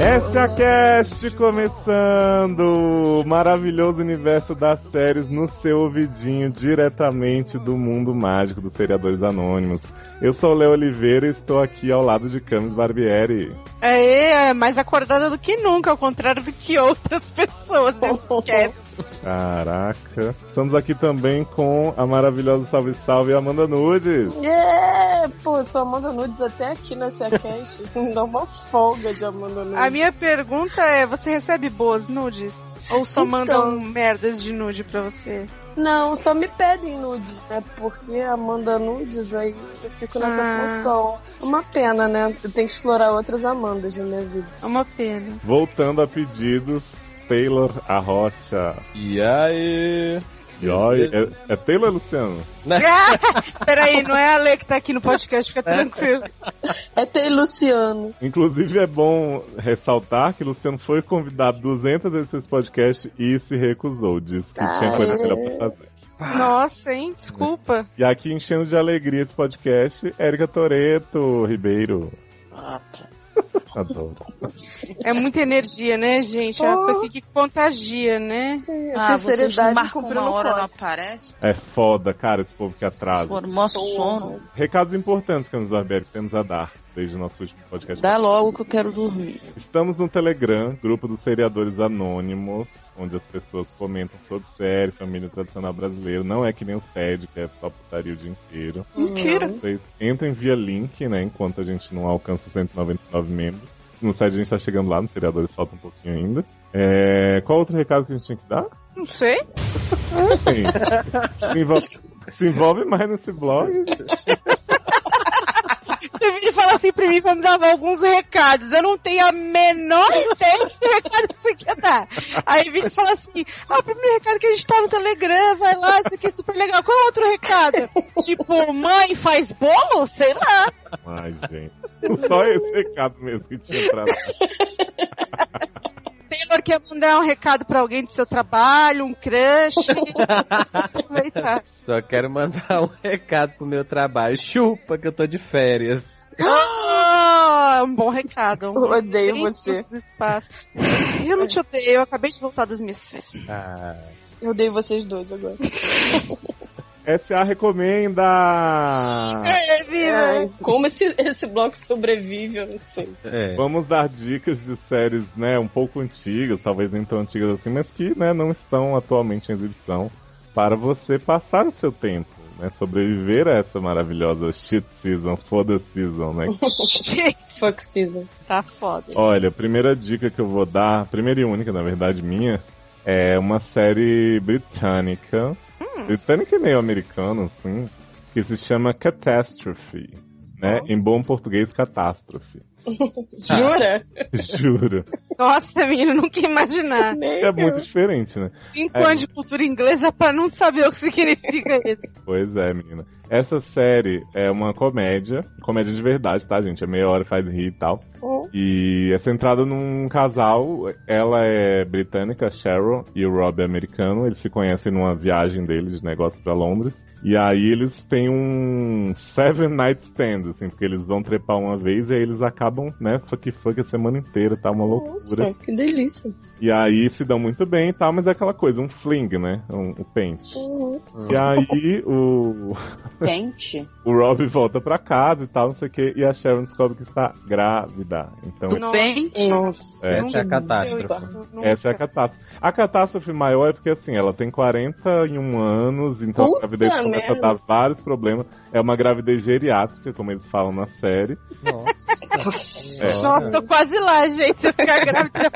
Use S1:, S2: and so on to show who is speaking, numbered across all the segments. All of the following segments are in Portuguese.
S1: SKCast começando! O maravilhoso universo das séries no seu ouvidinho, diretamente do mundo mágico dos seriadores anônimos. Eu sou o Léo Oliveira e estou aqui ao lado de Camis Barbieri.
S2: É, é mais acordada do que nunca, ao contrário do que outras pessoas desse podcast.
S1: Caraca. Estamos aqui também com a maravilhosa Salve Salve Amanda Nudes.
S3: É, pô, sou Amanda Nudes até aqui nessa cast. Me dá uma folga de Amanda Nudes.
S2: A minha pergunta é: você recebe boas nudes? Ou só mandam merdas de nude pra você?
S3: Não, só me pedem nude. É porque Amanda Nudes, aí eu fico nessa
S2: Ah.
S3: função. Uma pena, né? Eu tenho que explorar outras Amandas na minha vida.
S2: É uma pena.
S1: Voltando a pedidos, Taylor Arrocha.
S4: E aí?
S1: E ó, é, é Taylor, Luciano?
S2: Peraí, não é a Lê que tá aqui no podcast, fica tranquilo.
S3: É ter Luciano.
S1: Inclusive é bom ressaltar que Luciano foi convidado 200 vezes para esse podcast e se recusou. Disse que tinha coisa melhor pra fazer.
S2: Nossa, hein? Desculpa.
S1: E aqui enchendo de alegria esse podcast, Érica Toreto Ribeiro. Adoro.
S2: É muita energia, né, gente? É uma coisa assim que contagia, né?
S3: A
S5: Ah,
S3: terceira
S5: vocês
S3: idade
S5: marcam
S3: cumprindo
S5: uma hora, não
S3: cota.
S5: aparece?
S1: É foda, cara, esse povo que atrasa.
S5: Pô, mó sono.
S1: Recados importantes, Camus Barbieri, que temos a dar desde o nosso último podcast.
S5: Dá logo que eu quero dormir.
S1: Estamos no Telegram, grupo dos seriadores anônimos, onde as pessoas comentam sobre série, família tradicional brasileira. Não é que nem o TED, que é só putaria o dia inteiro.
S2: Mentira.
S1: Vocês entrem via link, né, enquanto a gente não alcança os 199 membros. No site a gente tá chegando lá, nos seriadores falta um pouquinho ainda. É, Qual outro recado que a gente tinha que dar?
S2: Não sei.
S1: Sim. Se envolve, se envolve mais nesse blog.
S2: Você vem falar assim pra mim pra me dar alguns recados. Eu não tenho a menor ideia de que recado que você quer dar. Aí vem e fala assim: ah, o primeiro recado que a gente tá no Telegram, vai lá, isso aqui é super legal. Qual é o outro recado? tipo, mãe faz bolo? Sei lá.
S1: Ai, gente. Só esse recado mesmo que tinha pra dar.
S2: Taylor quer mandar um recado pra alguém do seu trabalho, um crush. Aproveitar.
S4: Só quero mandar um recado pro meu trabalho. Chupa que eu tô de férias.
S2: Ah, um bom recado.
S3: Eu
S2: Um
S3: odeio
S2: bem
S3: você.
S2: do espaço. Eu não te odeio, eu acabei de voltar das minhas férias.
S4: Ah,
S3: Eu odeio vocês dois agora.
S1: SA recomenda!
S2: É,
S3: Ai,
S2: vira.
S3: como esse, esse bloco sobrevive, eu não sei.
S4: é.
S1: Vamos dar dicas de séries, né, um pouco antigas, talvez nem tão antigas assim, mas que, né, não estão atualmente em exibição, para você passar o seu tempo, né, sobreviver a essa maravilhosa shit season, foda season, né.
S3: Fuck season.
S2: Tá foda.
S1: Olha, a primeira dica que eu vou dar, primeira e única, na verdade, minha, é uma série britânica, britânica e meio americana, assim, que se chama Catastrophe, né, em bom português, catástrofe.
S3: Jura?
S1: Juro.
S2: Nossa, menina, nunca ia imaginar.
S3: Nem
S1: É
S3: eu.
S1: muito diferente, né.
S2: Cinco
S1: É.
S2: anos de cultura inglesa pra não saber o que significa isso.
S1: Pois é, menina. Essa série é uma comédia, comédia de verdade, tá, gente? É meia hora, faz rir e tal.
S3: Hum.
S1: E é centrada num casal, ela é britânica, a Cheryl, e o Rob é americano. Eles se conhecem numa viagem deles de negócio pra Londres. E aí eles têm um seven night stand, assim, porque eles vão trepar uma vez e aí eles acabam, né, fuck fuck a semana inteira, tá uma loucura.
S3: Nossa, que delícia.
S1: E aí se dão muito bem e tal, mas é aquela coisa, um fling, né, um, um pente.
S3: Uhum.
S1: E aí o,
S5: Gente.
S1: o Rob volta pra casa e tal, não sei o que, e a Sharon descobre que está grávida. Então,
S2: Nossa.
S5: Bem.
S3: Nossa.
S1: É,
S4: Essa é a catástrofe.
S2: Eu, eu,
S1: essa é a catástrofe. A catástrofe maior é porque, assim, ela tem 41 anos, então
S3: Puta
S1: a gravidez começa
S3: merda.
S1: a dar vários problemas. É uma gravidez geriátrica, como eles falam na série.
S3: É
S4: Nossa. É.
S2: Nossa, tô quase lá, gente. Se eu ficar grávida,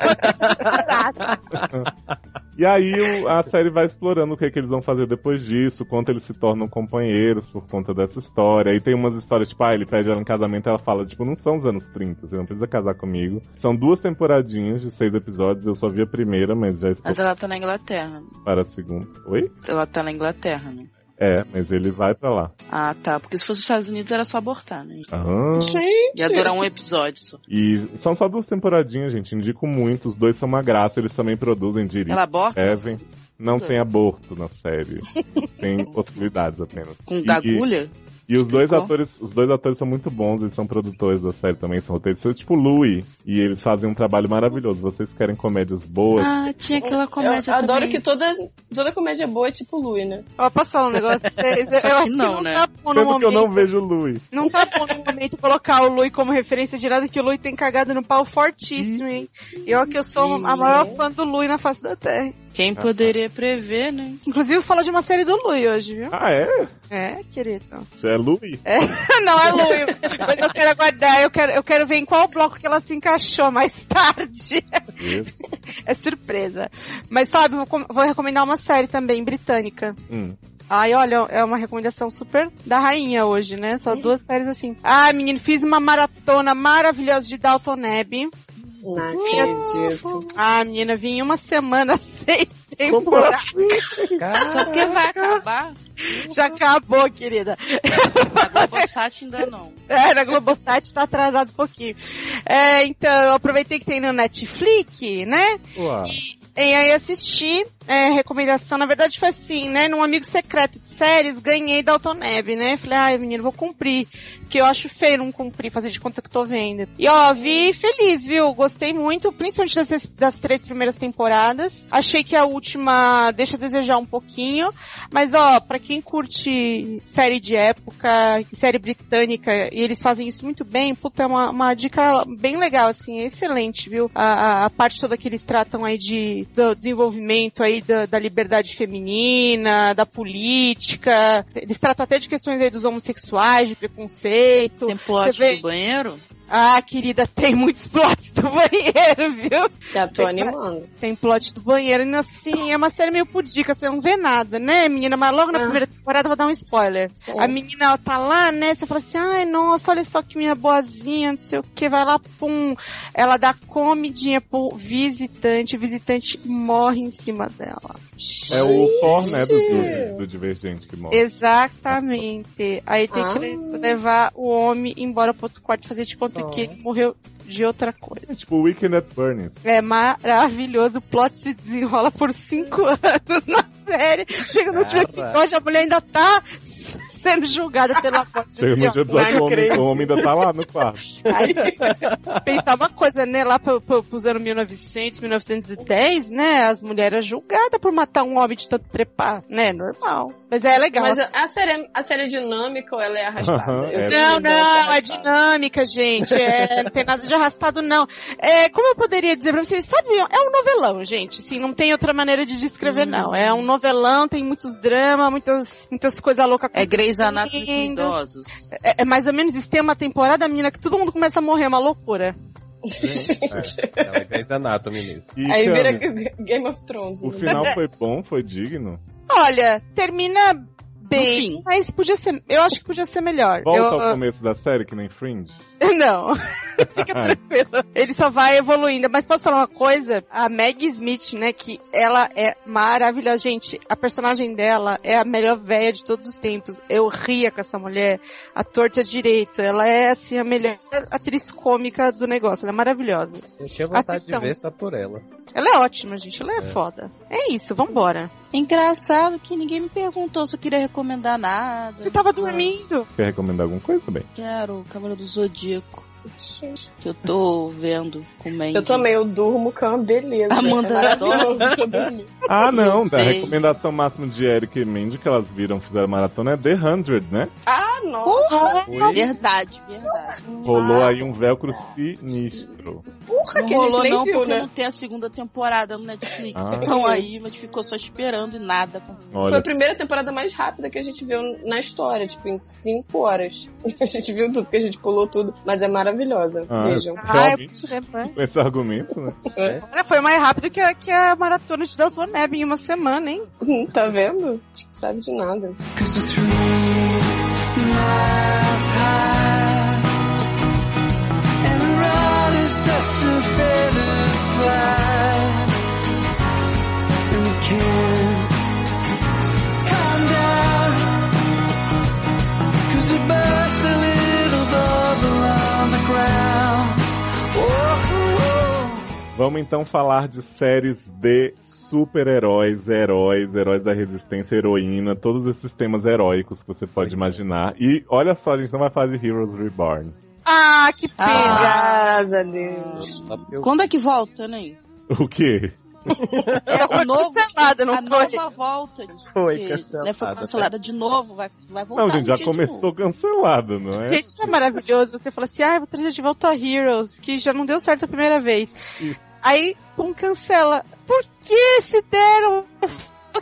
S1: E aí o- a série vai explorando o que, que eles vão fazer depois disso, quanto eles se tornam companheiros por conta dessa história. Aí tem umas histórias, tipo, ah, ele pede ela em casamento e ela fala, tipo, não são os anos 30, você não precisa casar comigo. São duas temporadinhas de seis episódios, eu só vi a primeira, mas já estou
S5: Mas ela tá na Inglaterra.
S1: para a segunda. Oi?
S5: Ela tá na Inglaterra, né?
S1: É, mas ele vai pra lá.
S5: Ah, tá. Porque se fosse os Estados Unidos era só abortar, né?
S1: Aham.
S5: Ia durar um episódio só.
S1: E são só duas temporadinhas, gente. Indico muito, os dois são uma graça, eles também produzem direito.
S5: Ela aborta?
S1: Kevin. Não tem aborto na série. tem possibilidades apenas.
S5: Com
S1: E-
S5: agulha?
S1: E os dois,
S5: Ficou.
S1: atores, os dois atores são muito bons, eles são produtores da série também, são roteiristas, tipo Louie. E eles fazem um trabalho maravilhoso. Vocês querem comédias boas?
S5: Ah, tinha aquela comédia
S3: Eu adoro
S5: também.
S3: que toda, toda comédia boa é tipo Louie, né?
S2: Ó, posso falar um negócio? Cê- cê-
S5: Só
S2: eu
S5: que
S2: acho que
S5: não,
S2: não,
S5: né?
S2: tá bom no
S1: Sendo que eu
S2: momento.
S1: não vejo Louie.
S2: Não tá bom no momento colocar o Lui como referência direta, que o Lui tem cagado no pau fortíssimo, hein? E ó que eu sou a maior fã do Lui na face da Terra.
S5: Quem poderia prever, né?
S2: Inclusive, fala de uma série do Lui hoje, viu?
S1: Ah, é?
S2: É, querido.
S1: É Louie?
S2: Não é Lui, mas eu quero aguardar, eu quero, eu quero ver em qual bloco que ela se encaixou mais tarde.
S1: Isso.
S2: É surpresa. Mas sabe, vou, com- vou recomendar uma série também, britânica.
S1: Hum.
S2: Ai, olha, é uma recomendação super da rainha hoje, né? Só duas séries assim. Ah, menino, fiz uma maratona maravilhosa de Dalton Abbey.
S3: Não acredito.
S2: Ah, menina, vim em uma semana, seis
S1: Como
S2: temporadas.
S1: assim?
S5: Só porque vai acabar.
S2: Já acabou, querida.
S5: A Globosat ainda não.
S2: É, na Globosat tá atrasado um pouquinho. É, então, eu aproveitei que tem no Netflix, né?
S1: Uau.
S2: E aí assisti, é, recomendação, na verdade foi assim, né? Num amigo secreto de séries, ganhei Dalton Neve, né? Falei, ai, menino, vou cumprir. Porque eu acho feio não cumprir, fazer de conta que tô vendo. E ó, vi feliz, viu? Gostei muito, principalmente das, das três primeiras temporadas. Achei que a última deixa a desejar um pouquinho. Mas ó, pra quem curte série de época, série britânica, e eles fazem isso muito bem, puta, é uma, uma dica bem legal, assim, é excelente, viu? A, a- a parte toda que eles tratam aí de do desenvolvimento aí da, da liberdade feminina, da política, eles tratam até de questões aí dos homossexuais, de preconceito.
S5: Tem plot
S2: vê?
S5: do banheiro?
S2: Ah, querida, tem muitos plots do banheiro, viu?
S3: Já tô animando.
S2: Tem plot do banheiro, e assim, é uma série meio pudica, você não vê nada, né, menina? Mas logo na
S3: Ah. É.
S2: primeira temporada eu vou dar um spoiler. A menina, ela tá lá, né? Você fala assim, ai, nossa, olha só que minha boazinha, não sei o que, vai lá, pum. Ela dá comidinha pro visitante, o visitante morre em cima dela.
S1: É o Thor, né, do, do, do Divergente que morre.
S2: Exatamente. Aí tem que
S3: Ah.
S2: levar o homem embora pro outro quarto, fazer de conta
S3: Ó.
S2: que ele morreu de outra coisa.
S1: É tipo Weekend at Burning.
S2: É maravilhoso. O plot se desenrola por cinco anos na série. Chega no último
S4: Caraca.
S2: episódio, a mulher ainda tá sendo julgada pela morte
S1: Chega no dia do
S2: um
S1: outro homem, o homem ainda tá lá no quarto.
S2: Pensar uma coisa, né? Lá pro, pro, pros anos 1900, 1910, né? As mulheres eram julgadas por matar um homem de tanto trepar, né? Normal. Mas é legal.
S3: Mas a série, a série é dinâmica ou ela é arrastada?
S1: Aham,
S3: Eu
S1: é.
S3: tenho
S2: Não,
S3: medo dela ser
S2: não, é
S3: arrastada.
S2: dinâmica, gente. É, não tem nada de arrastado, não. É, como eu poderia dizer pra vocês, sabe, é um novelão, gente. Assim, não tem outra maneira de descrever, não. É um novelão, tem muitos dramas, muitas, muitas coisas loucas
S5: É Grey's Anatomy com
S2: acontecendo.
S5: idosos.
S2: É, é mais ou menos isso. Tem uma temporada, menina, que todo mundo começa a morrer, é uma loucura.
S4: Ela é Grey's Anatomy mesmo.
S1: E,
S3: Aí
S1: Cami,
S3: vira G- Game of Thrones.
S1: o
S3: né?
S1: final foi bom, foi digno.
S2: Olha, termina bem,
S5: Enfim.
S2: mas podia ser, eu acho que podia ser melhor.
S1: Volta
S2: Eu-
S1: ao começo da série, que nem Fringe.
S2: Não. Fica tranquilo. Ele só vai evoluindo. Mas posso falar uma coisa? A Maggie Smith, né? Que ela é maravilhosa. Gente, a personagem dela é a melhor véia de todos os tempos. Eu ria com essa mulher. A torta direito. Ela é, assim, a melhor atriz cômica do negócio. Ela é maravilhosa.
S4: Eu tinha vontade
S2: Assistam.
S4: de ver só por ela.
S2: Ela é ótima, gente. Ela é, foda. É isso. Vambora.
S5: Engraçado que ninguém me perguntou se eu queria recomendar nada.
S2: Você tava dormindo.
S1: Quer recomendar alguma coisa, bem?
S5: Quero Câmara do Zodíaco. Que eu tô vendo com mente.
S3: Eu também, eu durmo com uma beleza.
S5: Amanda
S3: é maravilhoso pra dormir.
S1: Ah, não. A
S5: sei.
S1: recomendação máxima de Eric e Mandy que elas viram, fizeram maratona, é The 100, né?
S3: Ah, nossa.
S1: Foi.
S5: Verdade, verdade.
S1: Rolou aí um velcro sinistro.
S3: Porra,
S5: Não
S3: que a gente
S5: rolou
S3: nem
S5: não
S3: viu,
S5: porque
S3: né?
S5: não tem a segunda temporada no Netflix.
S1: Ah.
S5: Então aí, mas ficou só esperando e nada.
S3: Foi a
S1: Olha,
S3: primeira temporada mais rápida que a gente viu na história, tipo, em 5 horas. A gente viu tudo, porque a gente pulou tudo, mas é maravilhosa.
S1: Ah,
S3: Vejam.
S2: Ah, é por
S1: Realmente.
S2: exemplo, é.
S1: com esse argumento, né?
S2: Olha, Foi mais rápido que a, que a maratona de Dalton Neb em uma semana, hein?
S3: Hum, tá vendo? Sabe de nada.
S1: Vamos então falar de séries de super-heróis, heróis, heróis da resistência, heroína, todos esses temas heróicos que você pode imaginar. E olha só, a gente não vai falar de Heroes Reborn.
S6: Ah, que pena!
S3: Graças a Deus.
S4: Eu-
S5: Quando é que volta, né?
S1: O quê?
S5: É o novo.
S6: Cancelada, não
S5: a
S6: foi?
S5: nova volta. de-
S4: Foi
S5: que,
S4: cancelada.
S5: né, foi cancelada de novo, vai, vai voltar.
S1: Não, gente,
S5: um
S1: já
S5: dia de novo.
S1: começou cancelado, não é?
S6: Gente, não é maravilhoso. Você fala assim, ah, eu vou trazer de volta a Heroes, que já não deu certo a primeira vez.
S1: Isso.
S6: Aí, pum, cancela. Por que se deram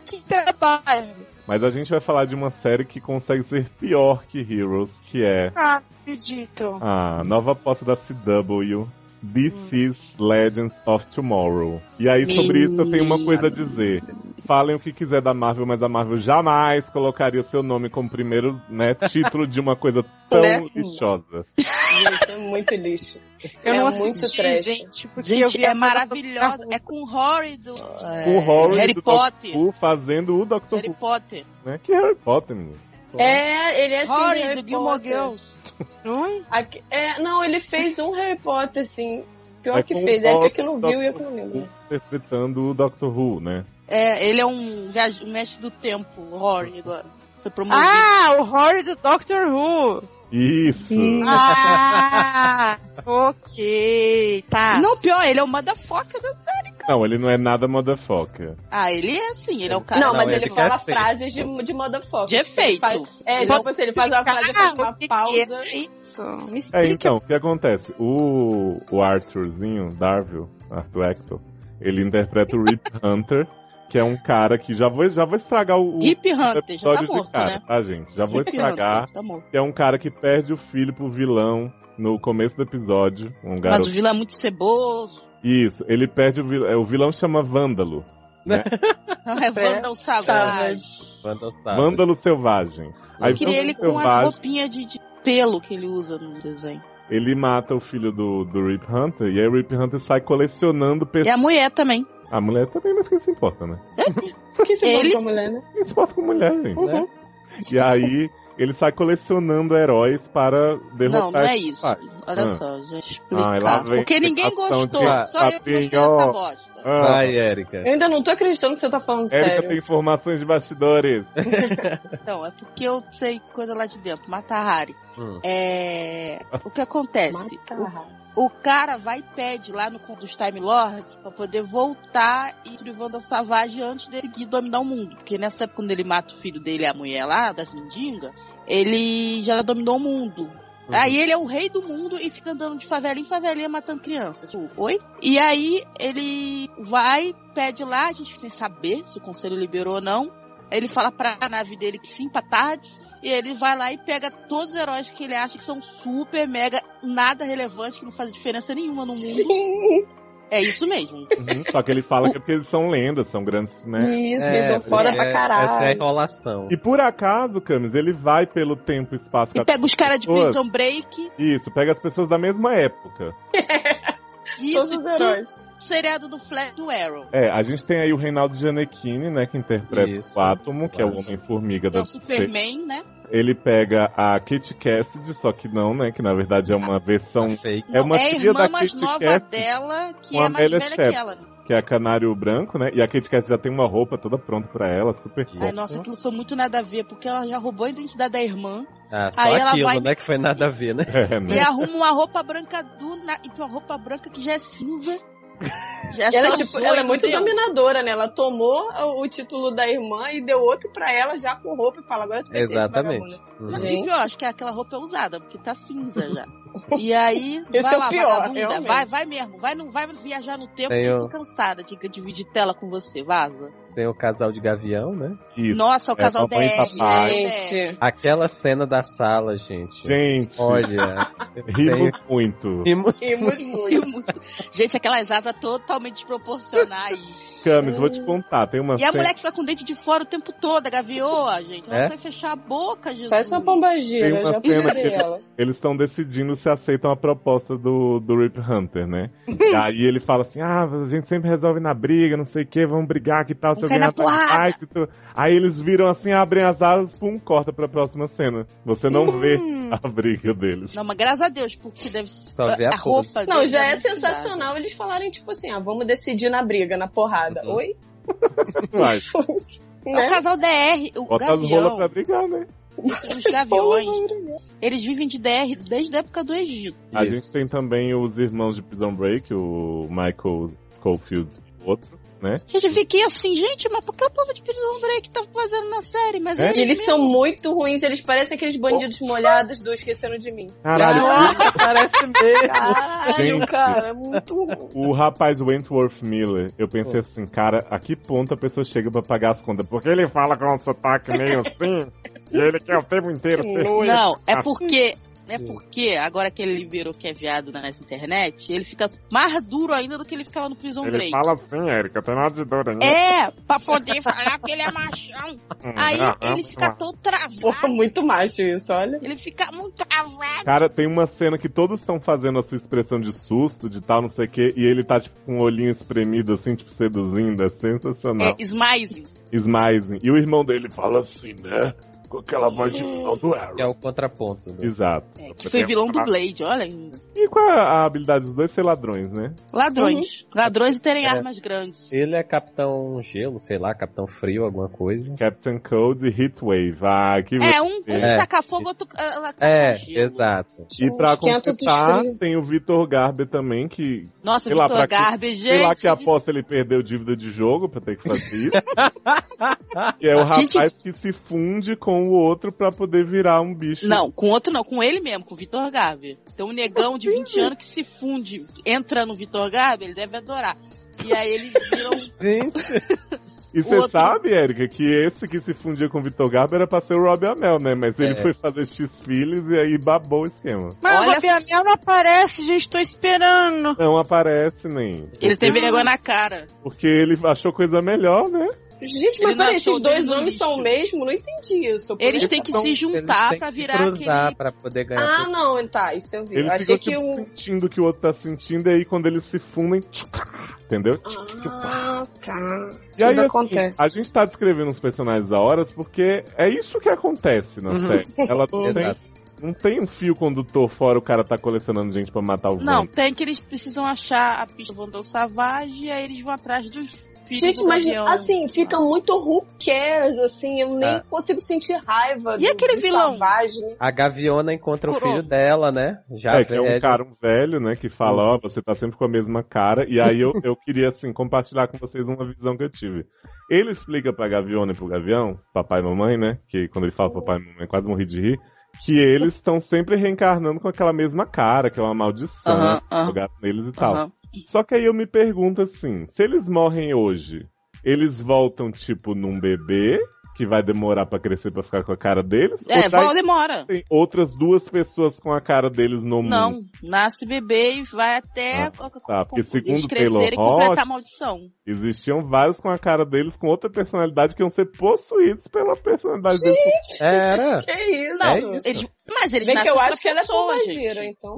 S6: que trabalho?
S1: Mas a gente vai falar de uma série que consegue ser pior que Heroes, que é
S6: Ah, não acredito.
S1: a Ah, nova aposta da CW, This
S5: Hum.
S1: is Legends of Tomorrow. E aí, sobre isso, eu tenho uma coisa a dizer. Falem o que quiser da Marvel, mas a Marvel jamais colocaria o seu nome como primeiro né, título de uma coisa tão
S3: Né?
S1: lixosa.
S3: Gente, é muito lixo.
S6: Eu
S3: é
S6: não
S3: muito
S6: assisti,
S3: trash.
S6: gente, porque eu
S5: Gente,
S6: vi
S5: é
S6: a-
S5: maravilhosa. É com o Rory do.
S1: O Rory
S5: É. Harry
S1: do
S5: Potter.
S1: Doctor Who fazendo o Doctor
S5: Harry
S1: Who,
S5: Potter.
S1: né? Que Harry Potter, menino.
S3: É, ele é assim,
S5: Rory
S3: Harry
S5: do Gilmore
S3: Potter.
S5: Girls.
S6: Oi?
S3: Aqui- é, não, ele fez um Harry Potter, assim. Pior
S1: É
S3: que
S1: com
S3: fez.
S1: o
S3: É que eu não
S1: Dr.
S3: viu e eu que não lembro.
S1: Interpretando o Doctor Who, né?
S5: É, ele é um viaj- um mestre do tempo, o Rory agora. Foi promovido.
S6: Ah, o horror do Doctor Who.
S1: Isso!
S6: Ah, ok, tá.
S5: Não, pior, ele é o motherfucker da série.
S1: Não, ele não é nada motherfucker.
S5: Ah, ele é assim, ele é o cara.
S3: não,
S4: não,
S3: mas ele,
S4: ele quer
S3: fala
S4: ser.
S3: frases de, de motherfucker.
S5: De
S3: Tipo, ele
S5: efeito.
S3: faz- é, ele, tipo assim, ele faz uma frase, depois
S6: Ah, o
S3: uma
S6: que que
S3: pausa.
S6: é isso? Me
S1: É,
S6: explica.
S1: então, o que acontece? O, o Arthurzinho, Darville, Arthur Hector, ele interpreta o Rip Hunter, que é um cara que já vou, já vou estragar o, o
S5: Hip Hunter, já tá
S1: episódio
S5: morto,
S1: de cara,
S5: né?
S1: tá, gente? Já vou
S5: Hip
S1: estragar.
S5: Hunter, tá morto.
S1: Que é um cara que perde o filho pro vilão no começo do episódio. Um
S5: Mas o
S1: garoto.
S5: vilão é muito ceboso.
S1: Isso, ele perde o vilão. é, O vilão chama Vândalo.
S5: Não é Vandal Savage.
S3: Savage.
S4: Vandal Savage.
S1: Vândalo Selvagem. Aí,
S5: Eu queria ele com as
S1: Selvagem-
S5: roupinhas de, de pelo que ele usa no desenho.
S1: Ele mata o filho do, do Rip Hunter, e aí o Rip Hunter sai colecionando pessoas.
S5: E a mulher também.
S1: A mulher também, mas quem se importa, né?
S3: Por que você
S5: Ele-
S3: ele... com a mulher, né?
S1: Quem se importa com mulher, gente?
S3: Uhum.
S1: E aí ele sai colecionando heróis para derrotar.
S5: Não, não é
S1: esse
S5: isso.
S1: pai.
S5: Olha
S1: Ah.
S5: só, gente,
S1: Ah, e lá
S5: explicar.
S1: vem
S5: Porque ninguém
S1: explicação
S5: gostou.
S1: de-
S5: Só eu que gostei dessa
S1: Papinho.
S5: bosta.
S1: Ah,
S4: Vai, Erika.
S3: Eu ainda não tô acreditando que você tá falando
S1: Érica
S3: sério.
S1: tem informações de bastidores.
S5: Então, é porque eu sei coisa lá de dentro. Mata a Hari.
S4: Hum.
S5: É... O que acontece? O
S3: Mata.
S5: O cara vai e pede lá no conto dos Time Lords pra poder voltar e ir pro Vandal Savage antes de seguir dominar o mundo. Porque nessa época, quando ele mata o filho dele e a mulher lá, das mendigas, ele já dominou o mundo. Aí ele é o rei do mundo e fica andando de favela em favelinha matando criança. Tipo, oi? E aí ele vai, pede lá, a gente fica sem saber se o conselho liberou ou não. Ele fala pra nave dele que sim, pra tardes. E ele vai lá e pega todos os heróis que ele acha que são super, mega, nada relevante, que não faz diferença nenhuma no mundo. É isso mesmo.
S1: Uhum, Só que ele fala que é porque eles são lendas, são grandes, né?
S3: Isso, eles são foda
S4: é-
S3: pra
S4: Essa é a
S3: caralho.
S4: enrolação.
S1: E por acaso, Camis, ele vai pelo tempo e espaço.
S5: E pega os caras de
S1: pessoas.
S5: Prison Break,
S1: Isso, pega as pessoas da mesma época.
S5: e
S3: Todos
S5: isso,
S3: os
S5: e tudo
S3: heróis.
S5: o seriado do Flash do Arrow.
S1: É, a gente tem aí o Reinaldo Gianecchini, né, que interpreta
S4: Isso.
S1: o Átomo, que é o
S4: Isso.
S1: Homem-Formiga
S5: Que é
S1: da
S5: o Superman, né?
S1: Ele pega a Kit Cassidy, só que não, né, que na verdade é uma versão
S4: Fake.
S1: É uma
S5: é a
S1: filha
S5: irmã
S1: da
S5: mais
S1: Kit
S5: nova
S1: Kat
S5: dela, que
S1: com a
S5: é mais
S1: Amélia
S5: velha
S1: Shepard.
S5: que ela. né?
S1: que é a Canário Branco, né? E a Kit Kat já tem uma roupa toda pronta pra ela, super
S4: Ai,
S5: Ai,
S1: bom.
S5: nossa, aquilo foi muito nada a ver, porque ela já roubou a identidade da irmã
S4: Ah, só
S5: Aí ela
S4: aquilo,
S5: vai-
S4: não é que foi nada a ver, né?
S1: É,
S5: e
S1: né?
S5: arruma uma roupa branca do na... e uma roupa branca que já é cinza. Já
S3: Ela, é,
S5: só
S3: tipo,
S5: zoa
S3: ela é
S5: e
S3: muito
S5: deu.
S3: dominadora, né? Ela tomou o título da irmã e deu outro pra ela já com roupa e fala, agora tu vai ser esse
S4: Exatamente.
S3: vagabundo.
S5: Não,
S4: Uhum.
S5: e o pior, acho que aquela roupa é usada, porque tá cinza já. E aí,
S3: Esse
S5: vai
S3: é o
S5: lá,
S3: pior,
S5: vagabunda,
S3: realmente.
S5: vai, vai mesmo, vai, não vai viajar no tempo,
S4: Tem
S5: porque eu
S4: o-
S5: tô cansada de dividir tela com você, vaza.
S4: Tem o casal de gavião, né?
S1: Isso.
S5: Nossa,
S1: É,
S5: o casal
S1: mamãe e
S5: DR,
S1: papai.
S5: DR.
S3: Gente,
S4: Aquela cena da sala, gente.
S1: Gente,
S4: Olha.
S1: rimos muito.
S3: rimos
S4: Rimos.
S5: E
S3: É. muito.
S5: o músico- Gente, aquelas asas totalmente desproporcionais.
S1: Camis, vou te contar, tem uma
S5: E
S1: cena-
S5: a mulher que fica com o dente de fora o tempo todo, a gavioa, gente. Ela
S4: É?
S5: não consegue fechar a boca, Jesus.
S3: Parece uma
S1: Tem
S3: pombagira,
S1: uma
S3: já
S1: cena
S3: falei
S1: que-
S3: ela.
S1: eles estão decidindo se aceitam a proposta do, do Rip Hunter, né? E aí ele fala assim, ah, a gente sempre resolve na briga, não sei o que, vamos brigar que tal, se eu
S5: Vamos cair
S1: ganhar
S5: na
S1: tu me
S5: porrada.
S1: faz, se tu... Aí eles viram assim, abrem as asas, pum, corta pra próxima cena. Você não
S5: Hum.
S1: vê a briga deles.
S5: Não, mas graças a Deus, porque deve
S4: Só vê a
S5: roupa.
S3: Não,
S5: deve
S3: já
S5: dar
S3: é
S5: muito cuidado.
S3: sensacional eles falarem, tipo assim, ah, vamos decidir na briga, na porrada.
S4: Uhum.
S3: Oi?
S1: Vai,
S5: É o
S3: Né?
S5: casal DR, o
S1: bota as rolas
S5: Gavião,
S1: pra brigar, né?
S5: os gaviões, eles vivem de DR desde a época do Egito.
S1: A
S4: Isso.
S1: gente tem também os irmãos de Prison Break, o Michael Schofield e outro, né?
S5: Gente, eu fiquei assim, gente, mas por que o povo de Prison Break tá fazendo na série? Mas
S1: É?
S5: eles
S3: E eles
S5: mesmos-
S3: são muito ruins, eles parecem aqueles bandidos molhados do Esquecendo de Mim.
S1: Caralho,
S4: Caraca, parece mesmo.
S3: Caralho,
S1: Gente.
S3: cara, é muito ruim.
S1: o rapaz Wentworth Miller, eu pensei assim, cara, a que ponto a pessoa chega pra pagar as contas? Porque ele fala com um sotaque meio assim, e ele quer o tempo inteiro
S3: Que
S1: ser...
S3: nojo.
S5: Não, é
S1: Ah.
S5: porque. É porque agora que ele liberou que é viado na- nessa internet, ele fica mais duro ainda do que ele ficava no Prison
S1: Ele
S5: Break.
S1: fala né? assim, Erika, tem nada de dor aí.
S5: É, pra poder falar que ele é machão.
S1: Hum,
S5: Aí
S1: ah,
S5: ele
S1: ah,
S5: fica
S1: ah.
S5: todo
S3: Porra,
S5: travado.
S3: muito macho isso, olha.
S5: Ele fica muito travado.
S1: Cara, tem uma cena que todos estão fazendo a sua expressão de susto, de tal, não sei o quê, e ele tá, tipo, com o olhinho espremido, assim, tipo, seduzindo, é sensacional.
S5: É, smizing.
S1: Smizing. E o irmão dele fala assim, né? Com aquela voz de vilão do
S4: Que
S1: Arrow.
S4: é o contraponto. né?
S1: Exato.
S5: É, que foi vilão do Blade, olha ainda.
S1: E qual é a habilidade dos dois ser ladrões, né?
S5: Ladrões. Ladrões e terem
S4: É.
S5: armas grandes.
S4: Ele é Capitão Gelo, sei lá, Capitão Frio, alguma coisa.
S1: Captain Cold e Heatwave. Ah, que
S5: É, um, um
S1: É.
S5: tacar fogo, outro ah, lá taca
S4: É,
S5: gelo.
S4: exato.
S1: E pra
S3: Esquenta outros
S1: completar,
S3: frios.
S1: tem o Vitor Garber também, que
S5: Nossa,
S1: Sei lá, pra
S5: Vitor
S1: que-
S5: Garber, gente.
S1: sei lá que é aposta ele perdeu dívida de jogo pra ter que fazer isso. que é o
S5: Gente-
S1: rapaz que se funde com o outro pra poder virar um bicho.
S5: Não, com outro não, com ele mesmo, com o Vitor Gabi. Tem um negão de 20 anos que se funde, entra no Vitor Gabi, ele deve adorar. E aí ele vira um.
S4: Sim.
S1: E você
S5: outro-
S1: sabe, Érica, que esse que se fundia com o Vitor Garber era pra ser o Rob Amel, né? Mas ele
S4: É.
S1: foi fazer X filhos e aí babou o esquema.
S6: Mas
S5: Olha
S6: o Gabriel Mel não aparece, gente, tô esperando.
S1: Não aparece nem.
S5: Ele tem vergonha na cara.
S1: Porque ele achou coisa melhor, né?
S3: Gente,
S5: Ele
S3: mas peraí,
S5: nasceu
S3: esses dois
S5: dentro do
S3: homens são o
S5: lixo.
S3: mesmo? Não entendi isso. por
S5: Eles
S3: exemplo.
S5: têm que
S4: Então,
S5: se juntar
S4: eles têm
S5: pra
S4: que se
S5: virar
S4: cruzar
S5: aquele.
S4: pra poder ganhar.
S3: Ah, não, tá, isso eu vi.
S1: Ele
S3: eu achei
S1: ficou
S3: que
S1: tipo,
S3: o.
S1: sentindo o que o outro tá sentindo, e aí quando eles se fundem. Entendeu?
S3: Ah, tá.
S1: E aí,
S3: Tudo
S1: assim,
S3: acontece.
S1: a gente tá descrevendo os personagens a horas porque é isso que acontece na
S4: Uhum.
S1: série. Ela não tem,
S4: Exato.
S1: não tem um fio condutor fora o cara tá colecionando gente pra matar o
S5: Não,
S1: vento.
S5: tem que eles precisam achar a pista do Vandal Savage e aí eles vão atrás dos filhos.
S3: Gente,
S5: do
S3: mas
S5: Gavião.
S3: assim, fica muito who cares, assim, eu nem
S4: É.
S3: consigo sentir raiva.
S5: E aquele vilão?
S3: Savage.
S4: A Gaviona encontra
S5: Curou.
S4: o filho dela, né? Já
S1: É, que é um
S4: velho.
S1: cara um velho, né, que fala, ó, você tá sempre com a mesma cara. E aí eu, eu queria, assim, compartilhar com vocês uma visão que eu tive. Ele explica pra Gaviona e pro Gavião, papai e mamãe, né, que quando ele fala papai e mamãe, é quase morri de rir, que eles estão sempre reencarnando com aquela mesma cara, que é uma maldição,
S5: Aham,
S1: né,
S5: aham,
S1: jogada neles e tal.
S5: aham.
S1: Só que aí eu me pergunto assim, se eles morrem hoje, eles voltam tipo num bebê que vai demorar pra crescer pra ficar com a cara deles?
S5: É,
S1: ou daí
S5: volta demora.
S1: tem outras duas pessoas com a cara deles no mundo?
S5: Não, nasce bebê e vai
S1: Hum.
S5: até
S1: Ah,
S5: co- co-
S1: tá, porque
S5: co-
S1: segundo
S5: eles crescerem e
S1: Taylor
S5: completar a
S1: Ross-
S5: maldição.
S1: Existiam vários com a cara deles com outra personalidade que iam ser possuídos pela personalidade deles.
S4: Era.
S3: Que isso?
S5: Não,
S4: É isso.
S5: eles, mas eles
S3: Bem que
S5: nascem
S3: eu
S5: outra
S3: acho que ela é
S5: pessoa,
S3: pombagira,
S5: gente.
S3: então.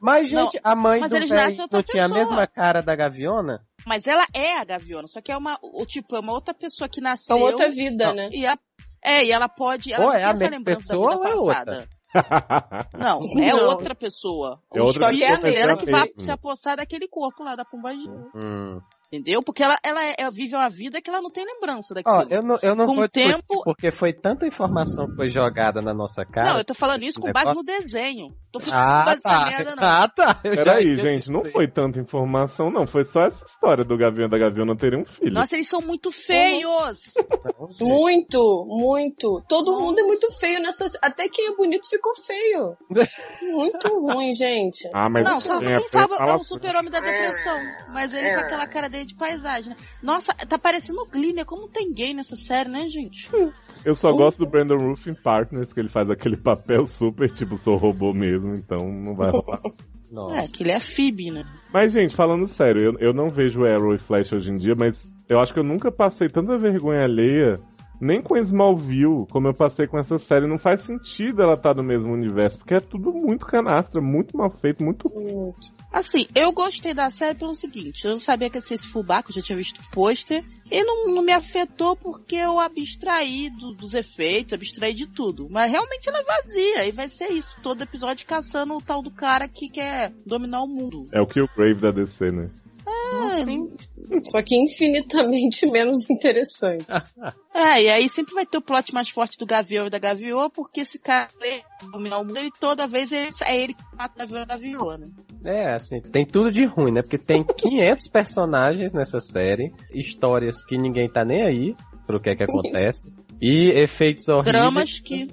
S4: Mas,
S5: Não,
S4: gente, a mãe
S5: mas
S4: do
S5: eles
S4: velho
S5: nascem
S4: não
S5: outra
S4: tinha a
S5: pessoa.
S4: mesma cara da Gaviona?
S5: Mas ela é a Gaviona, só que é uma, o tipo, é uma outra pessoa que nasceu.
S3: Então, outra vida, né?
S5: e a- é, e ela pode, ela
S4: Ou
S5: não
S4: é
S5: tem
S4: a
S5: essa
S4: mesma
S5: lembrança
S4: pessoa
S5: da vida
S4: ou é
S5: passada. Não, é
S3: Não.
S5: outra pessoa.
S1: É outra
S5: o espírito
S3: pessoa
S5: dela que vai
S1: mesmo.
S5: se apossar daquele corpo lá da pombagira.
S4: Hum.
S5: Entendeu? Porque ela, ela, é- ela vive uma vida que ela não tem lembrança daquilo.
S4: Ó, eu não, eu não
S5: Tipo, Com
S4: vou
S5: o
S4: discutir,
S5: tempo-
S4: porque foi tanta informação que foi jogada na nossa cara.
S5: não, eu tô falando isso com base no desenho. Tô falando isso com
S4: Ah,
S5: base
S4: tá.
S5: na merda, não.
S4: Ah, tá. Eu já
S1: Peraí,
S4: entendi.
S1: gente, não foi tanta informação, não. Foi só essa história do Gavião e da Gavião terem um filho.
S5: Nossa, eles são muito feios.
S4: Não, gente.
S3: Muito, muito. Todo mundo é muito feio nessa. Até quem é bonito ficou feio. Muito ruim, gente.
S1: Ah, mas
S5: não, só
S1: quem
S5: quem
S1: feio
S5: sabe é
S1: fala
S5: um super-homem da depressão. Mas ele com aquela cara dele de paisagem. né? Nossa, tá parecendo o Glee, né? Como tem gay nessa série, né, gente?
S1: Eu só gosto do Brandon Ruff em Partners, que ele faz aquele papel super, tipo, sou robô mesmo, então não vai rolar.
S4: Nossa.
S5: É, que ele é Phoebe, né?
S1: mas, gente, falando sério, eu, eu não vejo Arrow e Flash hoje em dia, mas eu acho que eu nunca passei tanta vergonha alheia, nem com Smallville, como eu passei com essa série. Não faz sentido ela estar no mesmo universo, porque é tudo muito canastra, muito mal feito, muito...
S3: Muito.
S5: Assim, eu gostei da série pelo seguinte, eu não sabia que ia ser esse fubaco, eu já tinha visto o pôster, e não, não me afetou porque eu abstraí do- dos efeitos, abstraí de tudo. Mas realmente ela é vazia, e vai ser isso, todo episódio caçando o tal do cara que quer dominar o mundo.
S1: É o que o Grave da DC, né?
S5: É,
S3: assim. Só que infinitamente menos interessante.
S5: É, e aí sempre vai ter o plot mais forte do Gavião e da Gaviõa, porque esse cara ele dominar o mundo e toda vez ele- é ele que mata o Gavião e a Gaviõa, né?
S4: É, assim, tem tudo de ruim, né? Porque tem 500 personagens nessa série, histórias que ninguém tá nem aí pro que é que acontece, e efeitos horríveis.
S5: Dramas que.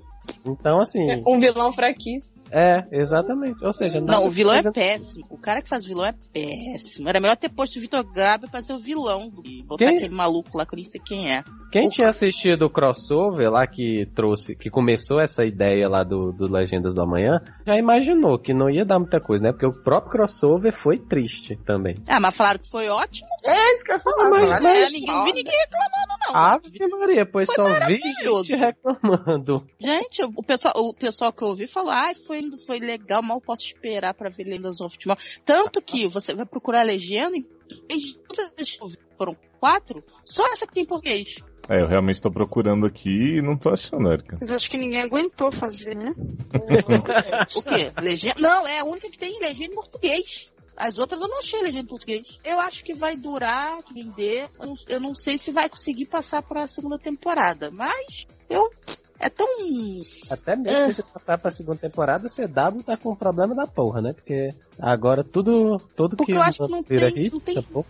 S4: Então, assim,
S3: Um vilão fraquíssimo.
S4: é, exatamente. Ou seja,
S5: Não,
S4: nada
S5: o vilão é
S4: representa-
S5: péssimo. O cara que faz vilão é péssimo. Era melhor ter posto o Vitor Gabi pra ser o vilão. E botar
S4: Quem?
S5: aquele maluco lá que eu nem sei quem é.
S4: Quem tinha assistido o crossover lá que trouxe, que começou essa ideia lá do, do Legendas do Amanhã, já imaginou que não ia dar muita coisa, né? Porque o próprio crossover foi triste também.
S5: Ah, mas falaram que foi ótimo.
S3: É isso que eu ia falar.
S4: mas-
S5: Falaram,
S4: mas- Ah.
S5: é, ninguém, não vi ninguém reclamando, não.
S4: Ave Maria, pois
S5: Foi
S4: só vi
S5: maravilhoso.
S4: gente reclamando.
S5: Gente, o pessoal, o pessoal que eu ouvi falar, ai, foi, foi legal, mal posso esperar pra ver Lendas do Futebol. Tanto que você vai procurar a legenda em três- todas as que eu vi, foram quatro, só essa que tem em português.
S1: É, eu realmente tô procurando aqui e não tô achando, Erika.
S2: Mas acho que ninguém aguentou fazer, né?
S5: O quê? Legenda? Não, é a única que tem legenda em português. As outras eu não achei legenda em português. Eu acho que vai durar, que vender. Eu não- Eu não sei se vai conseguir passar pra segunda temporada, mas eu. É tão.
S4: Até mesmo
S5: Ah.
S4: se você passar pra segunda temporada, o CW tá com um problema da porra, né? Porque agora tudo, tudo
S5: Porque
S4: que
S5: eu acho que não
S4: vira
S5: tem-
S4: hit, é
S5: não tem-
S4: essa porra-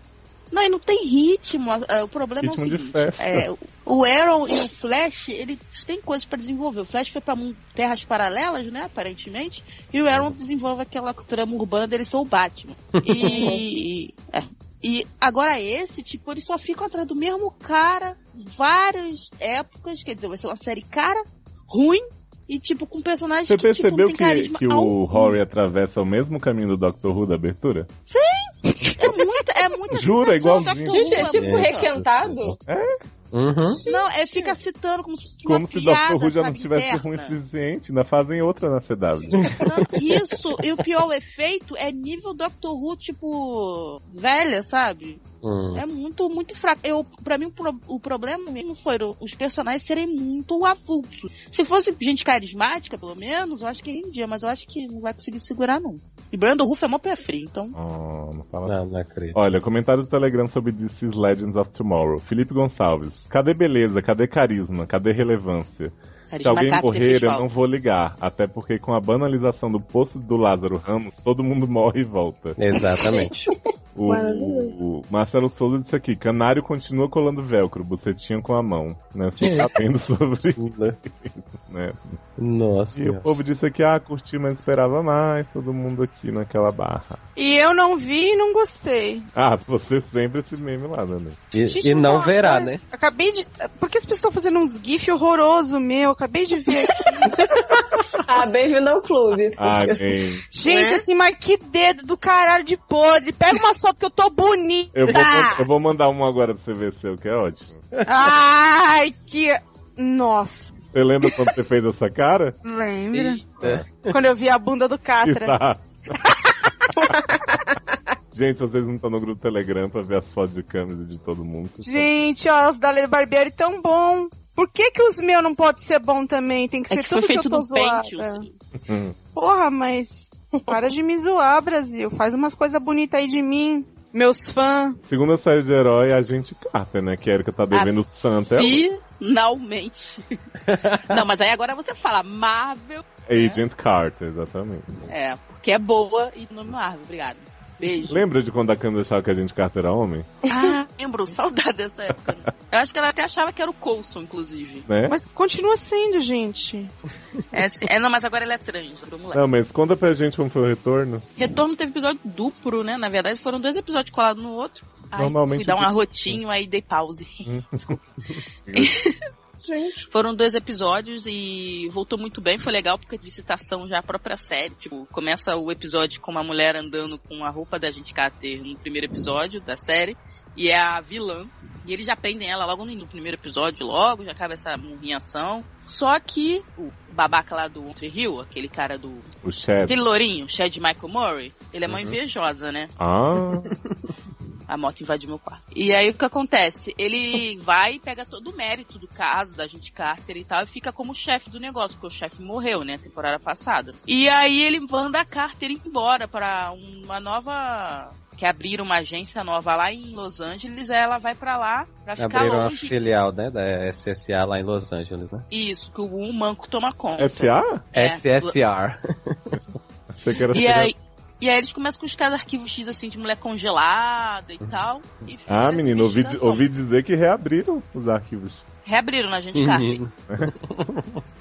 S5: Não, e não tem ritmo. a- a- O problema é o
S1: Ritmo de
S5: seguinte:
S1: festa.
S5: é, o Arrow e o Flash, eles têm coisas pra desenvolver. O Flash foi pra mun- terras paralelas, né? Aparentemente. E o Arrow desenvolve aquela trama urbana dele sou o Batman. E. é. E agora esse, tipo, eles só ficam atrás do mesmo cara várias épocas. Quer dizer, vai ser uma série cara, ruim e, tipo, com personagens
S1: Você
S5: que tipo, não
S1: percebeu
S5: tem
S1: que,
S5: carisma
S1: que o
S5: algum.
S1: Rory atravessa o mesmo caminho do Doctor Who da abertura?
S5: É muita, é muita
S1: Jura,
S5: citação do
S1: igualzinho.
S5: Dr. Who,
S3: Gente, é tipo
S5: muita.
S3: requentado.
S4: Uhum.
S5: Não, é fica citando como se fosse
S1: Como
S5: uma
S1: se
S5: piada,
S1: Doctor Who já não
S5: sabe,
S1: tivesse
S5: interna.
S1: ruim o suficiente, ainda fazem outra na CW.
S5: Não, Isso, e o pior efeito é nível Doctor Who, tipo, velha, sabe?
S4: Hum.
S5: É muito, muito fraco. Eu, pra mim, o, pro- o problema mesmo foi o- os personagens serem muito avulsos. Se fosse gente carismática, pelo menos, eu acho que rendia, mas eu acho que não vai conseguir segurar, não. E Brandon Ruff é mó pé frio, então...
S1: Ah, não fala
S4: Não, não acredito.
S1: Olha, comentário do Telegram sobre DC's Legends of Tomorrow. Felipe Gonçalves. Cadê beleza? Cadê carisma? Cadê relevância? Se
S5: carisma
S1: alguém
S5: capta e
S1: morrer,
S5: fez
S1: eu
S5: falta.
S1: não vou ligar. Até porque com a banalização do poço do Lázaro Ramos, todo mundo morre e volta.
S4: Exatamente.
S1: O,
S3: Maravilhoso.
S1: o Marcelo Souza disse aqui, canário continua colando velcro, bucetinha com a mão. Né? Você tá vendo sobre isso, né?
S4: Nossa.
S1: E o povo disse aqui, ah, curti, mas esperava mais. Todo mundo aqui naquela barra.
S2: E eu não vi e não gostei.
S1: Ah, você sempre esse meme lá, né, Dani.
S4: E,
S2: Gente,
S4: e não
S2: não,
S4: verá,
S2: cara.
S4: né?
S2: Acabei de. Por que as pessoas estão fazendo uns gif horroroso meu? Acabei de ver. aqui.
S3: Ah, bem-vindo ao clube.
S1: Ah, Amém.
S2: Gente,
S3: Né?
S2: assim, mas que dedo do caralho de podre. Pega uma foto que eu tô bonita.
S1: Eu
S5: Tá.
S1: vou, man- eu vou mandar uma agora pra você ver seu, que é ótimo.
S2: Ai, que. Nossa,
S1: Você lembra quando você fez essa cara?
S2: lembra?
S4: Eita.
S2: Quando eu vi a bunda do
S5: Tá
S2: Catra.
S1: Exato. tá. Gente, vocês não estão no grupo do Telegram pra ver as fotos de câmera de todo mundo. tá
S2: Gente, ó, os da Lele Barbieri tão bom. Por que que os meus não pode ser bom também? Tem que
S5: É
S2: ser
S5: que foi
S2: tudo que eu tô
S5: feito assim. no
S2: zoada. é.
S5: Pentium.
S1: Hum.
S2: Porra, mas para de me zoar, Brasil. Faz umas coisas bonitas aí de mim. Meus fãs.
S1: Segunda série de herói, a gente Carter, né? Que a Erika tá devendo o Santa.
S5: Finalmente. não, mas aí agora você fala Marvel
S1: É Agent Carter, exatamente.
S5: É, porque é boa e nome Marvel, obrigado. Beijo.
S1: Lembra de quando a câmera achava que a gente Carter era homem?
S5: Ah, lembro, saudade dessa época. né? Eu acho que ela até achava que era o Coulson, inclusive.
S1: Né?
S2: Mas continua sendo, gente.
S5: É, sim. É, não, mas agora ela é trans, vamos lá.
S1: Não, mas conta pra gente como foi o retorno.
S5: Retorno teve episódio duplo, né? Na verdade, foram dois episódios colados no outro. Aí
S1: Normalmente-
S5: fui dar um arrotinho, aí dei pause.
S3: Gente,
S5: Foram dois episódios e voltou muito bem, foi legal porque de citação já a própria série. Tipo, começa o episódio com uma mulher andando com a roupa da gente Carter no primeiro episódio da série. E é a vilã. E eles já prendem ela logo no início do primeiro episódio, logo, já acaba essa murrinhação. Só que o babaca lá do Entre Hill, aquele cara do.
S1: O chefe.
S5: Aquele lourinho, o Chad Michael Murray, ele é mó
S1: Uhum.
S5: invejosa, né?
S1: Ah,
S5: A moto invadiu meu quarto. E aí o que acontece? Ele vai e pega todo o mérito do caso da gente Carter e tal e fica como chefe do negócio, porque o chefe morreu, né, temporada passada. E aí ele manda a Carter embora pra uma nova que abriram uma agência nova lá em Los Angeles, aí ela vai pra lá pra ficar
S4: Abriram uma
S5: longe.
S4: filial, né, da SSA lá em Los Angeles, né?
S5: Isso, que o manco toma conta.
S1: S.A.?
S5: É.
S4: SSR.
S1: Achei que era...
S5: E aí, e aí eles começam com os caras arquivos X assim de mulher congelada e tal. E fica
S1: Uhum. Ah,
S5: essa
S1: menino, ouvi,
S5: investigação.
S1: ouvi dizer que reabriram os arquivos.
S5: Reabriram na
S1: Uhum.
S5: gente Carter.
S4: Menino.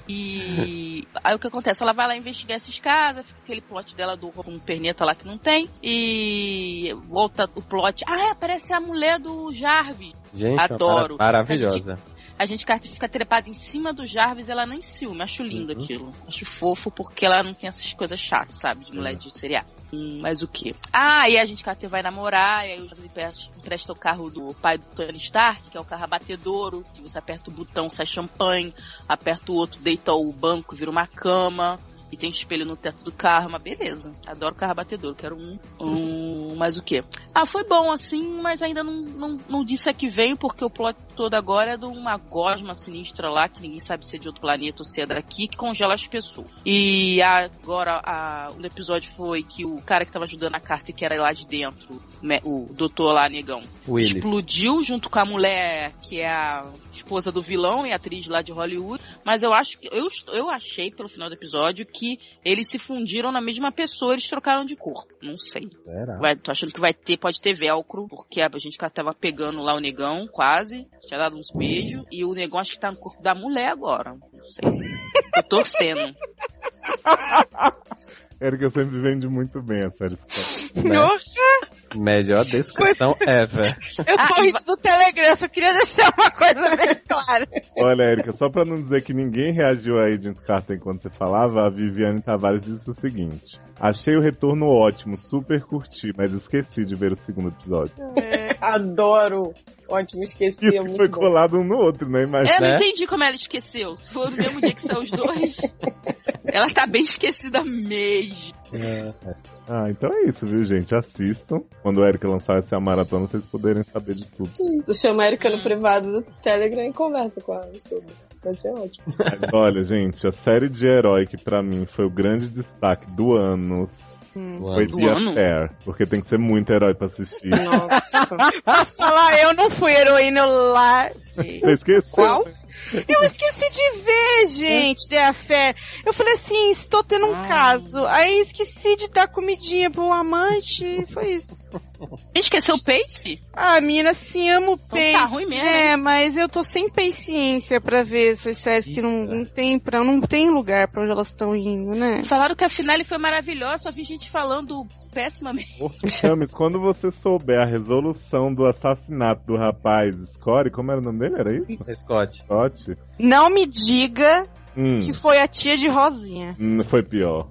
S5: E aí o que acontece? Ela vai lá investigar esses casos, fica aquele plot dela do um perneta lá que não tem. E volta o plot. Ah, é, aparece a mulher do Jarvis.
S4: Gente, uma
S5: Adoro.
S4: mara- maravilhosa.
S5: A gente Carter fica trepada em cima do Jarvis, ela nem ciúme. Acho lindo
S4: Uhum.
S5: aquilo. Acho fofo porque ela não tem essas coisas chatas, sabe? De mulher de seriado. Hum, mas o quê? Ah, e a gente Carter vai namorar, e aí o Jarvis empresta- empresta o carro do pai do Tony Stark, que é o carro abatedouro, que você aperta o botão, sai champanhe, aperta o outro, deita o banco, vira uma cama. E tem espelho no teto do carro, mas beleza. Adoro carro abatedouro, quero um. um mas o quê? Ah, foi bom assim, mas ainda não, não, não disse a que veio, porque o plot todo agora é de uma gosma sinistra lá, que ninguém sabe se é de outro planeta ou se é daqui, que congela as pessoas. E agora, a, um episódio foi que o cara que tava ajudando a carta, que era lá de dentro, né, o doutor lá, negão,
S4: Willis.
S5: explodiu junto com a mulher que é a esposa do vilão e atriz lá de Hollywood. Mas eu acho que eu, est- eu achei pelo final do episódio que eles se fundiram na mesma pessoa, eles trocaram de corpo. Não sei.
S4: Será?
S5: Vai, tô achando que vai ter, pode ter velcro, porque a gente ca- tava pegando lá o negão, quase. Tinha dado uns beijos. E o negão acho que tá no corpo da mulher agora. Não sei. Tô torcendo.
S1: Erika sempre vende muito bem a série.
S4: Me- Né? Melhor descrição ever.
S2: Eu
S5: Ah,
S2: tô
S5: e
S2: rindo do Telegram, só queria deixar uma coisa bem clara.
S1: Olha, Erika, só pra não dizer que ninguém reagiu a Agent Carter enquanto você falava, a Viviane Tavares disse o seguinte. Achei o retorno ótimo, super curti, mas esqueci de ver o segundo episódio.
S2: É,
S3: Adoro. Ótimo, esqueci. é
S1: Isso que
S3: muito
S1: foi
S3: bom. É.
S1: colado um no outro, né? Mas
S5: É, Eu não
S4: né?
S5: entendi como ela esqueceu. Foi no mesmo dia que saiu os dois. Ela tá bem esquecida mesmo.
S1: Ah, então é isso, viu, gente? Assistam. Quando o Erika lançar essa maratona, vocês poderem saber de tudo.
S3: Isso, chama a Erika
S5: Hum.
S3: no privado do Telegram e conversa com ela sobre. Vai ser ótimo.
S1: Mas olha, gente, a série de herói que pra mim foi o grande destaque do ano foi
S5: Do
S1: The
S5: ano?
S1: Affair. Porque tem que ser muito herói pra assistir.
S3: Nossa.
S2: Posso falar, eu não fui heroína lá.
S1: Você esqueceu?
S2: Qual? Eu esqueci de ver, gente, The Affair. Eu falei assim, estou tendo um
S5: Ah.
S2: caso. Aí esqueci de dar comidinha pro amante. Foi isso.
S5: Esqueceu o Pace?
S2: Ah, mina, assim, amo o
S5: tá
S2: pace.
S5: ruim mesmo,
S2: É, mas eu tô sem paciência pra ver essas séries que não,
S4: Eita.
S2: não tem pra, não tem lugar pra onde elas estão indo, né?
S5: Falaram que a finale foi maravilhosa, só vi gente falando pessimamente.
S1: Chames, quando você souber a resolução do assassinato do rapaz Scott, como era o nome dele? Era isso?
S4: Scott.
S1: Scott?
S2: Não me diga
S1: Hum,
S2: que foi a tia de Rosinha.
S1: hum, foi pior.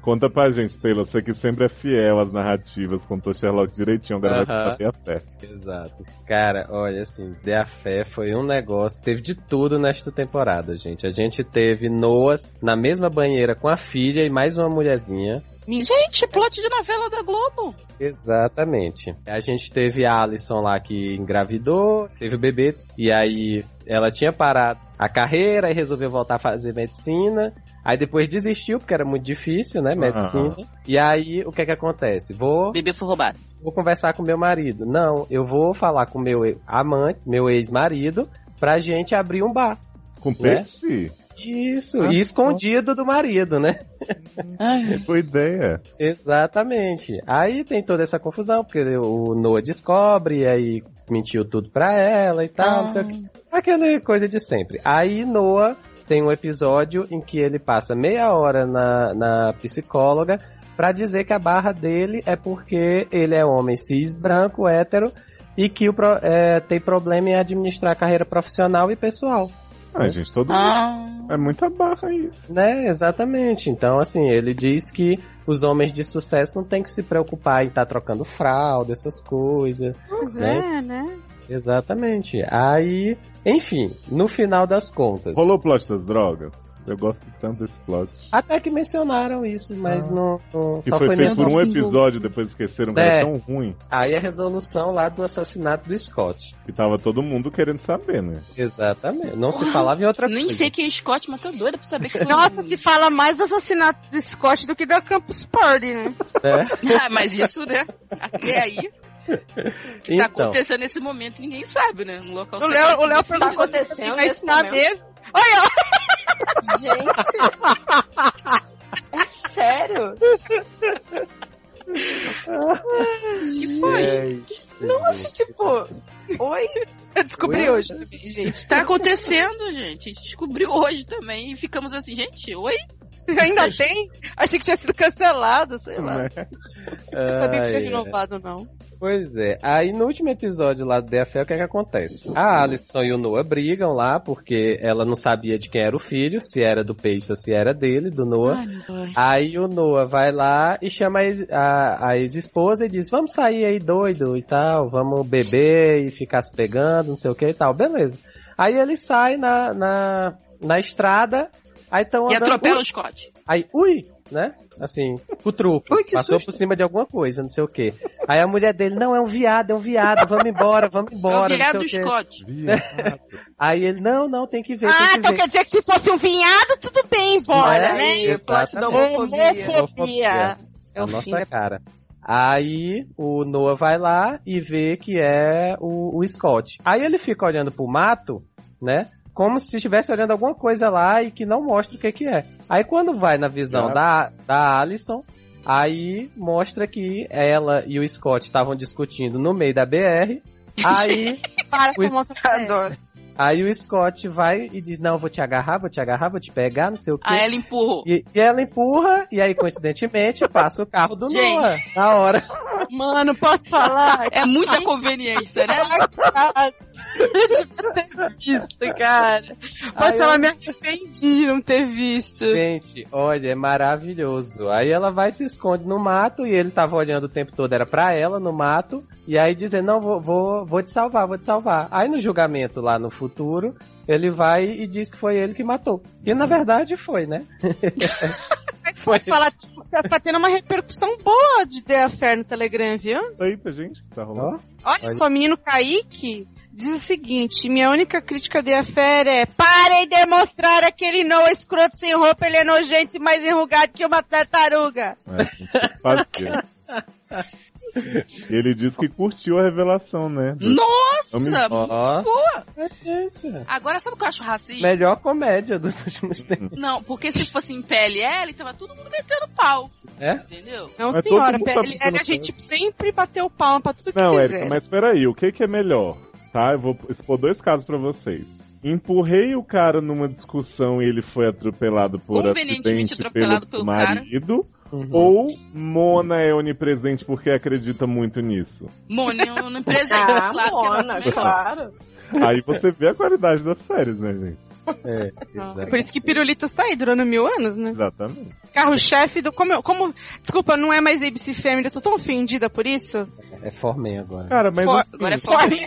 S1: Conta pra gente, Taylor. Você que sempre é fiel às narrativas, contou Sherlock direitinho, agora
S4: Aham.
S1: vai saber a fé.
S4: Exato. Cara, olha, assim, The Affair foi um negócio. Teve de tudo nesta temporada, gente. A gente teve Noas na mesma banheira com a filha e mais uma mulherzinha.
S5: Gente, plot de novela da Globo.
S4: Exatamente. A gente teve a Alison lá que engravidou, teve o bebê, e aí ela tinha parado a carreira e resolveu voltar a fazer medicina. Aí depois desistiu, porque era muito difícil, né? Medicina. E aí, o que é que acontece? Vou
S5: Bebê foi roubado.
S4: vou conversar com meu marido. Não, eu vou falar com meu e- amante, meu ex-marido, pra gente abrir um bar.
S1: Com peixe?
S4: Isso,
S1: Ah,
S4: e escondido do marido, né?
S1: Que
S5: Ai,
S1: Boa ideia.
S4: Exatamente. Aí tem toda essa confusão, porque o Noah descobre, aí mentiu tudo pra ela e tal, não sei o quê. Aquela coisa de sempre. Aí Noah tem um episódio em que ele passa meia hora na, na psicóloga pra dizer que a barra dele é porque ele é homem cis, branco, hétero e que o, pro- é, tem problema em administrar a carreira profissional e pessoal.
S1: Ai, gente, todo mundo.
S5: ah.
S1: É muita barra isso.
S4: Né, exatamente. Então, assim, ele diz que os homens de sucesso não tem que se preocupar em estar trocando fralda, essas coisas.
S2: Pois
S4: Né?
S2: é, né?
S4: Exatamente. Aí, enfim, no final das contas.
S1: Rolou o plot das drogas? Eu gosto tanto desse plot.
S4: Até que mencionaram isso, mas
S1: Ah.
S4: não. não-
S1: Que
S4: só
S1: foi,
S4: foi
S1: feito por
S4: mencionado.
S1: um
S5: mencionado.
S1: episódio, depois esqueceram que era
S4: É.
S1: tão ruim
S4: Aí a resolução lá do assassinato do Scott.
S1: que tava todo mundo querendo saber, né?
S4: Exatamente. Não
S2: Ah,
S4: se falava em outra coisa.
S5: Nem sei quem é Scott, mas tô doida pra saber é que foi.
S2: Nossa, se fala mais do assassinato do Scott do que da Campus Party, né?
S4: É.
S5: Ah, mas isso, né? Até aí, o que tá
S4: Então,
S5: acontecendo nesse momento, ninguém sabe, né? No local
S2: O Léo, o Léo
S3: Tá
S2: perguntou
S3: acontecendo
S2: vai
S3: nesse
S2: estar
S3: momento.
S2: mesmo. Olha, ó,
S3: Gente. É sério?
S5: que foi.
S4: gente,
S3: Tipo, oi?
S2: eu descobri
S4: Ué?
S2: hoje também, gente.
S5: Tá acontecendo, gente. A gente descobriu hoje também e ficamos assim, gente, oi?
S2: Ainda tem? Achei que tinha sido cancelado, sei
S1: é
S2: lá. Não sabia que tinha
S4: ai, é.
S2: renovado, não.
S4: Pois é. Aí no último episódio lá do DFL, o que é que acontece? A Alison e o Noah brigam lá porque ela não sabia de quem era o filho, se era do Pace ou se era dele, do Noah. Aí o Noah vai lá e chama a ex- a, a ex-esposa e diz: Vamos sair aí doido e tal, vamos beber e ficar se pegando, não sei o que e tal. Beleza. Aí ele sai na, na, na estrada, aí estão
S5: E atropela o Scott.
S4: Aí, ui, né? Assim, o truco.
S3: Ui, que
S4: Passou por cima de alguma coisa, não sei o quê. Aí a mulher dele, não, é um viado, é um viado, vamos embora, vamos
S2: um
S4: embora.
S5: é o viado
S4: não
S5: do
S4: sei o quê.
S5: Scott.
S1: Viado.
S4: Aí ele, não, não, tem que ver,
S2: Ah,
S4: tem que
S2: então
S4: ver.
S2: quer dizer que se fosse um vinhado, tudo bem, embora,
S4: É,
S2: né?
S3: Aí, o plot da
S4: exatamente.
S3: homofobia.
S2: Homofobia. É
S4: A
S2: o fim
S4: nossa
S2: da
S4: cara. Aí o Noah vai lá e vê que é o, o Scott. Aí ele fica olhando pro mato, né? Como se estivesse olhando alguma coisa lá e que não mostra o que, que é. Aí quando vai na visão
S1: Ah.
S4: da, da Alison, aí mostra que ela e o Scott estavam discutindo no meio da BR. Aí,
S2: Para,
S4: O
S2: essa moça.
S3: Adoro.
S4: aí o Scott vai e diz: Não, vou te agarrar, vou te agarrar, vou te pegar, não sei o quê.
S5: Aí Ah, ela empurrou.
S4: E, e ela empurra, e aí, coincidentemente, passa o carro do
S5: Gente.
S4: Noah na hora.
S2: Mano, posso falar?
S5: É muita conveniência,
S2: Tipo,
S5: né?
S2: Isso, cara. Posso
S4: Aí
S2: falar,
S4: eu-
S2: me arrependi de não ter visto.
S4: Gente, olha, é maravilhoso. Aí ela vai se esconde no mato e ele tava olhando o tempo todo, era pra ela no mato. E aí dizendo, não, vou, vou, vou te salvar, vou te salvar. Aí no julgamento lá no futuro, ele vai e diz que foi ele que matou. E na verdade foi, né?
S2: Mas posso falar, tipo, tá, tá tendo uma repercussão boa de The Affair no Telegram, viu?
S1: Isso aí pra gente que tá rolando.
S4: Ó,
S2: Olha,
S4: Olha.
S2: só, menino Kaique diz o seguinte, minha única crítica de Affair é parem de mostrar aquele Noah escroto sem roupa, ele é nojento e mais enrugado que uma tartaruga.
S1: É, gente, faz o quê? E Ele disse que curtiu a revelação, né? Do-
S5: Nossa!
S4: ó.
S5: boa.
S4: É, gente,
S5: Agora sabe o que eu acho racista?
S4: melhor comédia dos últimos tempos.
S5: Não, porque se fosse em PLL, tava todo mundo metendo pau.
S4: É?
S5: Entendeu?
S2: Não,
S1: Mas todo
S2: senhora,
S1: mundo
S2: pe-
S1: tá
S2: ele- ele- a
S1: pensando
S2: gente sempre bateu palma pra tudo que
S1: Não,
S2: quiser.
S1: Érica, mas peraí, o que, que é melhor? Tá? Eu vou expor dois casos pra vocês. Empurrei o cara numa discussão e ele foi atropelado por
S5: Convenientemente
S1: acidente
S5: atropelado
S1: pelo
S5: pelo cara.
S1: marido. Ou Mona é onipresente porque acredita muito nisso.
S5: Mona é um presente,
S3: Ah,
S5: claro
S3: Mona,
S5: que é melhor.
S3: claro.
S1: Aí você vê a qualidade das séries, né, gente?
S4: É,
S2: É por isso que Pirulitas tá aí, durando mil anos, né?
S1: Exatamente.
S2: Carro-chefe do... Como, eu- como... Desculpa, não é mais ABC Family, eu tô tão ofendida por isso.
S4: É Formen agora.
S1: Cara, mas
S2: For-
S1: assim,
S5: Agora é foda.
S2: Formen.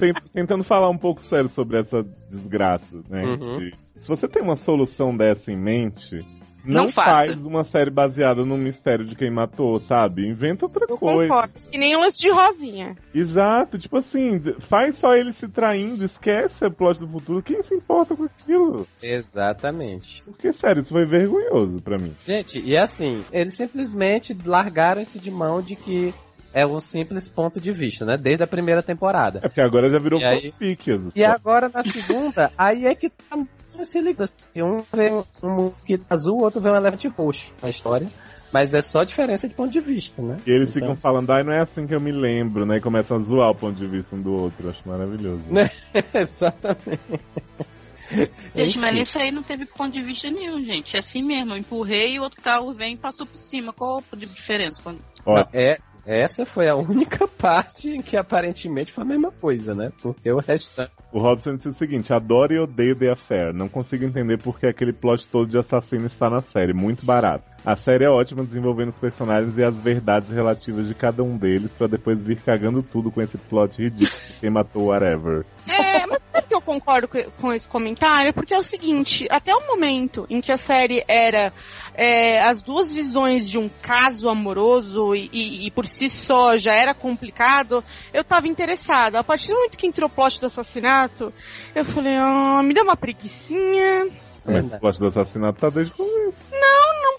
S1: ten- tentando falar um pouco sério sobre essa desgraça, né?
S4: Uhum.
S1: de- Se você tem uma solução dessa em mente, não,
S5: Não faça.
S1: faz uma série baseada no mistério de quem matou, sabe? Inventa outra
S2: Eu
S1: coisa.
S2: concordo. Que nem o lance de Rosinha.
S1: Exato, tipo assim, faz só ele se traindo, esquece a plot do futuro, quem se importa com aquilo?
S4: Exatamente.
S1: Porque, sério, isso foi vergonhoso pra mim.
S4: Gente, e assim, eles simplesmente largaram isso de mão de que é um simples ponto de vista, né? Desde a primeira temporada.
S1: É porque agora já virou
S4: E aí-
S1: fanfic, Jesus.
S4: E agora na segunda, aí é que tá se liga. assim, Um vê um que tá azul, o outro vê um elefante roxo na história. Mas é só diferença de ponto de vista, né?
S1: E eles ficam
S4: Então-
S1: falando, ai, não é assim que eu me lembro, né? E começam a zoar o ponto de vista um do outro, eu acho maravilhoso.
S4: Né? Exatamente.
S5: Gente, mas
S4: Enfim.
S5: isso aí não teve ponto de vista nenhum, gente. É assim mesmo. Eu empurrei e o outro carro vem e passou por cima. Qual a diferença? Quando-
S1: Ó,
S4: É, essa foi a única parte em que aparentemente foi a mesma coisa, né? Porque o restante.
S1: o Robson disse o seguinte, adoro e odeio The Affair, não consigo entender porque aquele plot todo de assassino está na série, muito barato. A série é ótima desenvolvendo os personagens e as verdades relativas de cada um deles, pra depois vir cagando tudo com esse plot ridículo de quem matou whatever.
S2: É, mas sabe que eu
S6: concordo co- com esse comentário, porque é o seguinte, até o momento em que a série era é, as duas visões de um caso amoroso e, e- e por si só já era complicado, eu tava interessada. A partir do momento que entrou o plot do assassinato, eu falei, ah, me deu uma preguiçinha,
S1: Mas
S4: É.
S1: o plot do assassinato tá desde o começo.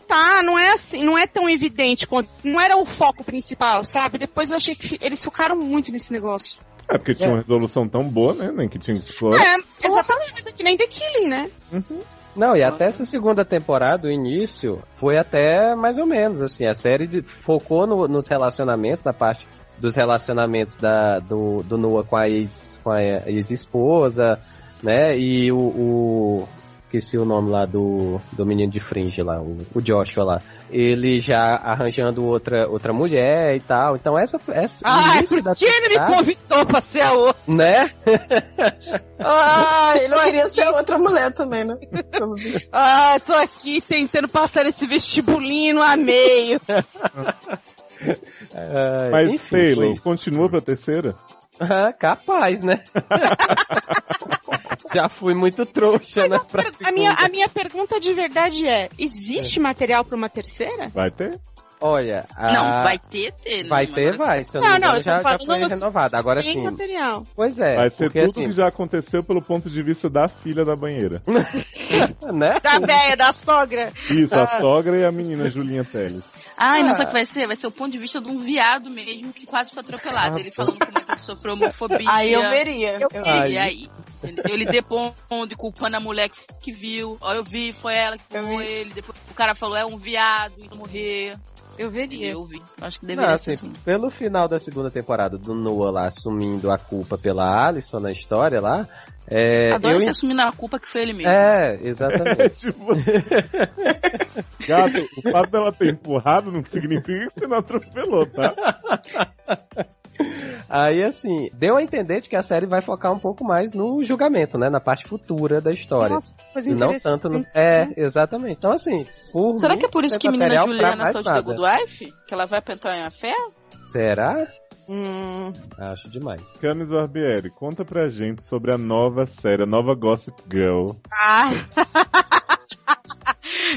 S6: tá, não é assim, não é tão evidente quanto. Não era o foco principal, sabe? Depois eu achei que fi- eles focaram muito nesse negócio.
S1: É porque tinha
S4: É.
S1: uma resolução tão boa, né? Nem que tinha que explorar.
S6: É, exatamente, que nem The Killing, né?
S4: Não, e até essa segunda temporada, o início, foi até mais ou menos, assim, a série de- focou no- nos relacionamentos, na parte dos relacionamentos da, do, do Noah com a ex- com a ex-esposa, né, e o, o... esqueci o nome lá do, do menino de fringe lá, o, o Joshua lá, ele já arranjando outra, outra mulher e tal, então essa... essa o
S2: Ai,
S4: início da
S2: por que ele me
S4: temporada,
S2: convidou pra ser a outra?
S4: Né?
S3: Ah, ele não queria ser outra mulher também, né?
S2: Ah, tô aqui tentando passar esse vestibulino a meio.
S4: É,
S1: Mas,
S4: enfim, foi
S1: Taylor,
S4: isso.
S1: continua pra terceira?
S4: Ah, capaz, né? Já fui muito trouxa, né? Pra
S6: A minha,
S4: segunda.
S6: a minha pergunta de verdade é: existe material pra uma terceira?
S1: Vai ter?
S4: Olha, a-
S5: Não, vai ter dele.
S4: Ah, vai
S5: né,
S4: ter,
S5: mas-
S4: vai. Se eu
S6: Não,
S4: não, me
S6: não,
S4: engano,
S6: eu tô
S4: já, já
S6: falando
S4: foi
S6: no-
S4: renovada. Agora
S6: Tem
S4: sim,
S6: material.
S4: pois é.
S1: Vai ser
S4: porque
S1: tudo
S4: assim,
S1: que já aconteceu pelo ponto de vista da filha da banheira.
S4: né?
S2: Da véia, da sogra.
S1: Isso, a sogra e a menina Julinha Teles.
S5: Ai,
S4: Ah.
S5: não, sabe o que vai ser? Vai ser o ponto de vista de um viado mesmo que quase foi atropelado.
S4: Ah,
S5: Ele falando como é que ele sofreu homofobia.
S3: Aí eu veria. Eu-
S5: E aí, entendeu? ele depondo, e culpando a mulher que- que viu. Ó, eu vi, foi ela que
S3: Eu
S5: viu
S3: vi.
S5: ele. Depois o cara falou, é um viado, tem que morrer.
S2: Eu veria.
S5: Eu vi. Acho que deveria
S4: Não,
S5: ser
S4: assim,
S5: assim.
S4: pelo final da segunda temporada do Noah lá assumindo a culpa pela Alison na história lá. É,
S5: Adoro
S4: eu
S5: se assumir na culpa que foi ele mesmo.
S4: É,
S1: É
S4: exatamente.
S1: tipo. Gato, o fato dela ter empurrado não significa que você não atropelou, tá?
S4: Aí, assim, deu a entender de que a série vai focar um pouco mais no julgamento, né? Na parte futura da história.
S6: Nossa, que coisa
S4: E não
S6: interessante.
S4: tanto no... É, exatamente. Então, assim, por
S5: Será
S4: mim,
S5: que é por isso
S4: tem
S5: que a menina
S4: material pra
S5: Juliana
S4: mais
S5: saiu de The
S4: nada.
S5: Good Wife? Que ela vai pra entrar em fé?
S4: Será?
S2: Hum,
S4: Acho demais.
S1: Camis Barbieri, conta pra gente sobre a nova série, a nova Gossip Girl.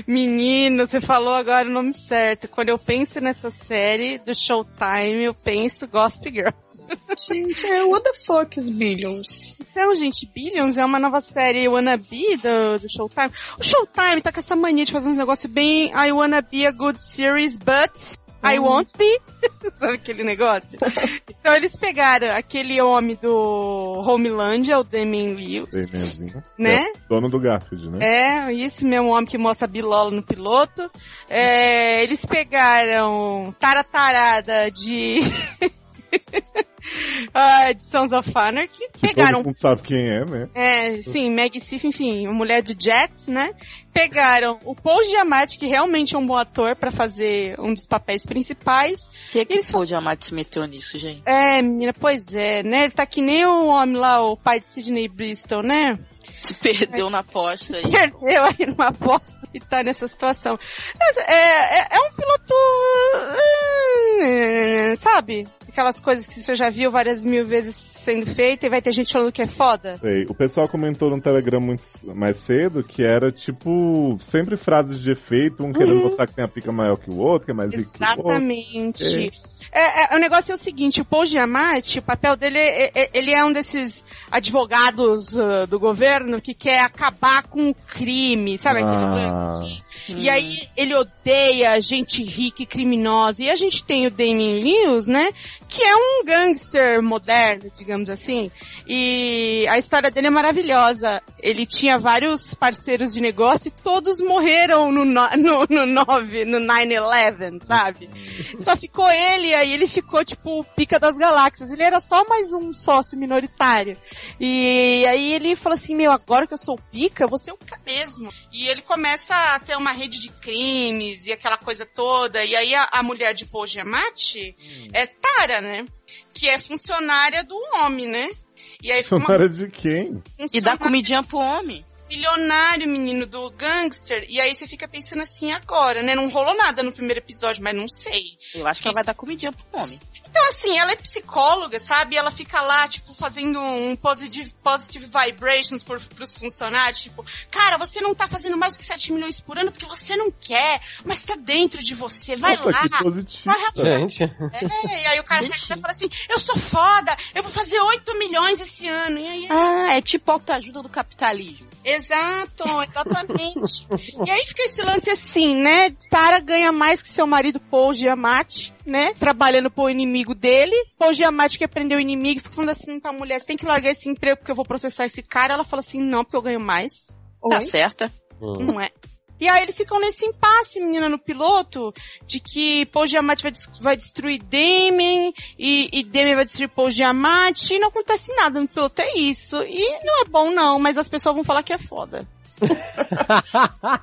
S2: menino, você falou agora o nome certo. Quando eu penso nessa série do Showtime, eu penso Gossip Girl.
S3: Gente, é what the fuck is billions?
S2: Então, gente, Billions é uma nova série wannabe do, do Showtime. O Showtime tá com essa mania de fazer uns negócios bem I wanna be a good series, but I won't be. Sabe aquele negócio? então eles pegaram aquele homem do Homelandia, o Damien Lewis,
S1: Demezinho.
S2: né?
S1: Dono do Garfield, né?
S2: É, isso mesmo, o homem que mostra a bilola no piloto. É, eles pegaram Taratarada de... ah, de Sons of Anarchy. É, Pegaram
S1: Todo mundo sabe quem é, né?
S2: é, sim, Meg Sif, enfim, a mulher de Jets, né? Pegaram o Paul Giamatti, que realmente é um bom ator pra fazer um dos papéis principais.
S5: Que que
S2: Eles
S5: isso... o Diamante se meteu nisso, gente?
S2: É, menina, pois é, né? Ele tá que nem o homem lá, o pai de Sidney Bristol, né?
S5: Se perdeu na aposta aí.
S2: Perdeu aí numa aposta e tá nessa situação. Mas, é, é, é um piloto. hum, Sabe? Aquelas coisas que você já viu várias mil vezes sendo feita e vai ter gente falando que é foda.
S1: Sei. O pessoal comentou no Telegram muito mais cedo que era tipo sempre frases de efeito, um querendo mostrar que tem a pica maior que o outro, que é mais rico que o outro.
S2: Uhum. Exatamente. É, é, o negócio é o seguinte, o Paul Giamatti, o papel dele, é- é- ele é um desses advogados ah, do governo que quer acabar com o crime, sabe aquele
S1: Ah.
S2: lance assim?
S5: Uhum.
S2: E aí ele odeia gente rica e criminosa. E a gente tem o Damien Lewis, né? Que é um gangster moderno, digamos assim. E a história dele é maravilhosa. Ele tinha vários parceiros de negócio e todos morreram no no, no, no, 9, no 9-11, sabe? Só ficou ele e aí ele ficou tipo o pica das galáxias. Ele era só mais um sócio minoritário. E aí ele falou assim, meu, agora que eu sou o pica, eu vou ser o pica mesmo. E ele começa a ter uma rede de crimes e aquela coisa toda. E aí a, a mulher de Paul Giamatti é Tara, né? Que é funcionária do homem, né? E aí fica uma
S1: Funcionária de quem?
S5: E dá comidinha pro homem.
S2: bilionário, menino, do gangster. E aí você fica pensando assim agora, né? Não rolou nada no primeiro episódio, mas não sei.
S5: Eu acho que ela vai dar comidinha pro homem.
S2: Então, assim, ela é psicóloga, sabe? Ela fica lá, tipo, fazendo um positive, positive vibrations por, pros funcionários. Tipo, cara, você não tá fazendo mais que 7 milhões por ano porque você não quer, mas tá dentro de você. Vai
S1: Nossa,
S2: lá.
S1: que positivo.
S2: Corre atrás.
S4: Gente,
S2: É, e aí o cara sai de lá e fala assim, eu sou foda, eu vou fazer 8 milhões esse ano. E aí,
S5: Ah, é tipo autoajuda do capitalismo.
S2: exato, exatamente. e aí fica esse lance assim, né? Tara ganha mais que seu marido Paul Giamatti, né? Trabalhando pro inimigo dele. Paul Giamatti que prender o inimigo, fica falando assim pra mulher, você tem que largar esse emprego porque eu vou processar esse cara. Ela fala assim, não, porque eu ganho mais.
S5: Tá certa.
S4: hum,
S2: Não é. E aí eles ficam nesse impasse, menina, no piloto, de que Paul Giamatti vai, des- vai destruir Damien, e, e Damien vai destruir Paul Giamatti, e não acontece nada no piloto, é isso. E não é bom não, mas as pessoas vão falar que é foda.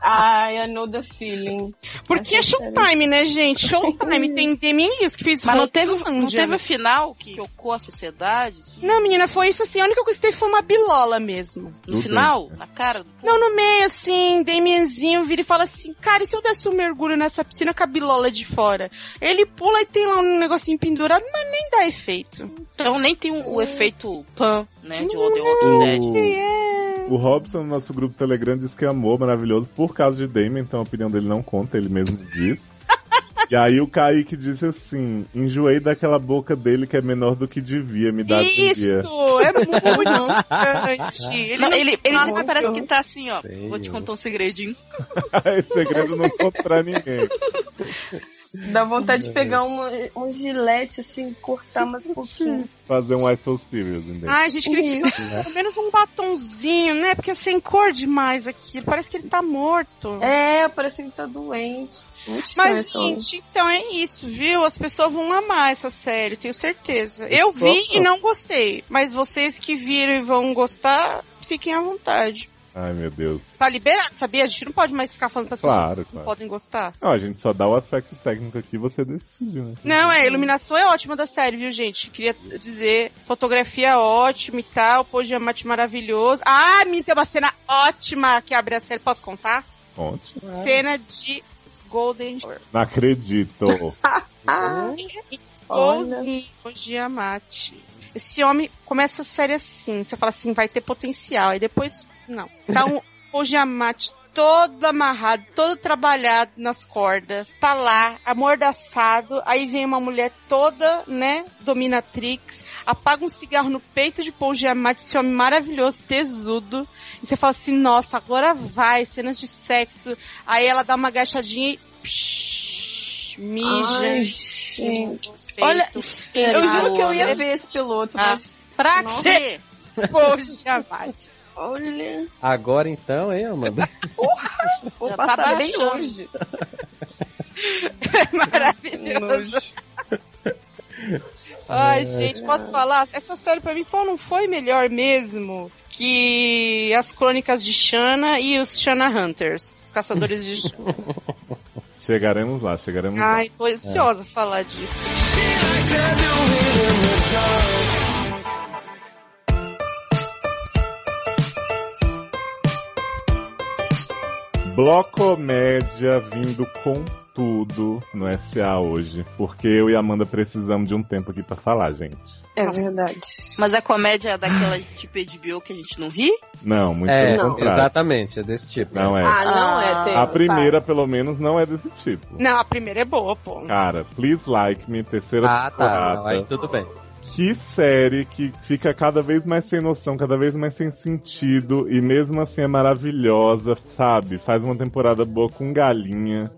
S3: Ai, I know the feeling.
S2: Porque é showtime, né, gente? Showtime. Tem Damien Lewis que fez
S5: Mas não
S2: Hulk
S5: teve, um-
S2: do
S5: não
S2: Índia,
S5: teve
S2: né?
S5: o final que chocou a sociedade? Que-
S2: Não, menina, foi isso assim, a única coisa que teve foi uma bilola mesmo.
S5: No
S1: Tudo
S5: final,
S1: bem.
S5: na cara do
S2: Não, no meio, assim, Damienzinho vira e fala assim, cara, e se eu desse um mergulho nessa piscina com a bilola de fora? Ele pula e tem lá um negocinho pendurado, mas nem dá efeito.
S5: Então nem tem o, o efeito pan, né? De The
S4: Uhum.
S5: Walking Dead.
S2: é
S1: O, o Robson, no nosso grupo Telegram, disse que amou, maravilhoso, por causa de Damon, então a opinião dele não conta, ele mesmo diz. E aí o Kaique disse assim, enjoei daquela boca dele que é menor do que devia, me dá um dia.
S2: Isso, é muito importante. Ele
S5: Não,
S2: não-
S5: ele, ele
S3: Muito.
S5: parece que tá assim, ó.
S4: Sei,
S5: Vou te
S4: eu-
S5: contar um segredinho.
S1: Ah, Esse segredo não conta pra ninguém.
S3: Dá vontade de pegar uma, um gilete, assim, cortar mais um pouquinho.
S1: Fazer um I So Serious, entendeu?
S2: Ai, gente, queria que ele tivesse pelo menos um batonzinho, né? Porque é sem cor demais aqui. Parece que ele tá morto.
S3: É, parece que tá doente. Muito estranho
S2: Mas,
S3: esse homem.
S2: gente, então é isso, viu? As pessoas vão amar essa série, tenho certeza. Eu
S1: Só-
S2: vi e não gostei. Mas vocês que viram e vão gostar, fiquem à vontade.
S1: Ai, meu Deus.
S2: Tá liberado, sabia? A gente não pode mais ficar falando pras pessoas
S1: Claro,
S2: que não
S1: claro.
S2: podem gostar.
S1: Não, a gente só dá o aspecto técnico aqui e você decide, né?
S2: Não, é, a iluminação é ótima da série, viu, gente? Queria dizer, fotografia ótima e tal, pô, diamante maravilhoso. Ah, me tem uma cena ótima que abre a série, posso contar?
S1: Conte.
S4: né?
S2: Cena de Golden Shower.
S1: Não acredito.
S3: Ah, olha.
S2: Igualzinho o Giamatti. Esse homem começa a série assim, você fala assim, vai ter potencial, e depois, não. Tá um, o Giamatti todo amarrado, todo trabalhado nas cordas, tá lá, amordaçado, aí vem uma mulher toda, né, dominatrix, apaga um cigarro no peito de Paul Giamatti, esse homem maravilhoso, tesudo, e você fala assim, nossa, agora vai, cenas de sexo, aí ela dá uma agachadinha e... Psh, mija.
S3: Ai, gente.
S2: Perfeito.
S3: Olha, eu juro que eu ia
S5: Olha.
S3: ver esse piloto,
S5: Ah.
S3: mas...
S5: Pra
S3: Nossa.
S5: quê?
S2: Poxa, Giamatti.
S3: Olha,
S4: Agora então, hein, Amanda?
S3: vou
S5: Já tá
S3: passar bem
S5: baixando.
S3: longe.
S2: É maravilhoso.
S3: Nojo.
S4: É.
S1: É,
S2: Ai, gente, posso falar? Essa série pra mim só não foi melhor mesmo que as crônicas de Shana e os Shana Hunters, os caçadores de Shana.
S1: chegaremos lá, chegaremos lá.
S2: Ai, tô ansiosa falar disso.
S1: Blocomédia vindo com tudo no SA hoje. Porque eu e a Amanda precisamos de um tempo aqui pra falar, gente.
S3: É verdade.
S5: Mas a comédia é daquela tipo HBO que a gente não ri?
S1: Não, muito
S4: É,
S1: pelo contrário.
S4: exatamente, é desse tipo.
S1: Não é.
S3: Ah, não
S5: Ah.
S3: é, tem.
S1: A primeira, pelo menos, não é desse tipo.
S2: tá. Não, a primeira é boa, pô.
S1: Cara, Please Like Me, terceira
S4: Ah, tá.
S1: temporada.
S4: não, Aí tudo bem.
S1: Que série que fica cada vez mais sem noção, cada vez mais sem sentido, e mesmo assim é maravilhosa, sabe? Faz uma temporada boa com galinha,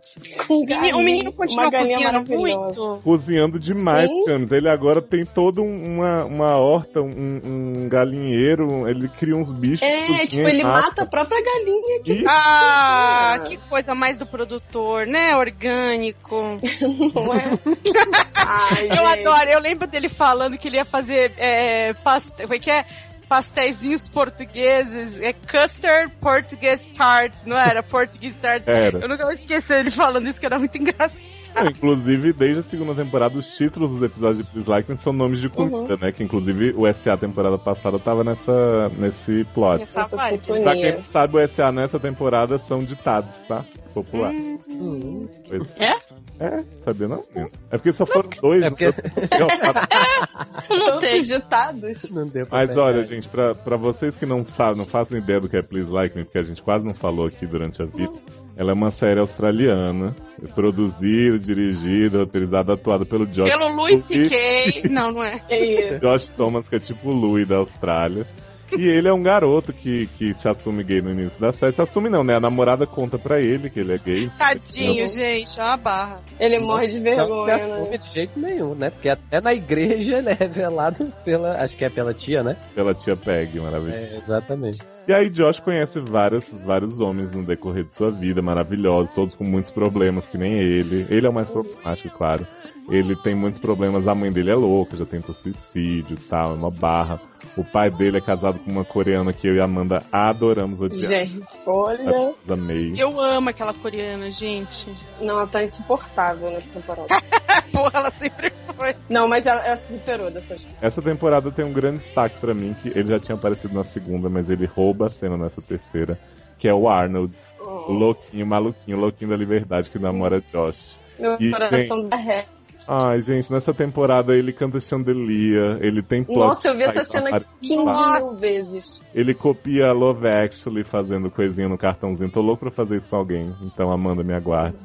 S3: Com galinha,
S2: O menino
S3: uma
S2: continua
S3: galinha
S2: cozinhando
S3: maravilhosa.
S2: muito.
S1: cozinhando demais,
S3: Sim.
S1: Camis. Ele agora tem toda um- uma, uma horta, um, um galinheiro, ele cria uns bichos.
S3: É,
S1: cozinha
S3: tipo,
S1: e
S3: ele mata é a própria galinha.
S1: E
S2: Ah, que coisa mais do produtor, né? Orgânico.
S3: Não é? Ai,
S2: Eu adoro, eu lembro dele falando que ele ia fazer é, past... como é que é? pastéisinhos portugueses, é custard Portuguese tarts, não era? Portuguese tarts.
S1: Era.
S2: Eu nunca vou esquecer ele falando isso, que era muito engraçado.
S1: Não, inclusive, desde a segunda temporada, os títulos dos episódios de Please Like Me são nomes de
S3: Uhum.
S1: comida, né? Que inclusive o SA temporada passada tava nessa, nesse plot.
S6: Essa
S3: Essa
S6: vibe.
S1: Pra
S3: sintonia.
S1: quem não sabe, o SA nessa temporada são ditados, tá? Popular.
S3: Hum.
S1: Pois-
S5: É?
S1: É, sabia não? É porque só foram dois.
S4: É porque-
S1: porque...
S5: Não
S3: Todos
S5: tem.
S3: digitados.
S4: Não deu pra
S1: Mas
S4: pegar.
S1: olha, gente, pra, pra vocês que não sabem, não fazem ideia do que é Please Like Me, porque a gente quase não falou aqui durante a vida, ela é uma série australiana, produzida, dirigida, roteirizada, atuada pelo Josh,
S2: Pelo Luis
S1: Inclusive-
S2: C.K. Não, não é.
S3: É isso.
S1: Josh Thomas, que é tipo o Louis da Austrália. E ele é um garoto que, que se assume gay no início da série. Se assume não, né? A namorada conta pra ele que ele é gay.
S2: Tadinho, gente. É uma barra.
S1: Uhum.
S3: Ele morre de
S4: Não se
S3: vergonha, né?
S4: assume de jeito nenhum, né? Porque até na igreja ele é revelado pela. Acho que é pela tia, né?
S1: Pela tia Peg, maravilhosa.
S4: É, exatamente.
S1: E aí Josh conhece vários, vários homens no decorrer de sua vida, maravilhosos, todos com muitos problemas, que nem ele. Ele é o mais problemático, claro. Ele tem muitos problemas, a mãe dele é louca, já tentou suicídio e tal, é uma barra. O pai dele é casado com uma coreana que eu e a Amanda adoramos odiar.
S3: Gente, olha.
S1: Amei.
S2: Eu amo aquela coreana, gente.
S3: Não, ela tá insuportável nessa temporada.
S2: Porra, ela sempre foi.
S3: Não, mas ela, ela se superou dessa vez.
S1: Essa temporada tem um grande destaque pra mim, que ele já tinha aparecido na segunda, mas ele rouba a cena nessa terceira, que é o Arnold, o
S3: Oh.
S1: louquinho, maluquinho, louquinho da liberdade que namora Josh.
S3: Meu
S1: E,
S3: coração derrete.
S1: Ai, gente, nessa temporada ele canta Chandelier, ele tem plot
S3: Nossa, eu vi essa
S1: twist,
S3: cena
S1: apare-
S3: 15
S1: Nossa.
S3: mil vezes.
S1: Ele copia Love Actually fazendo coisinha no cartãozinho. Tô louco pra fazer isso com alguém, então Amanda, me aguarde.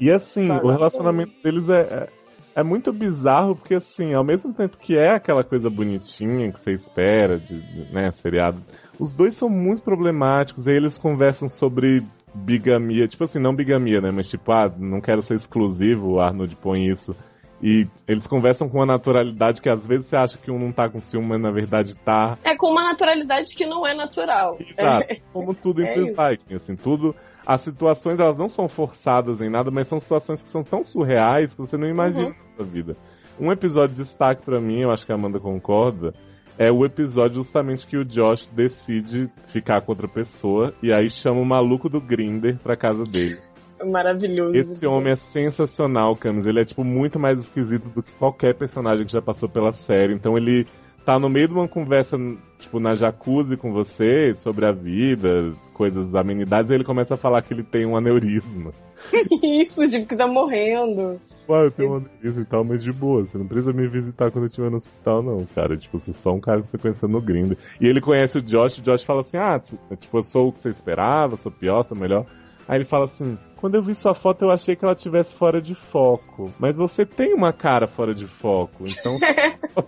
S1: e assim,
S3: Tá
S1: o
S3: lá.
S1: relacionamento deles é, é, é muito bizarro, porque assim, ao mesmo tempo que é aquela coisa bonitinha que você espera de, de, né, seriado, os dois são muito problemáticos, aí eles conversam sobre bigamia, tipo assim, não bigamia, né, mas tipo, ah, não quero ser exclusivo, o Arnold põe isso. E eles conversam com uma naturalidade que às vezes você acha que um não tá com ciúme, mas na verdade tá.
S3: É com uma naturalidade que não é natural.
S1: Exato. Como tudo em
S3: É
S1: Twin
S3: isso.
S1: Viking, assim, tudo. As situações, elas não são forçadas em nada, mas são situações que são tão surreais que você não
S3: Uhum.
S1: imagina na sua vida. Um episódio de destaque pra mim, eu acho que a Amanda concorda, é o episódio justamente que o Josh decide ficar com outra pessoa e aí chama o maluco do Grinder pra casa dele.
S3: É maravilhoso.
S1: Esse homem é sensacional, Camis. Ele é, tipo, muito mais esquisito do que qualquer personagem que já passou pela série. Então ele tá no meio de uma conversa, tipo, na jacuzzi com você, sobre a vida, coisas, amenidades, e ele começa a falar que ele tem um aneurisma.
S3: Isso, tipo, que tá morrendo.
S1: Ué, eu tenho um aneurisma e tal, mas de boa, você não precisa me visitar quando eu estiver no hospital, não, cara. Tipo, eu sou só um cara que você conheceu no grind. E ele conhece o Josh, e o Josh fala assim, ah, t- tipo, eu sou o que você esperava, sou pior, sou melhor. Aí ele fala assim, quando eu vi sua foto eu achei que ela estivesse fora de foco. Mas você tem uma cara fora de foco, então...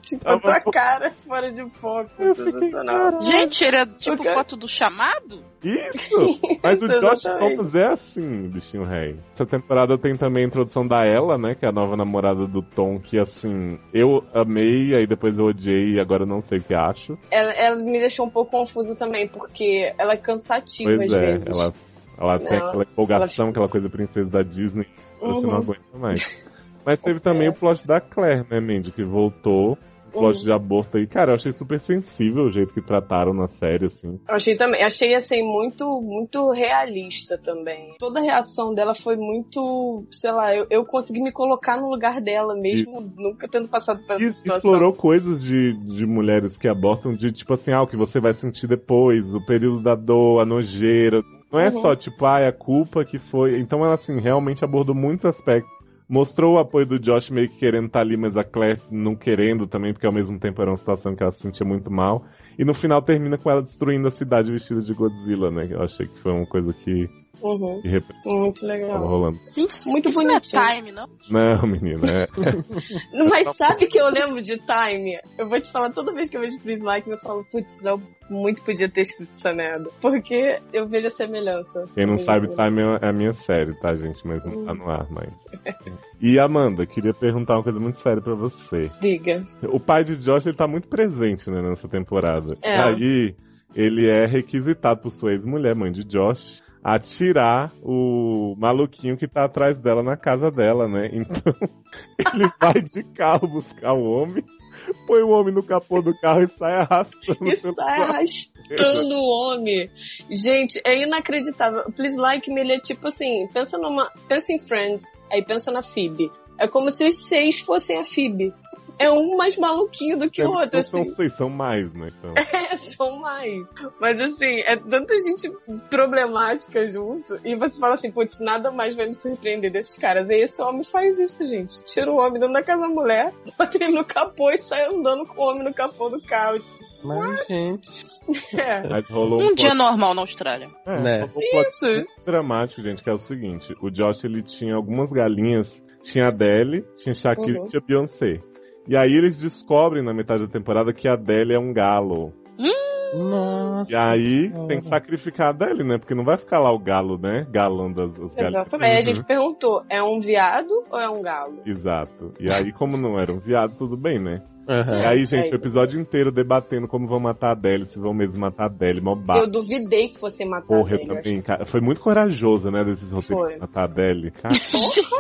S3: Tipo,
S1: Tá
S3: a tua
S1: bom.
S3: cara fora de foco. Sensacional.
S5: Gente, era tipo
S3: cara-
S5: foto do chamado?
S1: Isso! Mas o Josh
S3: exatamente.
S1: Thomas é assim, bichinho rei. Essa temporada tem também a introdução da Ella, né? Que é a nova namorada do Tom, que assim, eu amei, aí depois eu odiei e agora eu não sei o que acho.
S3: Ela, ela me deixou um pouco confusa também, porque ela é cansativa
S1: pois
S3: às
S1: é,
S3: vezes.
S1: ela, ela tem
S3: Ela-
S1: aquela empolgação,
S3: ela-
S1: aquela coisa princesa da Disney, que você não
S3: Uhum,
S1: aguenta mais. Mas teve também o plot da Claire, né, Mandy, que voltou. o Plot
S3: uhum.
S1: de aborto aí, cara, eu achei super sensível o jeito que trataram na série, assim.
S3: Eu achei também, achei assim muito, muito realista também. Toda a reação dela foi muito, sei lá, eu, eu consegui me colocar no lugar dela mesmo, nunca tendo passado por
S1: E
S3: essa situação.
S1: explorou coisas de, de mulheres que abortam, de tipo assim, ah, o que você vai sentir depois, o período da dor, a nojeira. Não é
S3: Uhum.
S1: só tipo, ah, é a culpa que foi. Então ela, assim, realmente abordou muitos aspectos. Mostrou o apoio do Josh meio que querendo estar ali, mas a Claire não querendo também, porque ao mesmo tempo era uma situação que ela se sentia muito mal. E no final termina com ela destruindo a cidade vestida de Godzilla, né? Eu achei que foi uma coisa que,
S3: Uhum,
S1: que representava
S3: muito legal.
S1: rolando.
S5: Gente,
S3: Muito
S5: isso não é
S3: bonitinho.
S5: time, não?
S1: Não, menina, é-
S3: Mas sabe que eu lembro de Time? Eu vou te falar, toda vez que eu vejo Please Like Me, eu falo, putz, não, muito podia ter escrito essa merda. Porque eu vejo a semelhança.
S1: Quem não
S3: Isso.
S1: sabe, tá é minha- é a minha série, tá, gente? Mas não tá no ar, mas. E Amanda, queria perguntar uma coisa muito séria pra você.
S3: Diga.
S1: O pai de Josh, ele tá muito presente, né, nessa temporada.
S3: É.
S1: Aí, ele é requisitado por sua ex-mulher, mãe de Josh, a tirar o maluquinho que tá atrás dela na casa dela, né? Então, ele vai de carro buscar o homem. põe o homem no capô do carro e sai arrastando.
S3: E sai arrastando o homem. Gente, é inacreditável. Please like me, ele é tipo assim, pensa numa. Pensa em Friends, aí pensa na Phoebe. É como se os seis fossem a Phoebe. É um mais maluquinho do que o outro,
S1: Não são
S3: assim.
S1: seis, são mais, né? Então.
S3: É, são mais. Mas assim, é tanta gente problemática junto. E você fala assim, putz, nada mais vai me surpreender desses caras. E esse homem faz isso, gente. Tira o homem dando da casa da mulher, bota ele no capô e sai andando com o homem no capô do carro.
S4: Mas, gente.
S3: É.
S1: Mas rolou
S5: Um
S1: um
S5: dia normal na Austrália.
S1: É,
S4: Né?
S1: um plot
S3: Isso.
S1: dramático, gente, que é o seguinte: o Josh ele tinha algumas galinhas, tinha a Adele, tinha Shakira
S3: Uhum.
S1: e tinha Beyoncé. E aí eles descobrem na metade da temporada que a Adele é um galo.
S4: Nossa.
S1: E aí
S4: Senhora.
S1: tem que sacrificar a Adele, né? Porque não vai ficar lá o galo, né? Galando as, as galinhas.
S3: Exatamente. Aí a
S1: Uhum.
S3: gente perguntou, é um viado ou é um galo?
S1: Exato. E aí, como não era um viado, tudo bem, né? E
S4: Aham.
S1: aí, gente,
S3: É
S1: o episódio inteiro debatendo como vão matar a Adele, se vão mesmo matar a Adele, mó barra.
S3: Eu duvidei que fosse matar
S1: Porra, eu
S3: ele, acho
S1: também, cara. Foi muito corajoso, né, desses
S3: Foi.
S1: roteiros matar a Adele. Cara,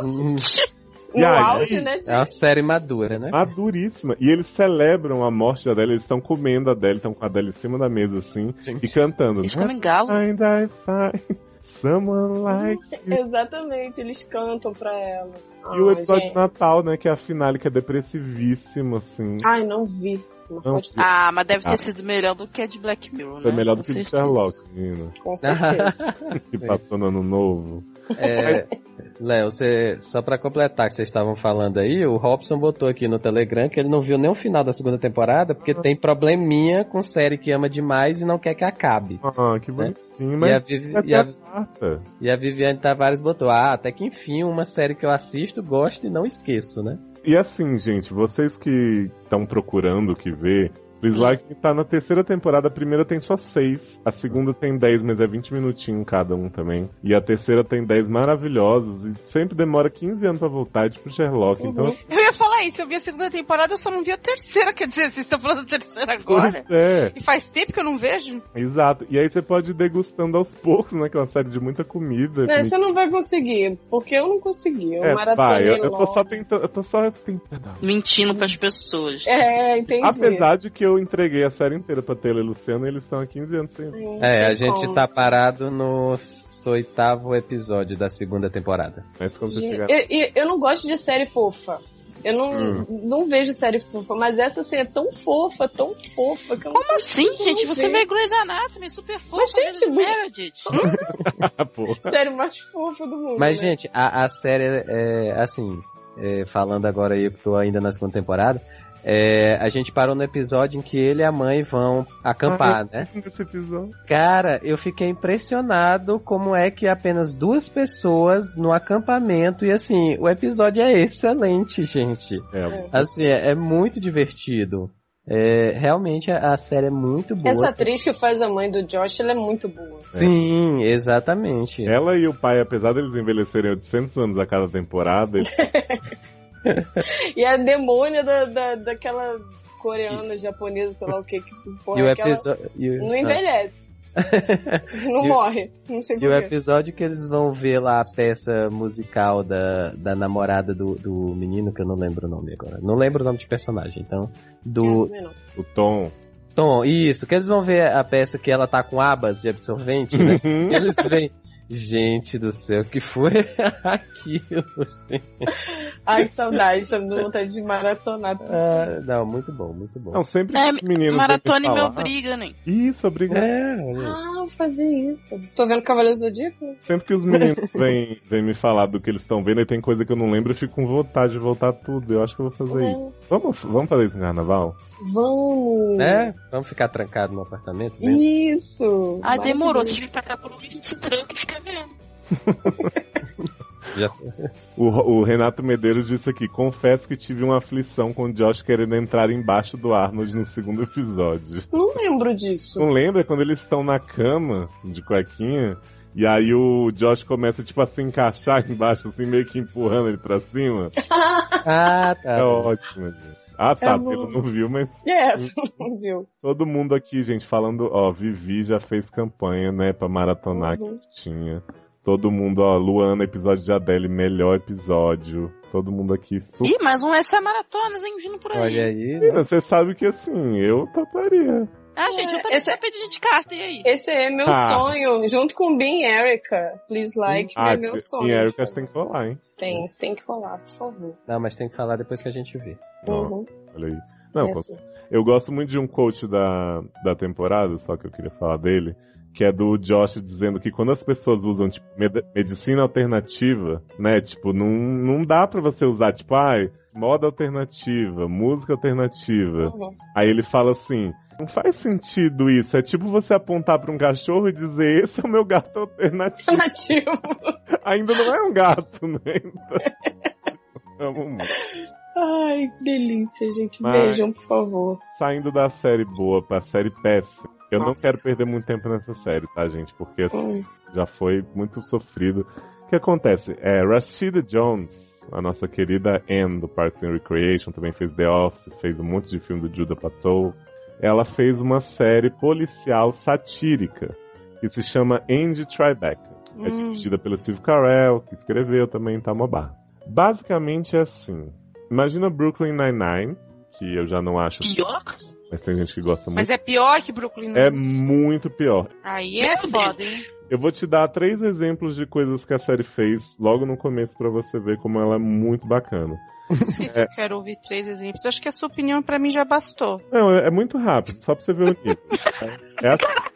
S4: Hum,
S3: que- No
S1: E aí?
S3: auge, né?
S4: É uma série madura, né?
S1: maduríssima. E eles celebram a morte da Adele, eles estão comendo a Adele, estão com a Adele em cima da mesa, assim,
S4: Gente.
S1: e cantando.
S5: Eles comem galo.
S1: Find, I find someone like you.
S3: Exatamente, eles cantam pra ela.
S1: E o
S3: Ah,
S1: episódio
S3: gente.
S1: de Natal, né, que é a finale, que é depressivíssima, assim.
S3: Ai, não vi. Não
S1: Não,
S3: pode...
S5: Ah, mas deve
S1: Ah.
S5: ter sido melhor do que a de Black Mirror, né?
S1: foi melhor do
S5: Com
S1: que o
S5: certeza.
S1: Sherlock, menina,
S3: Com certeza.
S1: que
S4: Sim.
S1: passou no ano novo.
S4: É, Léo, você, só pra completar que vocês estavam falando aí, o Robson botou aqui no Telegram que ele não viu nem o final da segunda temporada porque tem probleminha com série que ama demais e não quer que acabe.
S1: Ah, que bonitinho,
S4: E a,
S1: mas tá-
S4: Vivi-
S1: até
S4: Né? e a-
S1: a quarta.
S4: e a Viviane Tavares botou, ah, até que enfim, uma série que eu assisto, gosto e não esqueço, né?
S1: E assim, gente, vocês que estão procurando o que ver, Please Like Me tá na terceira temporada, a primeira tem só seis, a segunda tem dez, mas é 20 minutinhos cada um também. E a terceira tem dez maravilhosos, e sempre demora 15 anos pra voltar, é tipo Sherlock. Então,
S3: Uhum.
S1: assim,
S2: Eu ia falar isso, eu vi a segunda temporada, eu só não vi a terceira, quer dizer, vocês estão falando da terceira agora?
S1: pois é,
S2: E faz tempo que eu não vejo.
S1: exato. E aí você pode ir degustando aos poucos, né? Que é uma série de muita comida.
S3: Né,
S1: comida-
S3: você não vai conseguir, porque eu não consegui. Eu
S1: É, vai,
S3: maratonei
S1: eu, eu tô
S3: logo.
S1: só tentando. Eu tô só assim, tentando.
S5: Mentindo pras pessoas.
S3: É, entendi.
S1: Apesar de que eu entreguei a série inteira pra Taylor e Luciano, eles estão há 15 anos sem.
S3: Hum, não
S4: É,
S3: sei
S4: a gente
S3: como.
S4: tá parado no s- oitavo episódio da segunda temporada.
S1: Mas quando você
S3: Gente,
S1: chegar.
S3: Eu, eu- eu não gosto de série fofa. Eu não,
S1: Hum.
S3: não vejo série fofa, mas essa assim é tão fofa, tão fofa que é eu não
S5: Como assim, gente? Você
S3: sei.
S5: vê Grey's Anatomy, super fofa.
S3: Mas, gente,
S5: Meredith.
S3: mas-
S5: Meredith.
S1: Ah, pô.
S3: a série mais fofa do mundo.
S4: Mas,
S3: né?
S4: gente, a, a série, é, assim, é, falando agora aí, que eu tô ainda na segunda temporada, é, a gente parou no episódio em que ele e a mãe vão acampar, né?
S1: Esse episódio.
S4: Cara, eu fiquei impressionado como é que apenas duas pessoas no acampamento, e assim, o episódio é excelente, gente.
S1: É,
S4: Assim, é, é muito divertido. É, realmente a, a série é muito boa.
S3: Essa atriz que faz a mãe do Josh, ela é muito boa.
S4: Sim, exatamente.
S3: É.
S5: É.
S1: ela e o pai, apesar deles envelhecerem 800 anos a cada temporada, eles-
S3: E a demônia da, da, daquela coreana, japonesa, sei lá o que, que porra,
S4: E o
S3: é aquela
S4: episódio. e o-
S3: não envelhece. não
S4: E o-
S3: morre. Não sei
S4: E o
S3: por quê.
S4: episódio que eles vão ver lá a peça musical da, da namorada do, do menino, que eu não lembro o nome agora. Não lembro o nome de personagem, então.
S3: Eu
S4: Do
S3: também não.
S1: o Tom.
S4: Tom, isso. Que eles vão ver a peça que ela tá com abas de absorvente, né? E
S5: Uhum.
S4: eles veem. Gente do céu, que foi aquilo?
S3: Ai, que saudade, tá me dando vontade de maratonar. tudo.
S4: Ah, não, muito bom, muito bom.
S1: Não, sempre
S5: É,
S1: que os meninos.
S5: Maratone
S1: ouvem
S5: me
S1: falar-
S5: obriga, né?
S1: Isso, obrigado.
S4: É, olha aí.
S3: Ah, vou fazer isso. Tô vendo Cavaleiros do Zodíaco?
S1: Sempre que os meninos vêm, vêm me falar do que eles estão vendo e tem coisa que eu não lembro, eu fico com vontade de voltar tudo. Eu acho que eu vou fazer isso.
S3: Né?
S1: Vamos, vamos fazer isso no carnaval?
S3: Vamos!
S4: né? Vamos ficar trancado no apartamento? mesmo?
S3: Isso!
S5: Ah,
S3: Maravilha.
S5: demorou. Vocês vêm pra cá por um vídeo, se tranca e fica vendo.
S4: Já-
S1: O, o Renato Medeiros disse aqui: confesso que tive uma aflição com o Josh querendo entrar embaixo do Arnold no segundo episódio.
S3: Não lembro disso.
S1: Não lembra quando eles estão na cama de cuequinha? E aí o Josh começa, tipo, a se encaixar embaixo, assim, meio que empurrando ele pra cima.
S4: Ah, tá.
S1: É ótimo, gente. Ah, tá,
S3: É bom.
S1: ele não viu, mas
S3: É, essa não viu.
S1: todo mundo aqui, gente, falando, ó, Vivi já fez campanha, né, pra maratonar
S3: Uhum.
S1: que tinha. Todo mundo, ó, Luana, episódio de Adele, melhor episódio. Todo mundo aqui super.
S5: Ih, mas um essa maratonas, hein, vindo por aí.
S4: Olha aí, né?
S1: Menina, Você sabe que assim, eu toparia.
S5: Ah, gente, eu também
S3: Esse-
S5: sou pedido de carta, e aí?
S3: Esse é meu
S1: Tá.
S3: sonho, junto com Bean e Erica. Please like,
S1: Ah,
S3: é meu sonho.
S1: em Ericas tem que rolar, hein?
S3: Tem, tem que rolar, por favor.
S4: Não, mas tem que falar depois que a gente vê.
S1: Não,
S3: Uhum.
S1: olha aí. Não,
S3: É
S1: com
S3: assim.
S1: Eu gosto muito de um coach da, da temporada, só que eu queria falar dele, que é do Josh dizendo que quando as pessoas usam tipo, med- medicina alternativa, né? Tipo, não, não dá pra você usar, tipo, ai, moda alternativa, música alternativa.
S3: Uhum.
S1: Aí ele fala assim. Não faz sentido isso. É tipo você apontar pra um cachorro e dizer: Esse é o meu gato alternativo.
S3: Ah, Nativo.
S1: Ainda não é um gato, né? Então, amo muito.
S3: Ai, que delícia, gente.
S1: Mas-
S3: Beijam, por favor.
S1: saindo da série boa pra série péssima. Eu não
S3: Nossa.
S1: quero perder muito tempo nessa série, tá, gente? Porque
S3: Hum.
S1: já foi muito sofrido. O que acontece? É, Rashida Jones, a nossa querida Anne do Parks and Recreation, também fez The Office, fez um monte de filme do Judah Patou. Ela fez uma série policial satírica que se chama Andy Tribeca. É dirigida pelo Steve Carell, que escreveu também tá uma barra. Basicamente é assim. Imagina Brooklyn Nine-Nine, que eu já não acho,
S5: Pior?
S1: mas tem gente que gosta muito.
S2: Mas é pior que Brooklyn.
S1: É
S2: né?
S1: muito pior.
S2: Aí é foda, hein?
S1: Eu vou te dar três exemplos de coisas que a série fez logo no começo pra você ver como ela é muito bacana.
S2: Não sei
S1: É.
S2: se eu quero ouvir três exemplos. Acho que a sua opinião pra mim já bastou.
S1: Não, é, é muito rápido, só pra você ver o nível. tá? É assim.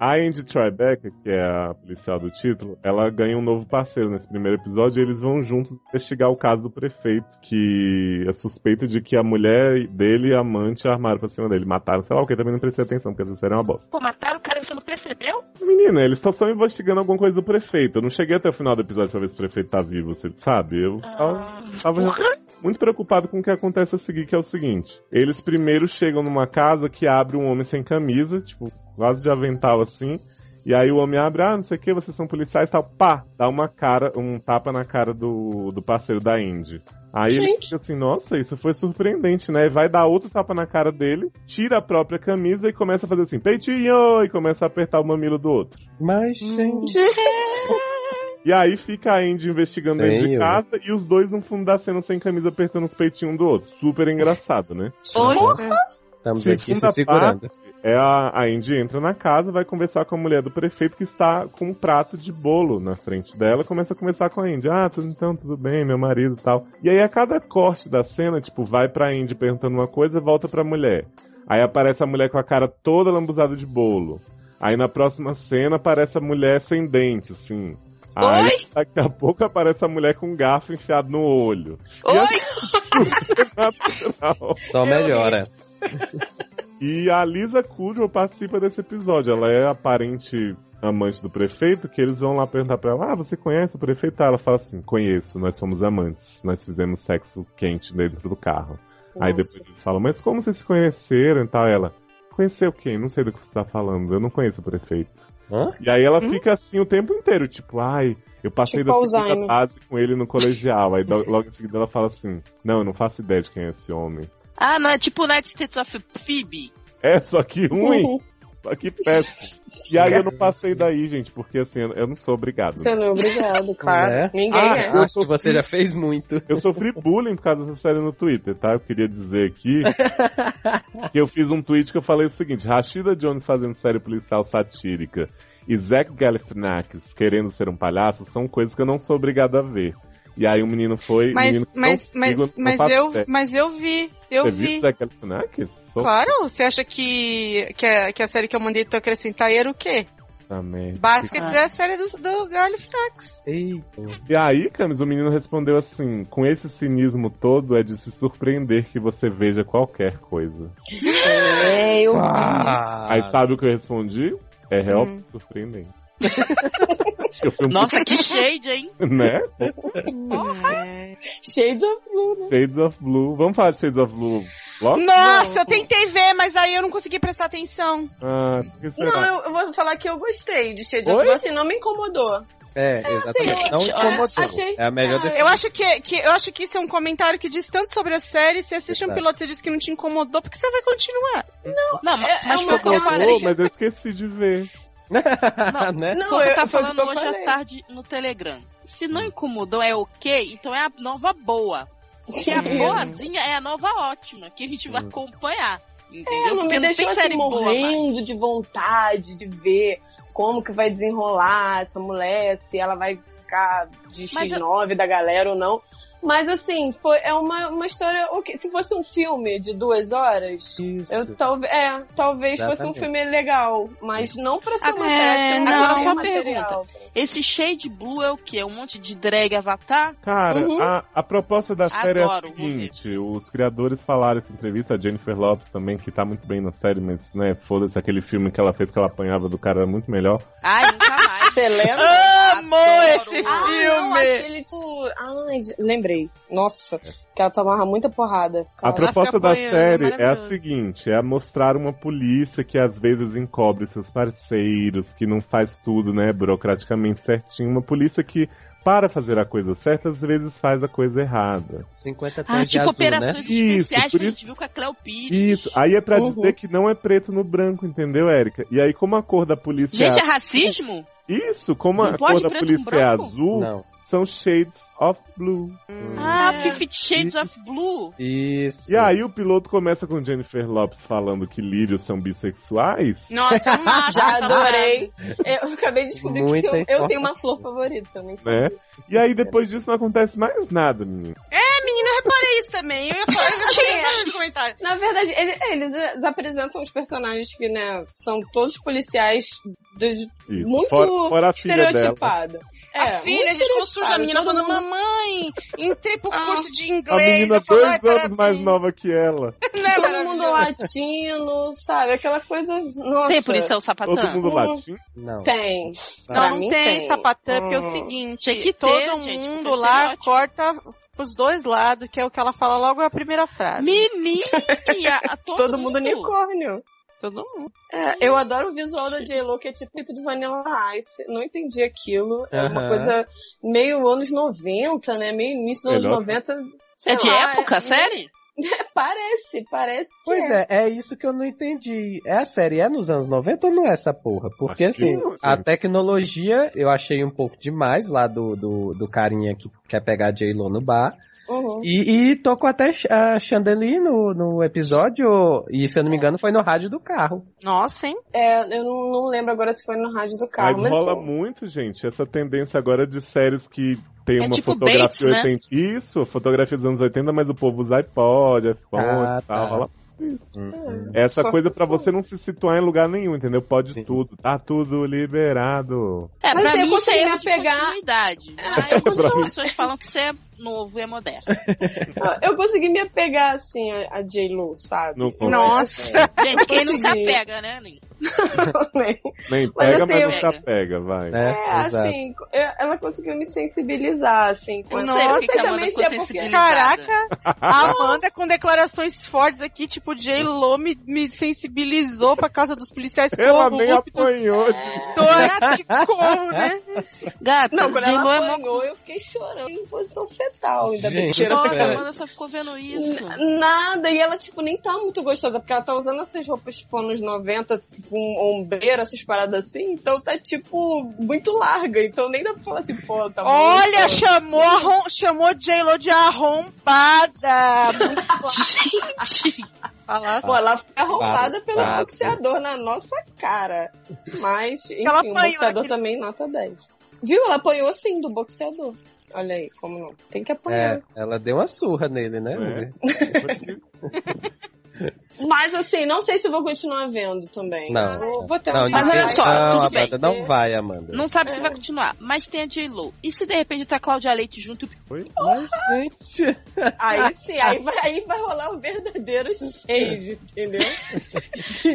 S1: A Andy Tribeca, que é a policial do título, ela ganha um novo parceiro nesse primeiro episódio e eles vão juntos investigar o caso do prefeito, que é suspeito de que a mulher dele e a amante armaram pra cima dele, mataram, sei lá o que, também não prestei atenção, porque essa série é uma bosta.
S5: Pô, mataram o cara e você não percebeu?
S1: Menina, eles só estão investigando alguma coisa do prefeito. Eu não cheguei até o final do episódio pra ver se o prefeito tá vivo, você sabe? Eu
S5: Ah.
S1: só tava muito preocupado com o que acontece a seguir, que é o seguinte: eles primeiro chegam numa casa que abre um homem sem camisa, tipo, quase de avental assim. E aí o homem abre, ah, não sei o que, vocês são policiais e tal, pá, dá uma cara, um tapa na cara do, do parceiro da Indy. Aí ele
S3: Gente.
S1: fica assim, nossa, isso foi surpreendente, né? Vai dar outro tapa na cara dele, tira a própria camisa e começa a fazer assim, peitinho! E começa a apertar o mamilo do outro.
S4: Mas, gente.
S1: E aí fica a Andy investigando dentro de
S4: Senhor.
S1: casa e os dois no fundo da cena sem camisa apertando os peitinhos um do outro. Super engraçado, né?
S5: É.
S4: Estamos
S1: Segunda
S4: aqui se segurando.
S1: parte é a, a Andy entra na casa, vai conversar com a mulher do prefeito que está com um prato de bolo na frente dela, começa a conversar com a Andy. Ah, tudo então, tudo bem, meu marido e tal. E aí a cada corte da cena, tipo, vai pra Andy perguntando uma coisa e volta pra mulher. Aí aparece a mulher com a cara toda lambuzada de bolo. Aí na próxima cena aparece a mulher sem dente, assim. Aí daqui a pouco aparece a mulher com um garfo enfiado no olho. E assim, não.
S4: Só melhora.
S1: E a Lisa Kudrow participa desse episódio. Ela é aparente amante do prefeito, que eles vão lá perguntar pra ela, ah, você conhece o prefeito? Aí Ela fala assim, conheço, nós somos amantes, nós fizemos sexo quente dentro do carro. Aí depois eles falam, mas como vocês se conheceram e tal? Ela, conheceu quem? Não sei do que você tá falando, eu não conheço o prefeito.
S4: Hã?
S1: E aí ela fica assim o tempo inteiro, tipo, ai, eu passei
S3: Hum? Tipo
S1: da segunda
S3: Alzheimer.
S1: base com ele no colegial. Aí do- logo em seguida ela fala assim, não, eu não faço ideia de quem é esse homem.
S5: Ah, não, é tipo Night States of Phoebe.
S1: É, só que
S3: Uhum.
S1: ruim. Só que péssimo. E aí eu não passei daí, gente, porque assim, eu não sou obrigado.
S3: Você não é obrigado, claro.
S4: É?
S3: Ninguém
S1: Ah,
S3: é.
S1: eu
S4: Acho que você já fez muito.
S1: Eu sofri bullying por causa dessa série no Twitter, tá? Eu queria dizer aqui que eu fiz um tweet que eu falei o seguinte: Rashida Jones fazendo série policial satírica e Zach Galifianakis querendo ser um palhaço são coisas que eu não sou obrigado a ver. E aí o menino foi. o
S2: Mas,
S1: menino não
S2: mas, mas,
S1: comigo, não
S2: mas,
S1: faço
S2: eu,
S1: ideia.
S2: mas eu vi. Eu
S1: Você viu
S2: vi.
S1: o Zach Galifianakis? Sou
S2: Claro, você acha que, que, a, que a série que eu mandei tu acrescentar aí era o quê?
S1: puta merda.
S2: Basket é a série do, do Galifianakis.
S4: Eita.
S1: E aí, Camis, o menino respondeu assim: com esse cinismo todo é de se surpreender que você veja qualquer coisa.
S3: É, eu
S1: Ah.
S4: Ah.
S1: Aí
S4: tá.
S1: sabe o que eu respondi? É realmente surpreendente. Acho que eu fui um
S5: Nossa, que shade, hein?
S1: né?
S3: cheio de
S1: Shades of Blue. Vamos falar de Shades of Blue
S2: Hum.
S1: logo?
S2: Nossa, eu tentei ver, mas aí eu não consegui prestar atenção.
S1: Ah, por que será?
S3: Não, eu, eu vou falar que eu gostei de Shades of
S1: Oi?
S3: Blue, assim, não me incomodou.
S4: É, exatamente.
S5: Assim, gente,
S4: Não
S5: olha,
S4: incomodou.
S3: achei-
S4: É a melhor defesa.
S2: Ah, Eu acho que, que, eu acho que isso é um comentário que diz tanto sobre a série. Se assiste um
S4: Exato.
S2: piloto e você diz que não te incomodou, porque você vai continuar.
S5: Não,
S3: É- é
S5: mas
S3: uma
S5: foi o que eu
S3: coisa-
S5: falei.
S1: mas eu esqueci de ver.
S5: Não,
S4: né?
S5: não
S3: Foi-
S5: eu tá
S3: é, foi o que
S5: falando
S3: eu
S5: hoje
S3: falei. Hum.
S5: à tarde no Telegram. Se não incomodou, é ok, então é a nova boa. Se é a
S3: Sim. Hum.
S5: boazinha, é a nova ótima, que a gente vai acompanhar. Entendeu?
S3: É, não
S5: Porque
S3: me
S5: não
S3: deixou
S5: tem
S3: assim,
S5: série boa mais.
S3: morrendo de vontade de ver como que vai desenrolar essa mulher, se ela vai ficar de
S5: Mas eu-
S3: X9 da galera ou não. Mas assim, foi, é uma, uma história. ok. Se fosse um filme de duas horas,
S4: Isso.
S3: eu talvez. É, talvez fosse um
S4: Exatamente.
S3: filme legal. Mas não pra ser uma
S2: Ah,
S3: série.
S2: é,
S3: Acho que é um
S5: não,
S3: legal
S5: só
S3: material.
S5: Esse shade blue é o quê? É Um monte de drag avatar?
S1: Cara,
S3: Uhum.
S1: a, a proposta da série é a
S5: Adoro, vou
S1: seguinte: os criadores falaram essa entrevista, a Jennifer Lopes também, que tá muito bem na série, mas, né, foda-se, aquele filme que ela fez que ela apanhava do cara era muito melhor.
S5: Ai, nunca mais.
S3: Você lembra?
S6: Amo
S5: Adoro.
S6: esse
S3: Ah, não,
S6: filme!
S3: aquele do. Ai, lembrei. Nossa, que ela tomava muita porrada.
S1: A
S3: Ficava-
S1: proposta
S2: fica
S1: da
S2: apanhando,
S1: série é a
S2: maravilhoso.
S1: seguinte: é mostrar uma polícia que às vezes encobre seus parceiros, que não faz tudo, né, burocraticamente certinho. Uma polícia que, para fazer a coisa certa, às vezes faz a coisa errada.
S4: 50 tons
S5: Ah,
S4: de
S5: tipo
S4: azul,
S5: operações
S4: né?
S5: especiais
S1: Isso, por
S5: que a gente viu com a Cleo Pires.
S1: Isso, aí é pra
S3: Uhum.
S1: dizer que não é preto no branco, entendeu, Érica? E aí, como a cor da polícia
S5: Gente,
S1: é
S5: é racismo?
S1: Isso, como a
S5: Não
S1: cor
S5: pode
S1: da
S5: preto
S1: polícia
S5: com
S1: é
S5: branco?
S1: azul,
S4: Não.
S1: são shades of blue.
S4: Hum.
S5: Ah,
S2: É.
S5: Fifty Shades of Blue.
S4: Isso.
S1: E aí o piloto começa com Jennifer Lopes falando que lírios são bissexuais.
S2: Nossa, eu mato
S3: Já
S2: essa
S3: adorei. Eu acabei de descobrir que
S4: Muita
S3: eu, eu tenho uma
S4: informação.
S3: flor favorita, né?
S1: Né? E aí depois disso não acontece mais nada, menino.
S2: É, menina, eu reparei isso também. Eu ia falar, eu ia falar no comentário.
S3: Na verdade, ele- é, eles, eles apresentam os personagens que, né, são todos policiais de-
S1: Isso.
S3: muito
S1: fora, fora a filha dela.
S3: estereotipada.
S1: É,
S2: a
S3: um
S2: filha, a gente consulta a menina falando, mamãe, entrei pro
S3: Ah,
S2: curso de
S1: A
S2: inglês.
S1: menina é
S2: eu falo,
S1: dois
S2: "Ai,
S1: anos
S2: parabéns."
S1: mais nova que ela.
S2: Não é
S3: Todo
S2: maravilhoso?
S3: mundo latino, sabe? Aquela coisa. Nossa.
S5: Tem policial
S1: Todo
S5: sapatão?
S1: mundo
S3: Hum.
S1: latino.
S4: Não.
S3: Tem.
S2: Não,
S3: Pra
S2: não
S3: mim,
S2: tem,
S3: tem.
S6: sapatã, porque é o
S1: Hum.
S6: seguinte,
S5: Tinha que
S6: todo
S5: ter,
S1: um
S5: gente,
S6: mundo
S5: porque é
S6: lá
S5: estereótipo.
S6: corta pros dois lados, que é o que ela fala logo a primeira frase.
S5: Menina! Todo,
S3: Todo mundo é unicórnio.
S6: Todo mundo.
S3: É, eu adoro o visual da J-Lo, que é tipo clipe do Vanilla Ice. Não entendi aquilo. É uma
S4: Aham.
S3: coisa meio anos 90, né? Meio início dos anos
S1: Melhor.
S3: 90. sei
S5: É de
S3: lá,
S5: época, série?
S3: Parece, parece que
S4: Pois é, é isso que eu não entendi. É a série, é nos anos 90 ou não é essa porra? Porque
S1: Acho que
S4: assim,
S1: não,
S4: a
S1: gente.
S4: tecnologia eu achei um pouco demais lá do, do, do carinha que quer pegar a J-Lo no bar.
S5: é.
S3: Uhum.
S4: E, e tocou até a Chandelier no, no episódio, e se eu não me engano foi no rádio do carro.
S2: Nossa, hein?
S3: É, eu não, não lembro agora se foi no rádio do carro,
S1: Mas
S3: mas.
S1: rola
S3: assim,
S1: muito, gente, essa tendência agora de séries que tem
S5: É
S1: uma
S5: tipo
S1: fotografia
S5: Bates, né?
S1: 80. Isso, fotografia dos anos 80, mas o povo usa iPod, iPhone
S4: Ah,
S1: e tal.
S4: tá.
S1: Rola
S5: Ah.
S3: Hum.
S1: Essa
S3: Só
S1: coisa
S3: se
S1: pra
S3: for.
S1: você não se situar em lugar nenhum, entendeu? Pode
S4: Sim.
S1: tudo, tá tudo liberado.
S5: É,
S3: Mas
S5: pra
S3: eu
S5: mim isso é
S3: consegui me
S5: erro de
S3: apegar-
S5: continuidade. Ah,
S1: pra
S5: Mas
S1: mim.
S5: as pessoas falam que isso é novo e é moderno.
S3: ó, Ah, Eu consegui me apegar, assim, a, a J-Lo, sabe?
S1: Não consegue.
S2: Nossa.
S5: Gente, quem não se
S3: Consegui.
S5: apega, né, Nin?
S3: Também.
S1: Nem
S3: Mas
S1: pega,
S3: assim,
S1: mas
S3: eu-
S1: não se apega, vai.
S4: Né?
S3: É,
S4: Exato.
S3: assim, eu- ela conseguiu me sensibilizar, assim. com
S5: Eu não
S3: essa-
S5: sei
S3: eu
S5: por que que a
S3: também
S5: Amanda
S3: se
S5: ficou
S3: é porque-
S5: sensibilizada.
S6: Caraca, a Amanda com declarações fortes aqui, tipo, J-Lo me, me sensibilizou pra causa dos policiais
S1: Ela nem
S6: corruptos.
S1: apanhou.
S6: Tô aqui como, né?
S5: Gata,
S3: Não, quando
S5: J-Lo
S3: ela
S5: é mó...
S3: apanhou, eu fiquei chorando em posição fetal, ainda bem que
S4: Gente.
S3: ela-
S5: Nossa, a
S4: É.
S5: Amanda só ficou vendo isso.
S3: Nada, e ela, tipo, nem tá muito gostosa, porque ela tá usando essas roupas, tipo, anos 90, com ombreira, essas paradas assim, então tá, tipo, muito larga, então nem dá pra falar assim, pô, tá
S6: Olha,
S3: muito...
S6: chamou, arrom- chamou J-Lo de arrombada. Muito
S5: Gente,
S6: falar
S3: Pô, ela foi arrombada
S4: Passado.
S3: pelo boxeador na nossa cara. Mas, enfim,
S6: Ela
S3: o
S6: apanhou
S3: boxeador
S6: aquele-
S3: também nota 10. Viu? Ela apanhou sim do boxeador. Olha aí, como não. Tem que apanhar.
S4: É, ela deu uma surra nele, né?
S1: É.
S3: Mas assim, não sei se vou continuar vendo também.
S4: Não.
S3: Vou, vou ter
S4: Não,
S3: uma-
S5: Então, Mas olha
S4: ninguém-
S5: só,
S4: não,
S5: tudo bem.
S4: Amanda, não vai, Amanda.
S5: não sabe se vai continuar, mas tem a J-Lo. E se de repente tá a Cláudia Leite junto?
S1: Foi?
S4: Mas, gente,
S3: Aí sim, aí vai, aí vai rolar o verdadeiro shade, entendeu?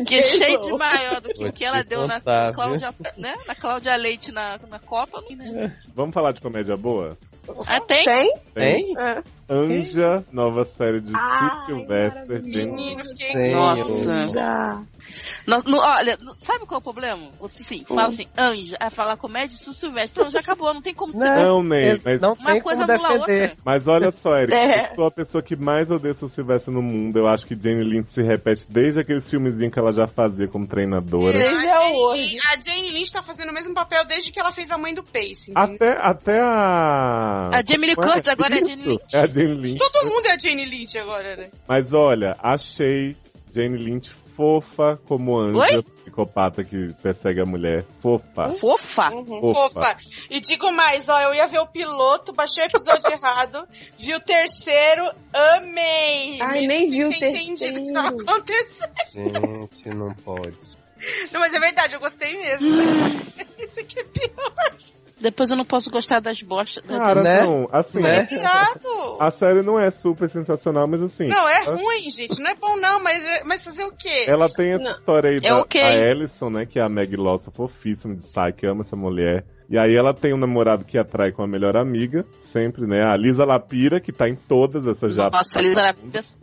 S5: Que é cheio de maior do que
S4: Vou
S5: o que ela
S4: te
S5: deu na,
S4: contar,
S5: na Cláudia, né? na Cláudia Leite na, na Copa. Né?
S1: Vamos falar de comédia boa?
S5: Ah, tem?
S3: Tem?
S4: tem?
S3: É.
S1: Anja, nova série de
S3: Ai,
S1: Steve Sylvester. gente.
S3: maravilhoso.
S4: Senhor.
S5: Nossa.
S3: Já.
S5: Não- não- olha, não- sabe qual é o problema? Você, sim, fala assim, anjo, aí fala comédia, Sul Silvestre. Pronto, já acabou, não tem como você.
S4: Não,
S1: Não, Ney,
S4: Ex-
S1: mas,
S4: Não
S5: Uma
S4: tem
S5: coisa
S4: como
S5: anula a
S4: defender.
S5: outra.
S1: mas olha só, Eric,
S3: É.
S1: eu sou a pessoa que mais odeia se estivesse no mundo. Eu acho que Jane Lynch se repete desde aqueles filmezinhos que ela já fazia como treinadora.
S3: É. Desde
S2: a Jane
S3: hoje.
S2: Lynch- A Jane Lynch tá fazendo o mesmo papel desde que ela fez a mãe do Pace. entendeu?
S1: Até, até a.
S5: A Jamie Lee Curtis agora é a Jane
S1: Isso,
S5: Lynch.
S1: É a Jane Lynch.
S2: Todo mundo é a Jane Lynch agora, né?
S1: Mas olha, achei Jane Lynch fofa como anja
S5: Oi?
S1: psicopata que persegue a mulher. Fofa.
S5: Fofa.
S3: Uhum.
S1: Fofa.
S2: Fofa. E digo mais, ó, eu ia ver o piloto, baixei o episódio errado, vi o terceiro, amei!
S3: Ai, nem vi o
S2: sem ter entendido o que tava
S3: terceiro.
S2: acontecendo.
S4: Gente, não pode.
S2: Não, mas é verdade, eu gostei mesmo. Isso aqui é pior.
S5: Depois eu não posso gostar das bostas. da-
S1: Cara,
S4: Né?
S1: não, assim,
S4: Né?
S2: Pirado.
S1: a série não é super sensacional, mas assim,
S2: Não, é
S1: Ah.
S2: ruim, gente. Não é bom, não, mas, é- mas fazer o quê?
S1: ela tem essa
S3: Não.
S1: história aí
S5: É
S1: da,
S5: ok.
S1: da Ellison, né, que é a Meg Lawson, fofíssima de sai, que ama essa mulher. E aí ela tem um namorado que atrai com a melhor amiga, sempre, né, a Lisa Lapira, que tá em todas essas já.
S5: Nossa, Lisa era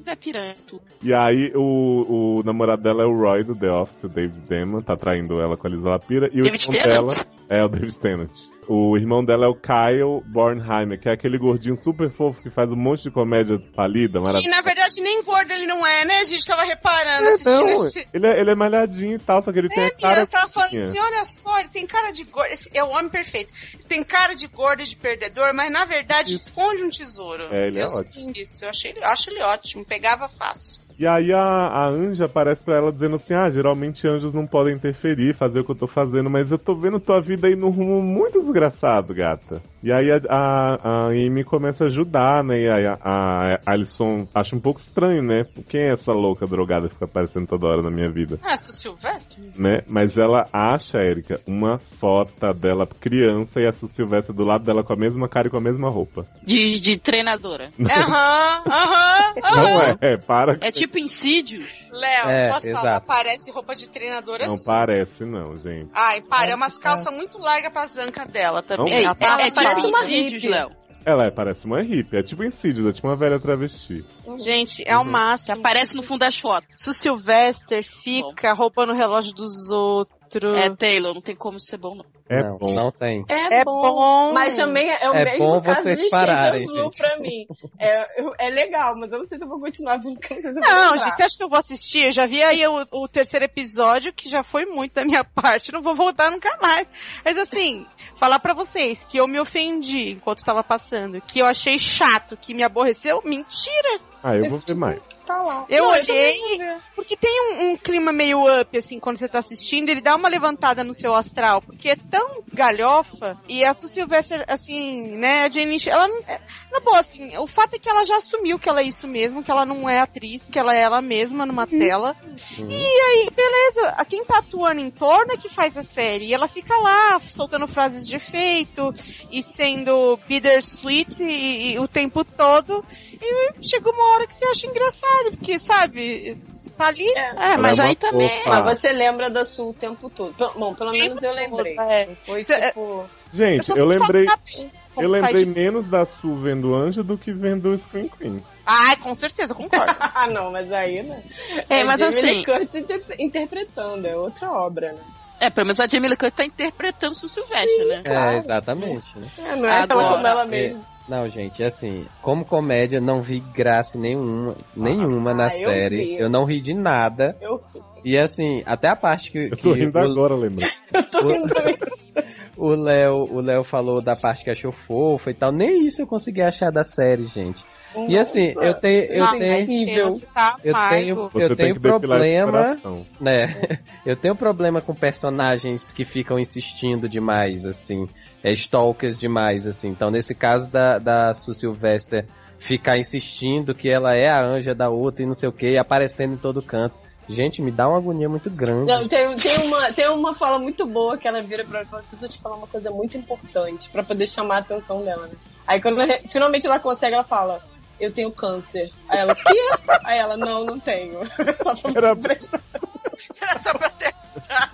S5: é piranha. tudo.
S1: E aí o, o namorado dela é o Roy do The Office, o David Damon, tá traindo ela com a Lisa Lapira. E
S5: David
S1: o irmão
S5: Tennant?
S1: dela é o David Tennant. O irmão dela é o Kyle Bornheimer, que é aquele gordinho super fofo que faz um monte de comédia falida,
S2: E
S1: maravilhosa.
S2: na verdade nem gordo ele não é, né? A gente tava reparando, assistindo
S1: Não,
S2: esse.
S1: ele é, ele é malhadinho e tal, só que ele tem a
S2: É, menina,
S1: cara...
S2: eu tava falando
S1: fofinha.
S2: assim, olha só, ele tem cara de gordo, esse é o homem perfeito. Ele tem cara de gordo e de perdedor, mas na verdade esconde um tesouro.
S1: É, ele é
S2: eu
S1: ótimo.
S2: sim, isso, eu achei ele, acho ele ótimo, pegava fácil.
S1: E aí a, a Anja aparece pra ela dizendo assim, ah, geralmente anjos não podem interferir, fazer o que eu tô fazendo, mas eu tô vendo tua vida aí num rumo muito desgraçado, gata. E aí a, a, a Amy começa a ajudar, né, e aí a, a, a Alison acha um pouco estranho, né, quem é essa louca drogada que fica aparecendo toda hora na minha vida,
S2: Ah, sou Silvestre?
S1: né? Mas ela acha, Erika, uma foto dela criança e a Su Silvestre do lado dela com a mesma cara e com a mesma roupa.
S5: De, de treinadora.
S2: Aham, aham,
S1: Não
S2: aham.
S1: é, é para...
S5: É tipo Insídios.
S2: Léo,
S4: É,
S2: posso falar?
S4: exato.
S2: Parece roupa de treinadora
S1: Não
S2: sim.
S1: parece não, gente.
S2: Ai, para, é umas calças muito largas pra zanca dela também.
S1: Não,
S5: É,
S2: Ela tava
S5: é, é
S2: parada.
S5: tipo
S3: uma
S5: Insídios,
S3: hippie.
S5: Léo.
S1: Ela é, parece uma hippie, é tipo incídio, é tipo uma velha travesti.
S2: Gente, é o
S1: Uhum.
S5: Que
S2: máximo.
S5: aparece no fundo das fotos.
S6: Se o Sylvester fica roubando o relógio dos outros.
S2: Ah.
S5: É Taylor, não tem como ser bom, não.
S1: É
S4: não,
S1: bom.
S4: não tem.
S3: É,
S6: É
S3: bom.
S6: bom.
S3: Mas também é o
S4: É
S3: mesmo
S4: bom
S3: caso
S4: vocês
S3: de
S4: pararem,
S3: Shades of Blue
S4: gente.
S3: pra mim. É, eu- é legal, mas eu não sei se eu vou continuar vendo, porque eu não sei se eu vou
S6: Não,
S3: lembrar.
S6: gente, você acha que eu vou assistir? Eu já vi aí o, o terceiro episódio, que já foi muito da minha parte. Não vou voltar nunca mais. Mas assim, falar pra vocês que eu me ofendi enquanto estava passando, que eu achei chato, que me aborreceu, mentira.
S1: Ah, eu vou ver mais.
S3: tá lá.
S6: Eu
S3: Não,
S6: olhei,
S3: também vou ver.
S6: porque tem um, um clima meio up, assim, quando você tá assistindo, ele dá uma levantada no seu astral, porque é tão galhofa, e a Su Sylvester, assim, né, a Jane Lynch, ela não, é- na boa, assim, o fato é que ela já assumiu que ela é isso mesmo, que ela não é atriz, que ela é ela mesma numa
S3: Uhum.
S6: tela, e aí, beleza, a quem tá atuando em torno é que faz a série, e ela fica lá, soltando frases de efeito, e sendo bittersweet e, e, o tempo todo, e chega uma hora que você acha engraçado, porque, sabe, tá ali,
S5: É, mas
S1: Ela é
S5: aí
S1: uma
S5: também.
S1: fofa.
S4: Ah.
S3: Mas você lembra da Sul o tempo todo. Pe- Bom, pelo menos eu lembrei.
S6: É.
S3: Foi
S6: Cê-
S3: tipo...
S1: Gente,
S6: só
S1: eu
S6: sei
S1: lembrei,
S6: falar p- como
S1: eu
S6: sai
S1: lembrei
S6: de-
S1: menos da Su vendo anjo do que vendo Scream Queen.
S6: Ai, com certeza, eu concordo.
S3: Ah, não, mas aí, né?
S5: É, mas
S3: Jamie
S5: assim-
S3: Lee Curtis inter- interpretando, é outra obra, né?
S5: É, pelo menos a Jamie Lee Curtis tá interpretando o Silvestre, né?
S4: É, exatamente, né?
S3: É, não é
S5: Agora,
S3: aquela como ela
S4: é,
S3: mesma.
S4: Não, gente, assim, como comédia, não vi graça nenhuma, nenhuma na
S3: Ah, eu
S4: série.
S3: vi.
S4: Eu, não ri de nada.
S3: Eu,
S4: E assim, até a parte que,
S1: Eu
S4: que
S1: tô rindo
S4: o,
S1: agora, lembra?
S3: eu tô rindo também.
S4: o Léo, o Léo falou da parte que achou fofa e tal, nem isso eu consegui achar da série, gente. E assim, eu tenho, eu
S3: Nossa,
S4: tenho,
S3: horrível.
S6: Você tá
S4: eu tenho,
S6: amargo.
S1: Você
S4: eu
S1: tem
S4: tenho
S1: que depilar esse
S4: problema.
S1: coração.
S4: né? Eu tenho problema com personagens que ficam insistindo demais, assim. É stalkers demais, assim. Então, nesse caso da, da Su Sylvester ficar insistindo que ela é a anja da outra e não sei o que, aparecendo em todo canto. Gente, me dá uma agonia muito grande.
S3: Não, tem, tem, uma, tem uma fala muito boa que ela vira pra ela e fala: assim, preciso te falar uma coisa muito importante pra poder chamar a atenção dela, né? Aí quando ela- finalmente ela consegue, ela fala: Eu tenho câncer. Aí ela, quê? Aí ela, não, não tenho. Só pra
S1: Era-
S3: prestar.
S2: Era só pra testar.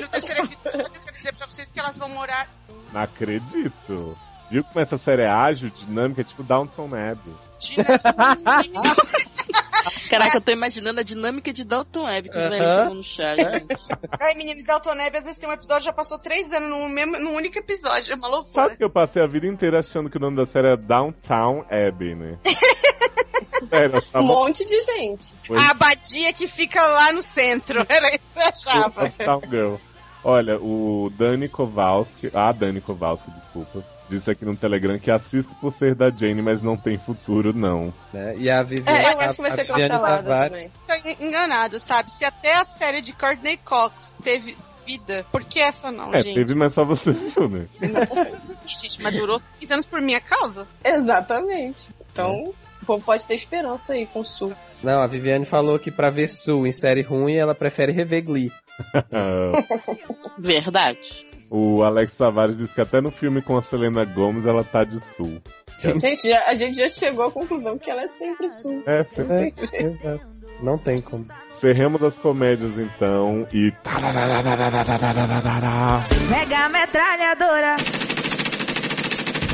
S2: No terceiro episódio, eu quero dizer pra vocês que elas vão morar.
S1: Não acredito. Viu como essa série é ágil, dinâmica, é tipo Downton Abbey.
S2: Tina Jones.
S5: Caraca, eu tô imaginando a dinâmica de Dalton Web que os velhos tomam no né? chá, gente.
S2: Ai, menino, Dalton Neve, às vezes tem um episódio, já passou três anos num, mesmo, num único episódio. É uma
S1: Sabe
S2: loucura.
S1: que eu passei a vida inteira achando que o nome da série era Downtown Abbey, né? Sério, eu
S3: Um
S1: achava
S3: monte de gente.
S1: Pois-
S2: A abadia que fica lá no centro. Era isso que eu
S3: Tá,
S2: achava.
S1: Downtown um Girl. Olha, o Dani Kowalski, ah, Dani Kowalski, desculpa, disse aqui no Telegram que assiste por ser da Jane, mas não tem futuro, não.
S4: né? E a Viviane.
S3: É, eu
S4: a-
S3: acho que vai
S4: a
S3: ser
S4: Viviane
S3: cancelada também.
S4: Tavares-
S2: Tô en- enganado, sabe? Se até a série de Courtney Cox teve vida, por que essa não,
S1: é,
S2: gente?
S1: teve, mas só você viu, né?
S2: Ih, gente, mas durou seis anos por minha causa.
S3: Exatamente. Então, o povo pode ter esperança aí com o Sul.
S4: Não, a Viviane falou que pra ver Sul em série ruim, ela prefere rever Glee.
S1: Ah,
S5: Verdade.
S1: o Alex Tavares disse que até no filme com a Selena Gomes ela tá de sul.
S3: Gente, já- a gente já chegou à conclusão que ela é sempre Sul.
S1: É,
S4: É, exato. Não tem como.
S1: ferremos as comédias então e. tararararararararararará.
S7: Pega a metralhadora.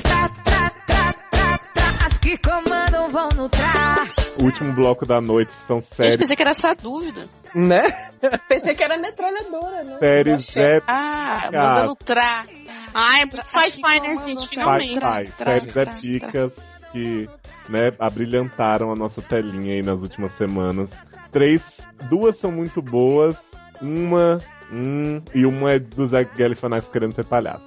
S7: Tra, tra, tra, tra, tra. As que comandam vão no tra.
S1: O último bloco da noite são
S5: Eu
S1: séries.
S5: pensei que era essa a dúvida.
S4: Né?
S3: Pensei que era metralhadora, né?
S1: Séries
S3: Eu achei.
S1: é
S5: Ah,
S1: Cara.
S5: mandando tra.
S8: Ai, muito
S5: Ai,
S8: Fai
S5: que
S8: Finers,
S5: comando,
S8: gente,
S5: tá.
S8: finalmente.
S5: Vai,
S1: Pai,
S5: Tra-
S1: séries
S5: tra-
S1: épicas que né, abrilhantaram a nossa telinha aí nas últimas semanas. Três, duas são muito boas, uma, hum, e uma é do Zac Galifianakis querendo ser palhaço.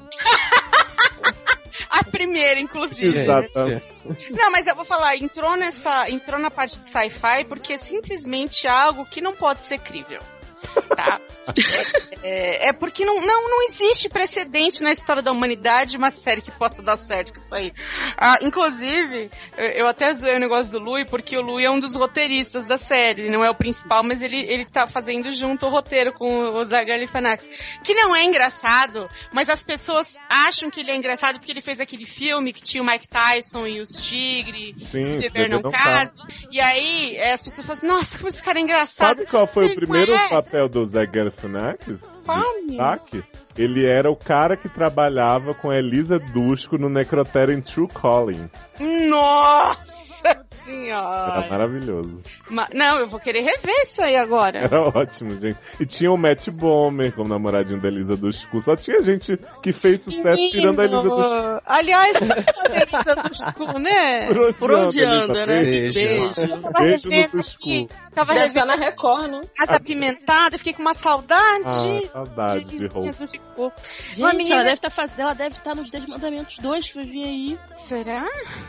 S8: A primeira, inclusive.
S1: Exatamente.
S2: Não, mas eu vou falar, entrou nessa, entrou na parte de sci-fi porque é simplesmente algo que não pode ser crível. Tá? é, é porque não, não, não existe precedente na história da humanidade uma série que possa dar certo com isso aí. Ah, inclusive, eu, eu até zoei o negócio do Lui, porque o Lui é um dos roteiristas da série, ele não é o principal, mas ele, ele tá fazendo junto o roteiro com o Zé Galifianakis. Que não é engraçado, mas as pessoas acham que ele é engraçado porque ele fez aquele filme que tinha o Mike Tyson e os tigres,
S1: Sim,
S2: se
S1: bebê
S2: beber não
S1: não tá.
S2: casa. E aí eh, as pessoas falam assim, nossa, como esse cara é engraçado.
S1: Sabe qual foi o
S2: Sim,
S1: primeiro
S2: mas é.
S1: papel do Zac Galifianakis? De
S2: Fale.
S1: destaque? Ele era o cara que trabalhava com a Elisa Dushku no Necrotério em True Calling.
S2: Nossa
S1: Era
S2: senhora.
S1: maravilhoso.
S2: Ma- não, eu vou querer rever isso aí agora.
S1: Era ótimo, gente. E tinha o Matt Bomer como namoradinho da Elisa Dushku. Só tinha gente que fez sucesso tirando a Elisa Dushku.
S2: Menino, Aliás, a Elisa do Stu, né?
S5: Por onde anda, né?
S4: Beijo.
S5: Beijo.
S2: Tava
S1: Beijo no
S2: revendo
S1: Tuscu.
S2: aqui, tava
S3: Deve estar
S2: revendo
S3: na Record, né?
S2: as apimentadas, fiquei com uma saudade.
S1: Ah, saudade de
S2: Elisinha
S1: Hope.
S2: do Tuscu.
S5: Gente,
S2: Uma menina-
S5: ela deve tá fazendo, ela deve estar nos 10 mandamentos 2, que eu vi aí.
S2: Será?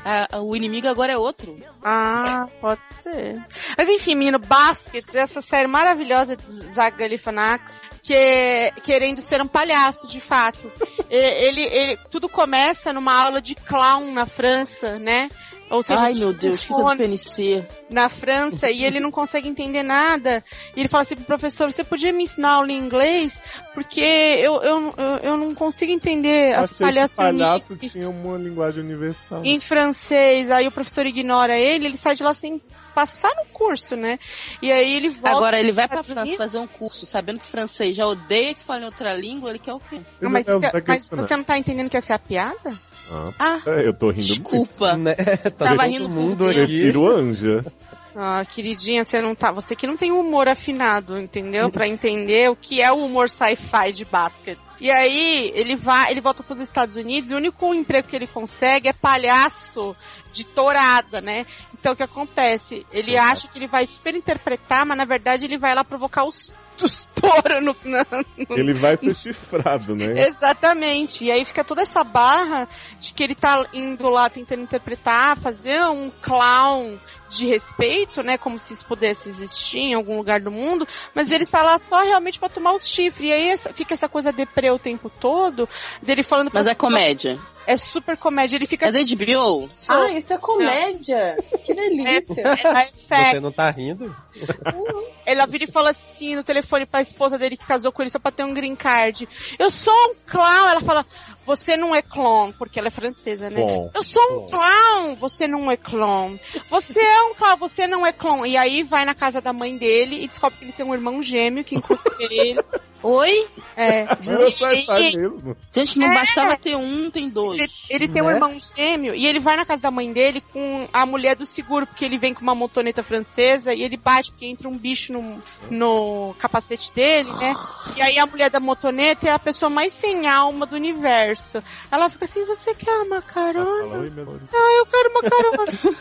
S5: Ah, o inimigo agora é outro.
S2: Ah, pode ser. Mas enfim, menino, Baskets, essa série maravilhosa de Zach Galifianakis, que é querendo ser um palhaço, de fato. E- ele, ele, tudo começa numa aula de clown na França, né? Ou seja,
S5: Ai,
S2: tipo,
S5: meu Deus, que coisa
S2: fone
S5: PNC.
S2: na França e ele não consegue entender nada. E ele fala assim pro professor, você podia me ensinar aula em inglês? Porque eu, eu, eu, eu não consigo entender as
S1: Achei que o palhaço
S2: palhaçonices
S1: tinha uma linguagem universal.
S5: Uhum.
S2: em francês. Aí o professor ignora ele, ele sai de lá sem passar no curso, né? E aí ele volta.
S5: Agora ele vai pra
S2: Estados
S5: França
S2: Unidos.
S5: fazer um curso, sabendo que francês já odeia que fale outra língua, ele quer o quê?
S2: Não, mas,
S1: Eu
S2: você-
S5: é-
S1: tava
S2: mas
S1: questionando.
S2: você não tá entendendo que essa é a piada?
S1: Ah,
S5: Ah,
S1: eu tô rindo muito.
S5: desculpa.
S4: Né?
S5: Tava
S4: todo
S5: rindo por
S4: mundo
S5: dentro.
S4: aqui.
S1: Prefiro Anja.
S2: Ah, queridinha, você não tá. Você que não tem humor afinado, entendeu? Pra entender o que é o humor sci-fi de basquete. E aí, ele vai, ele volta pros Estados Unidos e o único emprego que ele consegue é palhaço de tourada, né? Então o que acontece? Ele acha que ele vai super interpretar, mas na verdade ele vai lá provocar os, os touros no, na-
S1: Ele vai ser chifrado, né?
S2: Exatamente. E aí fica toda essa barra de que ele tá indo lá tentando interpretar, fazer um clown de respeito, né? Como se isso pudesse existir em algum lugar do mundo, mas ele está lá só realmente pra tomar os chifres. E aí essa- fica essa coisa deprê o tempo todo, dele falando pra-
S5: Mas é comédia.
S2: é super comédia, ele fica
S5: É da HBO?
S3: Ah, isso é comédia. Que delícia.
S2: é
S4: Você não tá rindo?
S2: Ela vira e fala assim no telefone pra esposa dele que casou com ele só pra ter um green card. Eu sou um clown. Ela fala, Você não é clone, porque ela é francesa, né?
S1: Bom.
S2: Eu sou um clown, você não é clown. Você é um clown, você não é clown. E aí vai na casa da mãe dele e descobre que ele tem um irmão gêmeo que inclusive é ele.
S5: Oi?
S2: É.
S1: Era só
S5: Gente.
S1: essa mesmo.
S5: Gente, não
S2: É.
S5: bastava ter um, tem
S2: Ele,
S5: dois.
S2: ele tem um
S4: Né?
S2: irmão gêmeo e ele vai na casa da mãe dele com a mulher do seguro, porque ele vem com uma motoneta francesa e ele bate porque entra um bicho no, no capacete dele, né? E aí a mulher da motoneta é a pessoa mais sem alma do universo. Ela fica assim, você quer uma carona?
S1: Fala, "Oi, meu amor."
S2: eu quero uma carona.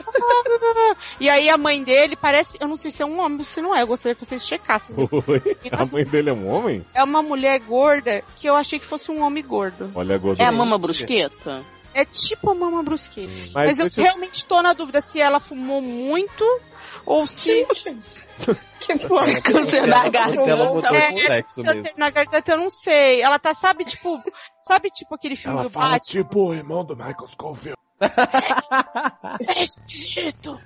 S2: e aí a mãe dele parece, eu não sei se é um homem ou se não é, eu gostaria que vocês checassem.
S1: Oi? A mãe dele é um homem?
S2: É uma mulher gorda que eu achei que fosse um homem gordo.
S1: Olha a gorda.
S5: É a mama brusqueta?
S2: É tipo a mama brusqueira.
S1: Mas,
S2: Mas eu
S1: deixa eu-
S2: realmente tô na dúvida se ela fumou muito ou se
S3: Que porra.
S5: Câncer
S1: tá
S5: da garganta.
S4: Se ela botou
S2: É,
S4: com sexo mesmo.
S2: câncer na garganta, eu não sei. Ela tá, sabe, tipo, sabe tipo aquele filme do Batman?
S1: tipo o irmão do Michael Scofield.
S2: É esquisito.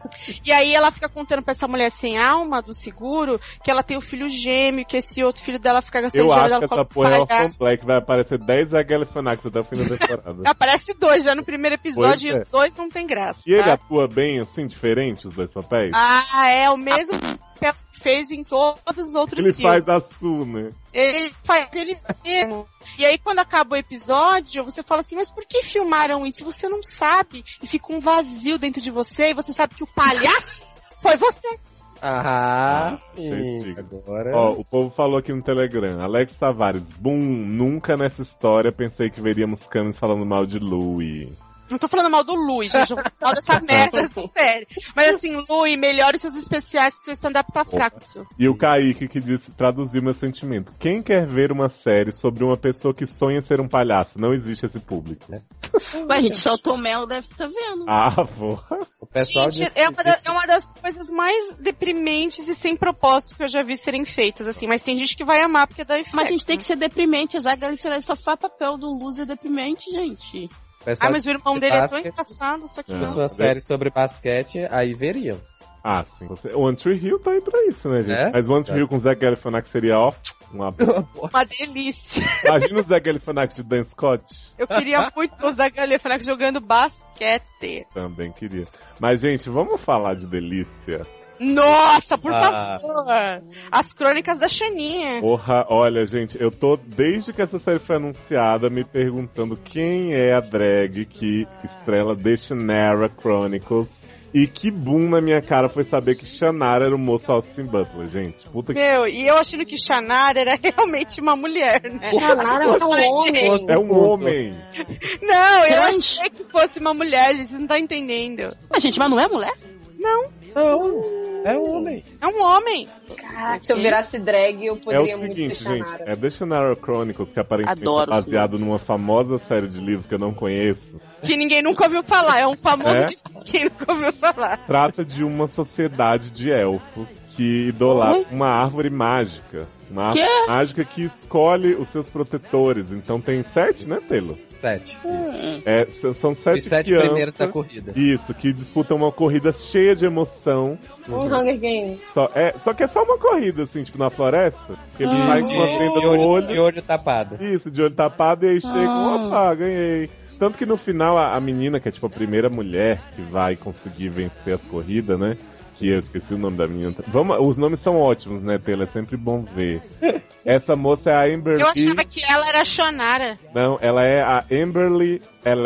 S2: E aí ela fica contando pra essa mulher sem alma do seguro que ela tem o filho gêmeo, que esse outro filho dela fica gastando
S1: Eu
S2: dinheiro
S1: acho
S2: dela
S1: que
S2: fala,
S1: essa porra é uma
S2: "Palhaço".
S1: fanplex. Vai aparecer 10 Agalifanax até o fim da temporada.
S2: Aparece dois já no primeiro episódio
S1: Pois é.
S2: e os dois não tem graça.
S1: E ele
S2: tá?
S1: atua bem, assim, diferente, os dois papéis?
S2: Ah, é o mesmo papel que fez em todos os outros
S1: ele
S2: filmes.
S1: faz a Su, né?
S2: Ele faz ele mesmo. E aí, quando acaba o episódio, você fala assim, mas por que filmaram isso? Você não sabe. E fica um vazio dentro de você, e você sabe que o palhaço foi você.
S4: Ah,
S1: Nossa,
S4: sim.
S1: gente.
S4: Agora.
S1: Ó, o povo falou aqui no Telegram. Alex Tavares, boom, nunca nessa história pensei que veríamos Camis falando mal de Louie.
S2: Não tô falando mal do Lui, gente. Eu tô falando mal dessa merda, sério. Mas assim, Lui, melhore seus especiais, que seu stand-up tá fraco.
S1: E o Kaique que disse, traduziu meu sentimento. Quem quer ver uma série sobre uma pessoa que sonha ser um palhaço? Não existe esse público.
S5: Mas, gente, só o Tom Mello deve estar vendo.
S1: Ah, vou.
S4: O pessoal
S2: Gente,
S4: disse-
S2: é uma, da- é uma das coisas mais deprimentes e sem propósito que eu já vi serem feitas, assim. Mas tem gente que vai amar, porque dá né?
S5: Mas a gente tem que ser deprimente. A Galifrey só faz papel do loser deprimente, gente.
S4: o pessoal
S2: Ah, mas o irmão dele é tão
S4: Basket.
S2: engraçado, só que
S1: É.
S4: disse
S2: não.
S4: uma série sobre basquete, aí veriam.
S1: Ah, sim. Você... O One Tree Hill tá aí pra isso, né, gente?
S4: É?
S1: Mas o One Tree Hill com o Zé Galifianax seria, ó, uma...
S2: Uma delícia.
S1: Imagina o Zé Galifianax de Dan Scott.
S2: Eu queria muito ver o Zagalifanax jogando basquete.
S1: Também queria. Mas, gente, vamos falar de delícia.
S2: Nossa, por
S4: Ah.
S2: favor! As crônicas da Xaninha.
S1: Porra, olha, gente, eu tô, desde que essa série foi anunciada, me perguntando quem é a drag que estrela Destinara Chronicles. E que boom na minha cara foi saber que Shannara era o moço Austin Butler, gente. Puta que.
S2: Meu, e eu achando que Xanara era realmente uma mulher, né?
S3: Canara é um homem.
S1: É um homem!
S2: Não, eu
S5: Trans.
S2: achei que fosse uma mulher, gente, você não tá entendendo.
S1: Ah.
S5: Mas, gente, mas não é mulher?
S4: Não, é um homem.
S2: É um homem.
S3: Caraca, se eu virasse drag, eu
S1: É o
S3: poderia muito
S1: seguinte,
S3: ser
S1: gente,
S3: Xanara.
S1: é Destinara Chronicles, que aparentemente
S5: Adoro,
S1: é baseado numa famosa série de livros que eu não conheço.
S2: Que ninguém nunca ouviu falar. É um famoso
S1: É?
S2: de que nunca ouviu falar.
S1: Trata de uma sociedade de elfos que idolatra uma árvore mágica. Uma
S5: Hum? Quê?
S1: árvore mágica que escolhe os seus protetores. Então tem sete, né, Telo?
S4: Sete. Isso.
S1: É, s- são sete,
S4: Os sete
S1: crianças,
S4: primeiros da corrida.
S1: Isso, que disputam uma corrida cheia de emoção.
S3: Um Hunger Games.
S1: Só, é, só que é só uma corrida, assim, tipo, na floresta. Que ele
S5: Ah.
S1: vai com uma prenda
S4: De
S1: no
S4: olho,
S1: olho.
S4: de olho tapado.
S1: Isso, de olho tapado, e aí chega,
S5: Ah.
S1: opa, ganhei. Tanto que no final a, a menina, que é tipo a primeira mulher que vai conseguir vencer as corridas, né? Que eu esqueci o nome da menina. Vamos, os nomes são ótimos, né, Taylor? É sempre bom ver. Essa moça é a Amberly.
S2: Eu achava que ela era a Xanara.
S1: Não, ela é a Amberly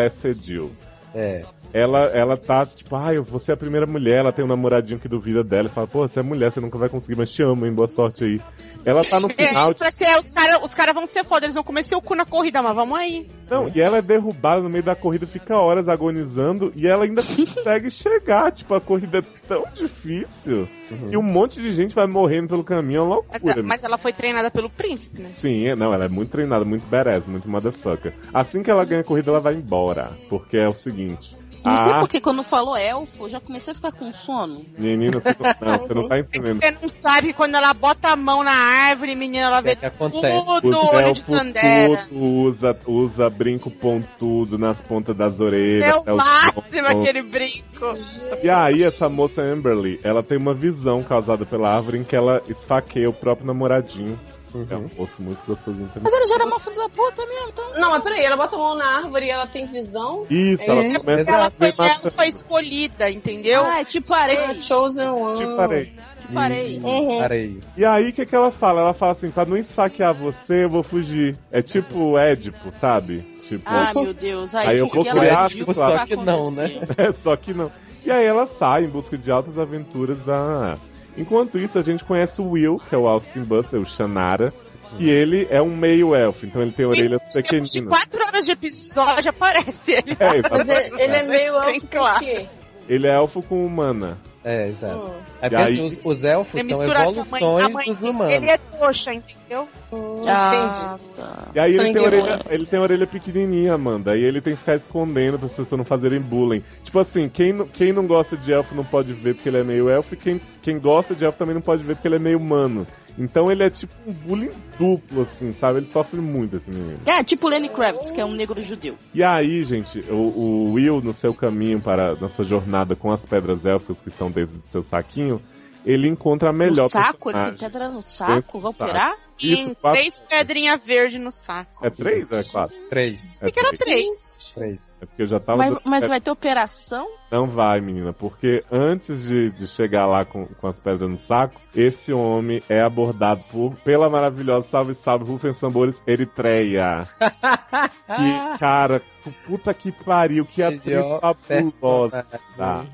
S1: Elecedil.
S4: É.
S1: Ela, ela tá tipo, ah, eu vou ser a primeira mulher, ela tem um namoradinho que duvida dela e fala, pô, você é mulher, você nunca vai conseguir, mas te amo, hein, boa sorte aí. Ela tá no
S2: É,
S1: final,
S2: pra ser, os caras os cara vão ser foda, eles vão comer seu cu na corrida, mas vamos aí.
S1: Não, e ela é derrubada no meio da corrida, fica horas agonizando e ela ainda consegue chegar. Tipo, a corrida é tão difícil que um monte de gente vai morrendo pelo caminho, é uma
S2: Uhum. Mas,
S1: loucura.
S2: mas ela foi treinada pelo príncipe, né?
S1: Sim, é- não, ela é muito treinada, muito badass, muito motherfucker. Assim que ela ganha a corrida, ela vai embora. Porque é o seguinte.
S5: Não sei
S1: Ah,
S5: porque quando falou elfo, eu já comecei a ficar com sono.
S1: menina, você não, não, você não tá
S2: É que
S1: entendendo.
S2: Você não sabe que quando ela bota a mão na árvore, menina, ela
S4: O que, é
S2: vê
S4: que acontece?
S1: Os
S2: tudo, é olho de
S1: elfos
S2: Tandera.
S1: tudo é usa, usa brinco pontudo nas pontas das orelhas.
S2: É o
S1: até os
S2: máximo
S1: pontos.
S2: aquele brinco.
S1: E aí, essa moça Amberly, ela tem uma visão causada pela árvore em que ela esfaqueia o próprio namoradinho.
S4: Uhum.
S1: É um moço muito gostosinho também.
S5: Mas ela já era uma filha da puta mesmo, então.
S3: Não, mas peraí, ela bota a mão na árvore e ela tem visão.
S1: Isso,
S3: É
S1: ela
S3: isso,
S1: começa
S2: Ela
S1: a
S2: foi,
S1: ver
S2: ela
S1: maçã.
S2: foi escolhida, entendeu?
S5: Ah, é tipo areia,
S3: Ah, Chosen One.
S1: Te parei.
S5: tipo areia.
S3: Uhum.
S4: Parei.
S1: E aí, o que, que ela fala? Ela fala assim: pra não esfaquear você, eu vou fugir. É tipo Édipo, sabe? Tipo,
S5: Ah, meu Deus. Aí,
S1: Aí eu
S5: porque
S1: procurei
S5: ela
S1: a
S5: viu
S1: África,
S5: o vai
S4: só que não, né?
S5: acontecer.
S1: É, só que não. E aí ela sai em busca de altas aventuras da. Enquanto isso, a gente conhece o Will, que é o Austin Butler, o Shanara, que ele é um meio elfo, então ele tem orelhas
S2: Depois é de
S1: pequeninas.
S2: quatro horas de episódio aparece ele.
S1: É,
S3: Mas
S1: exatamente.
S3: ele, ele é meio
S2: Bem
S3: elfo
S2: claro.
S3: por quê?
S1: Ele é elfo com humana.
S4: É, exato.
S3: Hum.
S4: É porque
S1: E aí-
S4: os, os elfos
S2: É
S4: são
S2: misturado com Uhum. a mãe. A
S4: evoluções
S2: mãe
S4: dos
S2: dele-
S4: humanos.
S2: Ele é coxa, entendeu?
S3: Hum,
S5: Ah, tá.
S1: E aí ele
S3: Sangue
S1: tem, orelha, ele tem orelha pequenininha, Amanda, e ele tem que ficar escondendo para as pessoas não fazerem bullying. Tipo assim, quem, não- quem não gosta de elfo não pode ver porque ele é meio elfo, e quem, quem gosta de elfo também não pode ver porque ele é meio humano. Então ele é tipo um bullying duplo, assim, sabe? Ele sofre muito, esse menino.
S5: É, tipo Lenny Kravitz, que é um negro judeu.
S1: E aí, gente, o, o Will, no seu caminho para. na sua jornada com as pedras élficas que estão dentro do seu saquinho, ele encontra a melhor.
S5: no saco? Ele tem
S1: personagem.
S5: pedra no
S1: Dentro
S5: saco?
S1: do
S5: Vai
S1: saco.
S5: operar?
S1: Isso,
S2: Tem
S1: quatro-
S2: três pedrinhas verdes no saco.
S1: É três ou é quatro?
S4: Três.
S1: É
S2: Porque era
S1: três.
S2: três.
S4: Três.
S1: É porque eu já tava.
S5: Mas,
S1: dando-
S5: mas vai ter operação?
S1: Não Então vai, menina, porque antes de, de chegar lá com, com as pedras no saco, esse homem é abordado por, pela maravilhosa Salve Salve Rufem Sambores Eritreia.
S4: Ah.
S2: Ah.
S1: que, cara, puta que pariu, que é atriz
S4: Melhor
S1: fabulosa.
S4: personagem.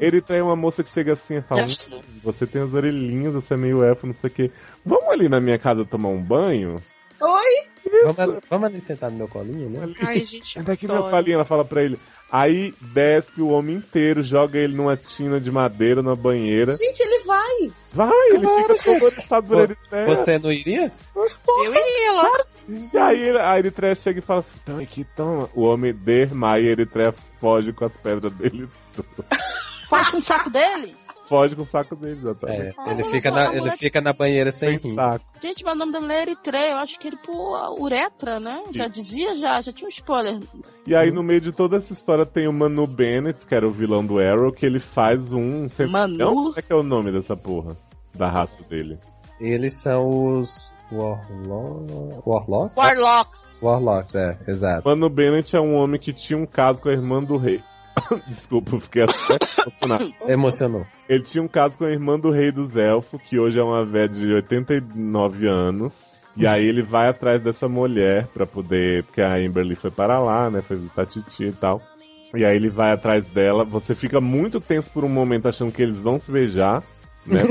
S1: Eritreia é uma moça que chega assim e fala:
S5: Acho-
S1: Você tem as orelhinhas, você é meio elfo, não sei o quê. Vamos ali na minha casa tomar um banho?
S3: Oi?
S4: Vamos, vamos ali sentar no meu colinho, né?
S2: Ai, gente.
S1: Até que
S2: adoro.
S1: minha palhinha, ela fala pra ele. Aí desce o homem inteiro, joga ele numa tina de madeira na banheira.
S3: Gente, ele vai.
S1: Vai, ele fica todo oriçado por Eritreia.
S4: Você não iria?
S2: Eu iria lá.
S1: E aí a Eritreia chega e fala assim, toma aqui, toma. O homem desmaia e a Eritreia foge com as pedras dele.
S5: Faz com o saco dele?
S1: Foge com o saco dele,
S4: É,
S1: exatamente.
S4: ele, fica na, ele fica na banheira sem
S1: Sem
S4: rim.
S1: saco.
S5: Gente, mas o nome da mulher é Eritreia. Eu acho que ele pô, a uretra, né? Já dizia, já, já tinha um spoiler.
S1: E aí no meio de toda essa história tem o Manu Bennett, que era o vilão do Arrow, que ele faz um...
S5: Manu?
S1: Não, como é que é o nome dessa porra? Da raça dele.
S4: Eles são os Warlock... Warlock?
S2: Warlocks.
S4: Warlocks, é, exato.
S1: Manu Bennett é um homem que tinha um caso com a irmã do rei. Desculpa, eu fiquei até emocionado.
S4: Emocionou.
S1: Ele tinha um caso com a irmã do rei dos elfos, que hoje é uma velha de 89 anos. E aí ele vai atrás dessa mulher pra poder. Porque a Amberly foi para lá, né? Foi visitar a Titi e tal. E aí ele vai atrás dela. Você fica muito tenso por um momento achando que eles vão se beijar, né?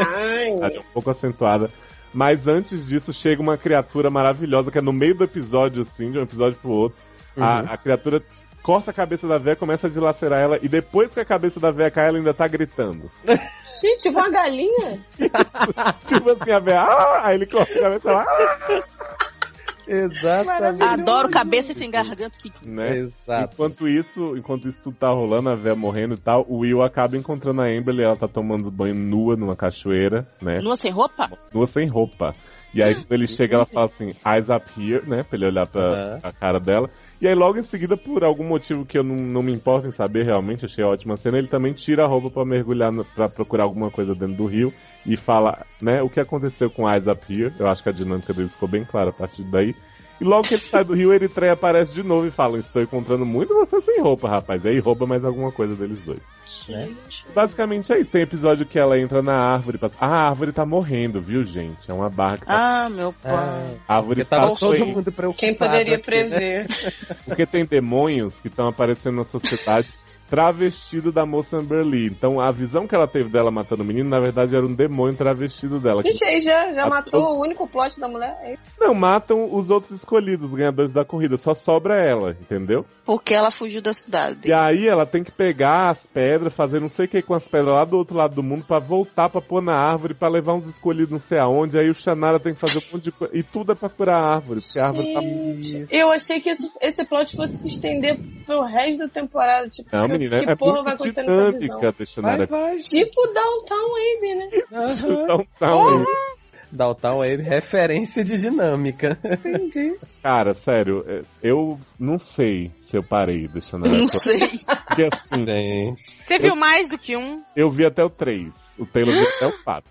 S3: Ai.
S1: é um pouco acentuada. Mas antes disso, chega uma criatura maravilhosa, que é no meio do episódio, assim, de um episódio pro outro. A, a criatura corta a cabeça da véia, começa a dilacerar ela, e depois que a cabeça da véia cai, ela ainda tá gritando.
S3: Gente, uma galinha?
S1: Tipo assim, a véia, ah! aí ele corta a cabeça lá, ah!
S4: Exatamente.
S5: Adoro cabeça sem garganta. Que...
S1: né?
S4: Exato.
S1: Enquanto isso, enquanto isso tudo tá rolando, a véia morrendo e tal, o Will acaba encontrando a Amberly, ela tá tomando banho nua numa cachoeira, né?
S5: Nua sem É. roupa?
S1: Nua sem roupa. E aí quando ele chega, ela fala assim, eyes up here, né? Pra ele olhar pra,
S4: Aham.
S1: a cara dela. E aí, logo em seguida, por algum motivo que eu não, não me importo em saber realmente, achei ótima a cena, ele também tira a roupa pra mergulhar, no, pra procurar alguma coisa dentro do rio e fala, né, o que aconteceu com Eyes Up Here. Eu acho que a dinâmica dele ficou bem clara a partir daí. E logo que ele sai do rio, Eritreia aparece de novo e fala: Estou encontrando muito você sem roupa, rapaz. E aí rouba mais alguma coisa deles dois. Basicamente é isso. Tem episódio que ela entra na árvore. Passa... Ah, a árvore tá morrendo, viu, gente? É uma barra que tá...
S5: Ah, meu pai.
S4: Ah,
S1: a árvore
S4: porque tava
S1: tá
S4: todo
S1: doente.
S4: mundo preocupado.
S3: Quem poderia
S4: aqui, né?
S3: prever?
S1: Porque tem demônios que estão aparecendo na sociedade travestido da moça Amberly. Então a visão que ela teve dela matando o menino, na verdade, era um demônio travestido dela. que-
S3: Gente, aí já, já
S1: A-
S3: matou o único plot da mulher? É isso.
S1: Não, matam os outros escolhidos, os ganhadores da corrida. Só sobra ela, entendeu?
S5: Porque ela fugiu da cidade.
S1: E aí ela tem que pegar as pedras, fazer não sei o que com as pedras lá do outro lado do mundo pra voltar pra pôr na árvore, pra levar uns escolhidos não sei aonde. Aí o Xanara tem que fazer um monte de coisa. E tudo é pra curar a árvore, porque a árvore tá
S3: Gente, Eu achei que isso- esse plot fosse se estender pro resto da temporada. Tipo,
S1: Não,
S3: que,
S1: menina,
S3: que
S1: é
S3: porra
S1: porra
S3: vai acontecer nessa visão?
S1: dinâmica, é
S4: Vai,
S1: Xanara.
S4: vai.
S3: Tipo Downtown Abe, né?
S4: Aham.
S1: Então, tá,
S3: Ah!
S4: Downtown é referência de dinâmica.
S3: Entendi.
S1: Cara, sério, é, eu não sei se eu parei do Xanara.
S5: Não sei.
S1: Porque assim,
S4: Gente.
S2: Você viu mais do que
S1: é
S2: um?
S1: um eu vi até o 3. O Taylor viu até o 4.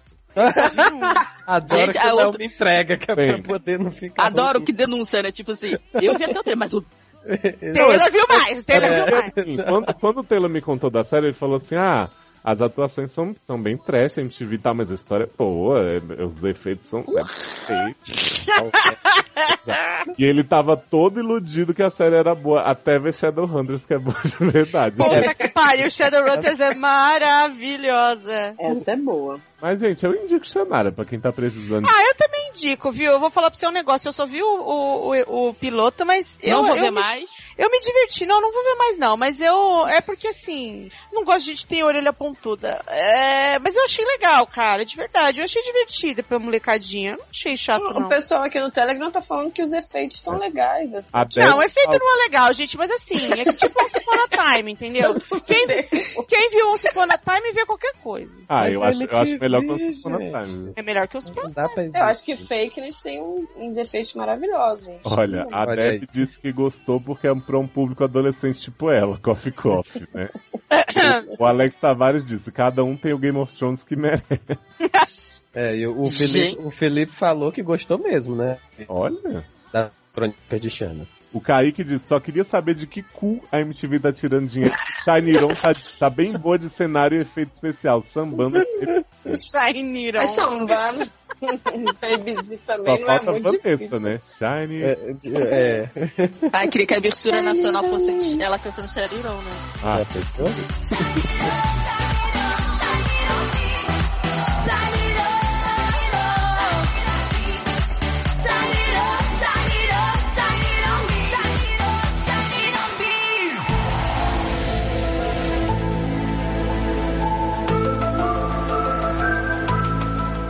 S4: Adoro
S5: Gente,
S4: que
S5: a
S4: não
S5: outra-
S4: me entrega, que é
S1: Sim.
S4: pra poder não ficar.
S5: Adoro que denuncia, né? Tipo assim, eu vi até o trailer, mas o
S2: Taylor viu mais, Taylor
S4: É.
S2: viu mais.
S1: Sim, quando, quando o Taylor me contou da série, ele falou assim: ah, as atuações são, são bem trash, a MTV tá, mas a história é boa, é- os efeitos são é perfeitos, tal, tal. E ele tava todo iludido que a série era boa, até ver Shadowhunters, que é boa de verdade. É,
S2: é-
S6: Puta que pariu, Shadowrunners é maravilhosa.
S3: Essa é boa.
S1: Mas, gente, eu indico Shannara pra quem tá precisando.
S2: Ah, eu também indico, viu? Eu vou falar pra você um negócio. Eu só vi o, o, o, o piloto, mas eu,
S5: não vou
S2: eu
S5: ver
S2: me-
S5: mais.
S2: eu me diverti. Não, não vou ver mais não. Mas eu... É porque, assim... Não gosto de gente que tem orelha pontuda. É, mas eu achei legal, cara. De verdade. Eu achei divertida pra molecadinha. Eu Não achei
S4: Tá
S2: chato,
S3: O
S2: não.
S3: pessoal aqui no Telegram tá falando que os efeitos
S1: É.
S3: estão legais, assim.
S1: Até
S2: Ah, Não, o efeito não é legal, gente, mas assim, é que tipo um Upon a Time, entendeu? Quem, quem viu um Upon a Time vê qualquer coisa.
S1: Ah,
S4: Mas
S1: eu
S4: é
S1: acho, eu acho
S4: MTV,
S1: melhor que o Sona
S4: gente.
S1: Times.
S2: É melhor que os
S4: Não dá pra
S3: Eu acho que Fakeness tem um, uns efeitos maravilhosos. gente.
S1: Olha, a
S4: Olha
S1: Deb
S4: aí.
S1: disse que gostou porque é pra um público adolescente tipo ela, Coffee Coffee, né? o Alex Tavares disse, cada um tem o Game of Thrones que merece.
S4: É, e o, o Felipe, o Felipe falou que gostou mesmo, né?
S1: Olha.
S4: Da crônica de Xana.
S1: O Kaique disse, só queria saber de que cu a MTV tá tirando dinheiro. Shiniron tá, tá bem boa de cenário e efeito especial. Sambando.
S2: Shiniron.
S3: Mas Sambano, Babyzinho
S1: Só
S3: também não é
S1: falta
S3: muito
S1: Vanessa,
S3: difícil.
S1: né? Shiny.
S4: É, é,
S5: Ai, queria que a mistura nacional fosse ela cantando Xerirão, né?
S1: Ah,
S4: já pensou?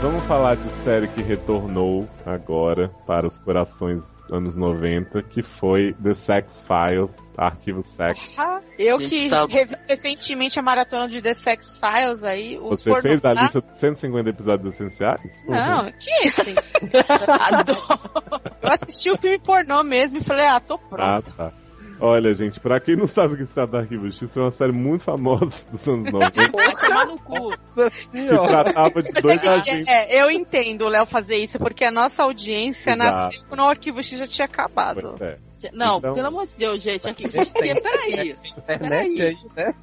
S1: Vamos falar de série que retornou agora para os corações anos 90, que foi The Sex Files, Arquivo Sex.
S2: Ah, Eu
S5: Gente,
S2: que
S5: sabe.
S2: revi recentemente a maratona de The Sex Files aí, os tá?
S1: Você fez a
S2: pornozá-
S1: lista de 150 episódios essenciais?
S2: Não, que isso? hein?
S5: Adoro.
S2: Eu assisti o filme pornô mesmo e falei, ah, tô
S1: Ah,
S2: pronto.
S1: tá. Olha, gente, pra quem não sabe o que se trata do Arquivo X, foi uma série muito famosa dos anos 90 que
S5: Vai tomar no cu.
S1: tratava de
S2: Mas é
S1: dois
S2: que-
S1: agentes.
S2: é, eu entendo o Léo fazer isso, porque a nossa audiência
S1: Exato.
S2: nasceu quando o Arquivo X já tinha acabado.
S1: Pois é.
S5: Não,
S1: Então-
S5: pelo amor de Deus, gente. Aqui, porque, peraí.
S4: Internet
S5: Peraí.
S4: aí, né?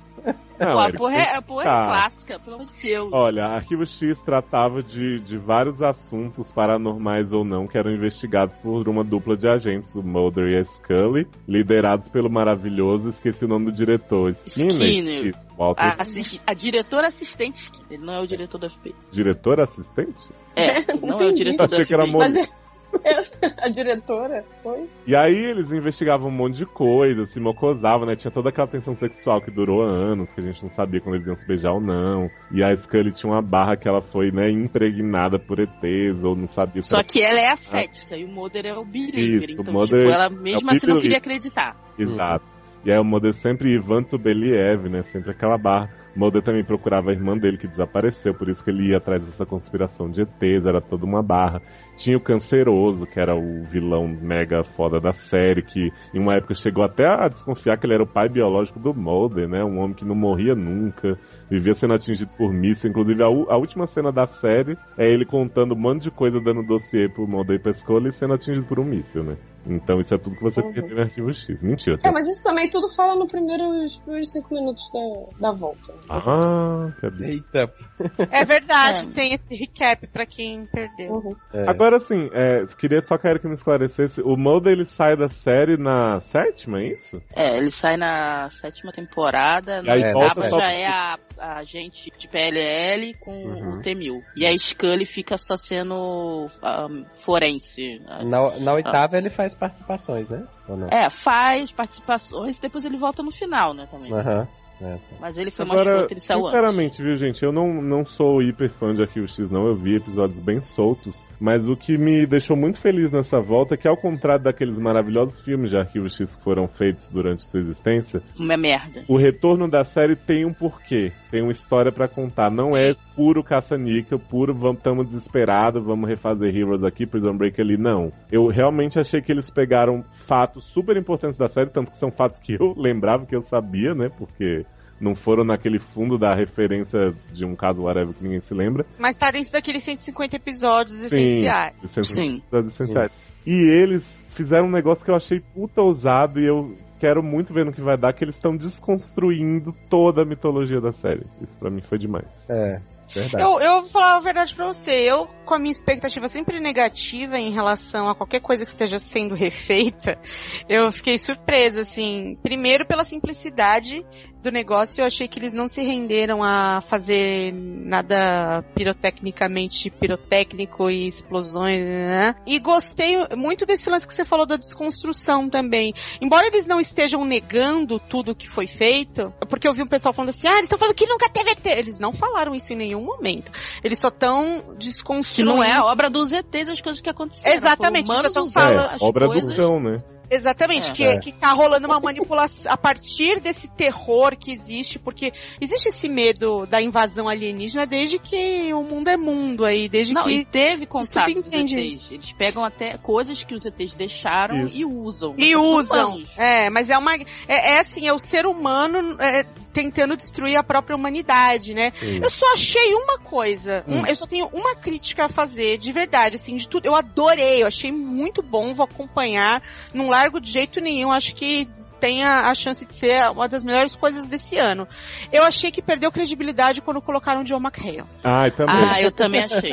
S1: Não,
S5: Pô, a
S1: Erika,
S5: porra é, a porra é
S1: Tá.
S5: clássica, pelo amor de Deus.
S1: Olha, Arquivo X tratava de, de vários assuntos paranormais ou não que eram investigados por uma dupla de agentes, o Mulder e a Scully, liderados pelo maravilhoso, esqueci o nome do diretor, Skinner.
S5: Skinner. Ah.
S1: Isso, Walter,
S5: A, assist- a diretora assistente, que- ele não é o diretor da FBI.
S1: diretor assistente?
S5: É, não é o
S3: Entendi.
S5: diretor da
S1: Achei que era
S5: FBI.
S1: mo-
S3: Mas é- é- a diretora foi?
S1: E aí eles investigavam um monte de coisa, se mocosavam, né? Tinha toda aquela tensão sexual que durou anos, que a gente não sabia quando eles iam se beijar ou não. E a Scully tinha uma barra que ela foi, né, impregnada por ETs, ou não sabia se
S5: Só
S1: era...
S5: que ela é ascética e o Mulder é o believer.
S1: Então, ah. Isso, o
S5: então,
S1: Mulder
S5: tipo, ela
S1: é o
S5: mesmo assim não
S1: believer.
S5: queria acreditar.
S1: Exato. E aí o Mulder sempre Ivan Tubeliev, né? Sempre aquela barra. O Mulder também procurava a irmã dele que desapareceu, por isso que ele ia atrás dessa conspiração de ETs, era toda uma barra. Tinha o Canceroso, que era o vilão mega foda da série, que em uma época chegou até a desconfiar que ele era o pai biológico do Mulder, né? Um homem que não morria nunca, vivia sendo atingido por míssil. Inclusive, a, u- a última cena da série é ele contando um monte de coisa, dando dossiê pro Mulder e pra Scully e sendo atingido por um míssil, né? Então isso é tudo que você
S3: Uhum.
S1: perdeu no Arquivo X. Mentira. tá.
S3: É, mas isso também tudo fala nos primeiros, primeiros cinco minutos da, da volta.
S1: Ah, que absurdo.
S4: Eita.
S2: É verdade, tem esse recap pra quem perdeu.
S3: Uhum.
S4: É.
S1: Agora sim, é, queria só quero que me esclarecesse. O Mulder ele sai da série na sétima, é isso?
S5: É, ele sai na sétima temporada.
S1: E aí
S5: na
S4: volta
S5: capa
S4: só-
S5: já é a, a agente de PLL com
S4: Uhum.
S5: o T-1000. E a Scully fica só sendo ahn, forense.
S4: na, na oitava ele faz participações, né? Ou não?
S5: É, faz participações e depois ele volta no final, né, também.
S4: Aham. É, tá.
S5: Mas ele foi mais
S1: É. Agora,
S5: fruto, ele saiu antes.
S1: sinceramente, viu, gente? Eu não, não sou hiper fã de Arquivo X, não. Eu vi episódios bem soltos. Mas o que me deixou muito feliz nessa volta é que, ao contrário daqueles maravilhosos filmes de Arquivo X que foram feitos durante sua existência,
S5: Uma merda.
S1: o retorno da série tem um porquê, tem uma história pra contar. Não é puro caça-níquel, puro vamos tamo desesperado, vamos refazer Heroes aqui, Prison Break ali, não. Eu realmente achei que eles pegaram fatos super importantes da série, tanto que são fatos que eu lembrava, que eu sabia, né, porque não foram naquele fundo da referência de um caso whatever que ninguém se lembra.
S2: Mas tá dentro daqueles 150 episódios essenciais.
S1: Licença-
S5: Sim.
S1: das essenciais. E eles fizeram um negócio que eu achei puta ousado e eu quero muito ver no que vai dar, que eles estão desconstruindo toda a mitologia da série. Isso pra mim foi demais.
S4: É, verdade.
S2: Eu, eu vou falar a verdade pra você. Eu, com a minha expectativa sempre negativa em relação a qualquer coisa que esteja sendo refeita, eu fiquei surpresa, assim. Primeiro pela simplicidade do negócio, eu achei que eles não se renderam a fazer nada pirotecnicamente pirotécnico e explosões, né? E gostei muito desse lance que você falou da desconstrução também embora eles não estejam negando tudo que foi feito, porque eu vi um pessoal falando assim, ah, eles estão falando que nunca teve ET. Eles não falaram isso em nenhum momento. Eles só estão
S5: Que
S2: desconstruindo.
S5: não é a obra dos ETs, as coisas que aconteceram.
S2: Exatamente,
S5: Foram
S2: isso eu tô
S5: humanos
S2: Fala
S5: usando
S1: é,
S5: as
S1: obra
S5: coisas.
S1: do cão, né?
S2: Exatamente,
S5: É.
S2: que,
S4: É.
S2: que tá rolando uma manipulação a partir desse terror que existe, porque existe esse medo da invasão alienígena desde que o mundo é mundo aí, desde
S5: Não,
S2: que
S5: e teve contato dos
S2: subentende
S5: ETs.
S2: isso.
S5: Eles pegam até coisas que os ETs deixaram
S1: Isso.
S5: e usam.
S2: E
S5: São
S2: usam.
S5: humanos.
S2: É, mas é uma. É, é assim, é o ser humano é, tentando destruir a própria humanidade, né?
S1: Sim.
S2: Eu só achei uma coisa. um- eu só tenho uma crítica a fazer, de verdade, assim, de tudo. Eu adorei, eu achei muito bom, vou acompanhar. Não largo de jeito nenhum, acho que tem a, a chance de ser uma das melhores coisas desse ano. Eu achei que perdeu credibilidade quando colocaram John McHale.
S1: Ah, e também.
S5: Ah, eu também achei.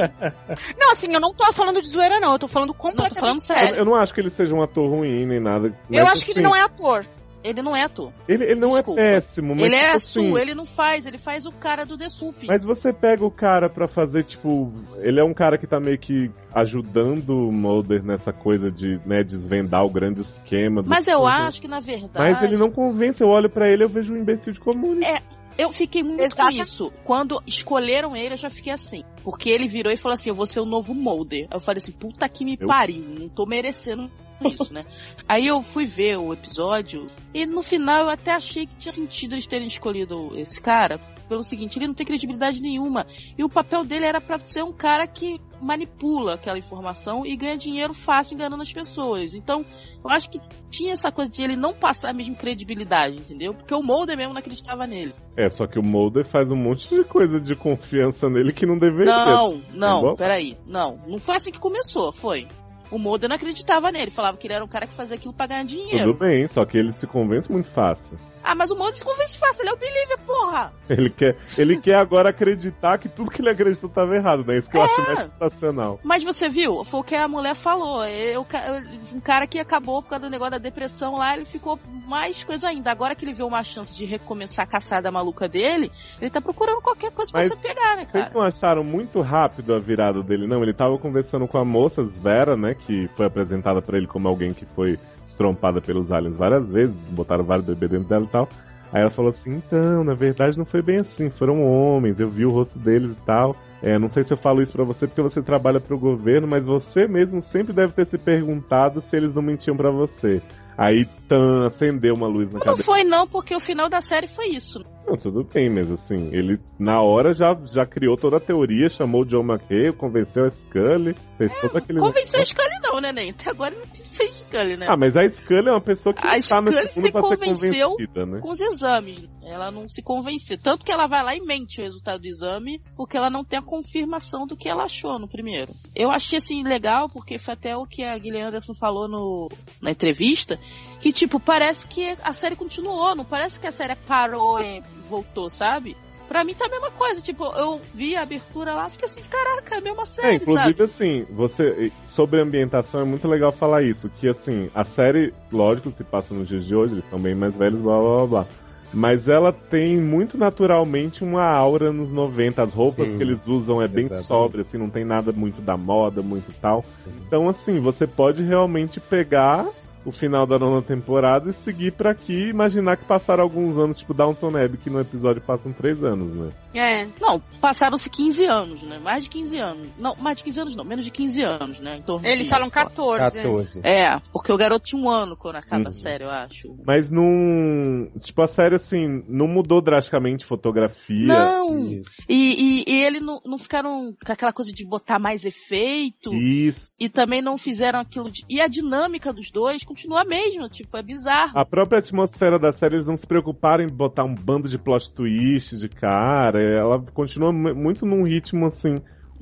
S2: Não, assim, eu não tô falando de zoeira, não. Eu tô falando completamente
S5: falando sério.
S1: eu, eu não acho que ele seja um ator ruim nem nada.
S2: é. Eu acho que ele
S1: assim,
S2: não é ator.
S5: Ele não é ator.
S1: Ele, ele não
S5: Desculpa.
S1: é péssimo, mas.
S5: ele é
S1: tipo
S5: Sul,
S1: assim,
S5: ele não faz, ele faz o cara do The Sup.
S1: Mas você pega o cara pra fazer, tipo. Ele é um cara que tá meio que ajudando o Mulder nessa coisa de né, desvendar o grande esquema. do-
S5: Mas eu acho que, na verdade,
S1: Uhum. Mas ele não convence, eu olho pra ele eu vejo um imbecil de comum.
S5: É. eu fiquei muito
S2: Exatamente.
S5: com isso. Quando escolheram ele, eu já fiquei assim. Porque ele virou e falou assim, eu vou ser o novo Mulder. Aí Eu falei assim, puta que me
S1: Eu-
S5: pariu, não tô merecendo isso, né? Aí eu fui ver o episódio e no final eu até achei que tinha sentido eles terem escolhido esse cara. Pelo seguinte, ele não tem credibilidade nenhuma. E o papel dele era pra ser um cara que manipula aquela informação e ganha dinheiro fácil enganando as pessoas. Então, eu acho que tinha essa coisa de ele não passar a mesma credibilidade, entendeu? Porque o Mulder mesmo não acreditava nele.
S1: É, só que o Mulder faz um monte de coisa de confiança nele que não deveria.
S5: Não,
S1: Entendeu?
S5: não, peraí. Não, não foi assim que começou, foi. O Mulder não acreditava nele, falava que ele era um cara que fazia aquilo pra ganhar dinheiro.
S1: Tudo bem, só que ele se convence muito fácil.
S5: Ah, mas o Mulder se convence fácil, ele é o Believer, porra!
S1: Ele quer, ele quer agora acreditar que tudo que ele acreditou estava errado, né? Isso que eu
S5: É.
S1: acho mais sensacional.
S5: Mas você viu? Foi o que a mulher falou. É, o ca- Um cara que acabou por causa do negócio da depressão lá, ele ficou mais coisa ainda. Agora que ele vê uma chance de recomeçar a caçada maluca dele, ele tá procurando qualquer coisa pra
S1: Mas
S5: você pegar, né,
S1: Vocês
S5: cara?
S1: não acharam muito rápido a virada dele, não? Ele tava conversando com a moça, Vera, né? Que foi apresentada pra ele como alguém que foi trompada pelos aliens várias vezes, botaram vários bebês dentro dela e tal. Aí ela falou assim: então, na verdade não foi bem assim, foram homens, eu vi o rosto deles e tal. É, não sei se eu falo isso pra você porque você trabalha pro governo, mas você mesmo sempre deve ter se perguntado se eles não mentiam pra você. Aí, tan, acendeu uma luz na
S5: Não
S1: cabeça.
S5: foi não, porque o final da série foi isso.
S1: Não, tudo bem, mas assim, ele na hora já, já criou toda a teoria, chamou o John McHale, convenceu a Scully, fez
S5: É,
S1: todo aquele.
S5: Convenceu a Scully não, né, Nen? Até agora ele não fez Scully, né?
S1: Ah, mas a Scully é uma pessoa que
S5: A
S1: não tá nesse mundo
S5: Scully se
S1: pra ser
S5: convenceu
S1: convencida, né?
S5: com os exames. Ela não se convence. Tanto que ela vai lá e mente o resultado do exame, porque ela não tem a confirmação do que ela achou no primeiro. Eu achei assim legal, porque foi até o que a Guilherme Anderson falou no, na entrevista, que tipo, parece que a série continuou, não parece que a série parou e voltou, sabe? Pra mim tá a mesma coisa, tipo, eu vi a abertura lá, fiquei assim, caraca, é a mesma
S1: É,
S5: série,
S1: inclusive
S5: sabe?
S1: assim, você sobre ambientação é muito legal falar isso, que assim, a série, lógico, se passa nos dias de hoje, eles são bem mais velhos, blá blá blá. blá. Mas ela tem muito naturalmente uma aura nos 90, as roupas
S4: Sim.
S1: que eles usam é bem
S4: Exatamente.
S1: sóbria, assim, não tem nada muito da moda, muito tal. Então assim, você pode realmente pegar o final da nona temporada e seguir pra aqui e imaginar que passaram alguns anos, tipo Downton Abbey, que no episódio passam três anos, né?
S2: É.
S5: Não, passaram-se 15 anos, né? Mais de 15 anos. Não, mais de 15 anos não, menos de 15 anos, né? Em torno
S2: Eles
S5: disso,
S2: falam
S5: sei lá.
S2: 14.
S4: 14.
S5: É, porque o garoto tinha um ano quando acaba
S1: Uhum.
S5: a série, eu acho.
S1: Mas não. Tipo, a série, assim, não mudou drasticamente fotografia.
S5: Não!
S4: Isso.
S5: E, e, e ele não, não ficaram com aquela coisa de botar mais efeito.
S1: Isso.
S5: E também não fizeram aquilo de... E a dinâmica dos dois, continua a mesma, tipo, é bizarro.
S1: A própria atmosfera da série, eles não se preocuparam em botar um bando de plot twist de cara. Ela continua mu- muito num ritmo assim.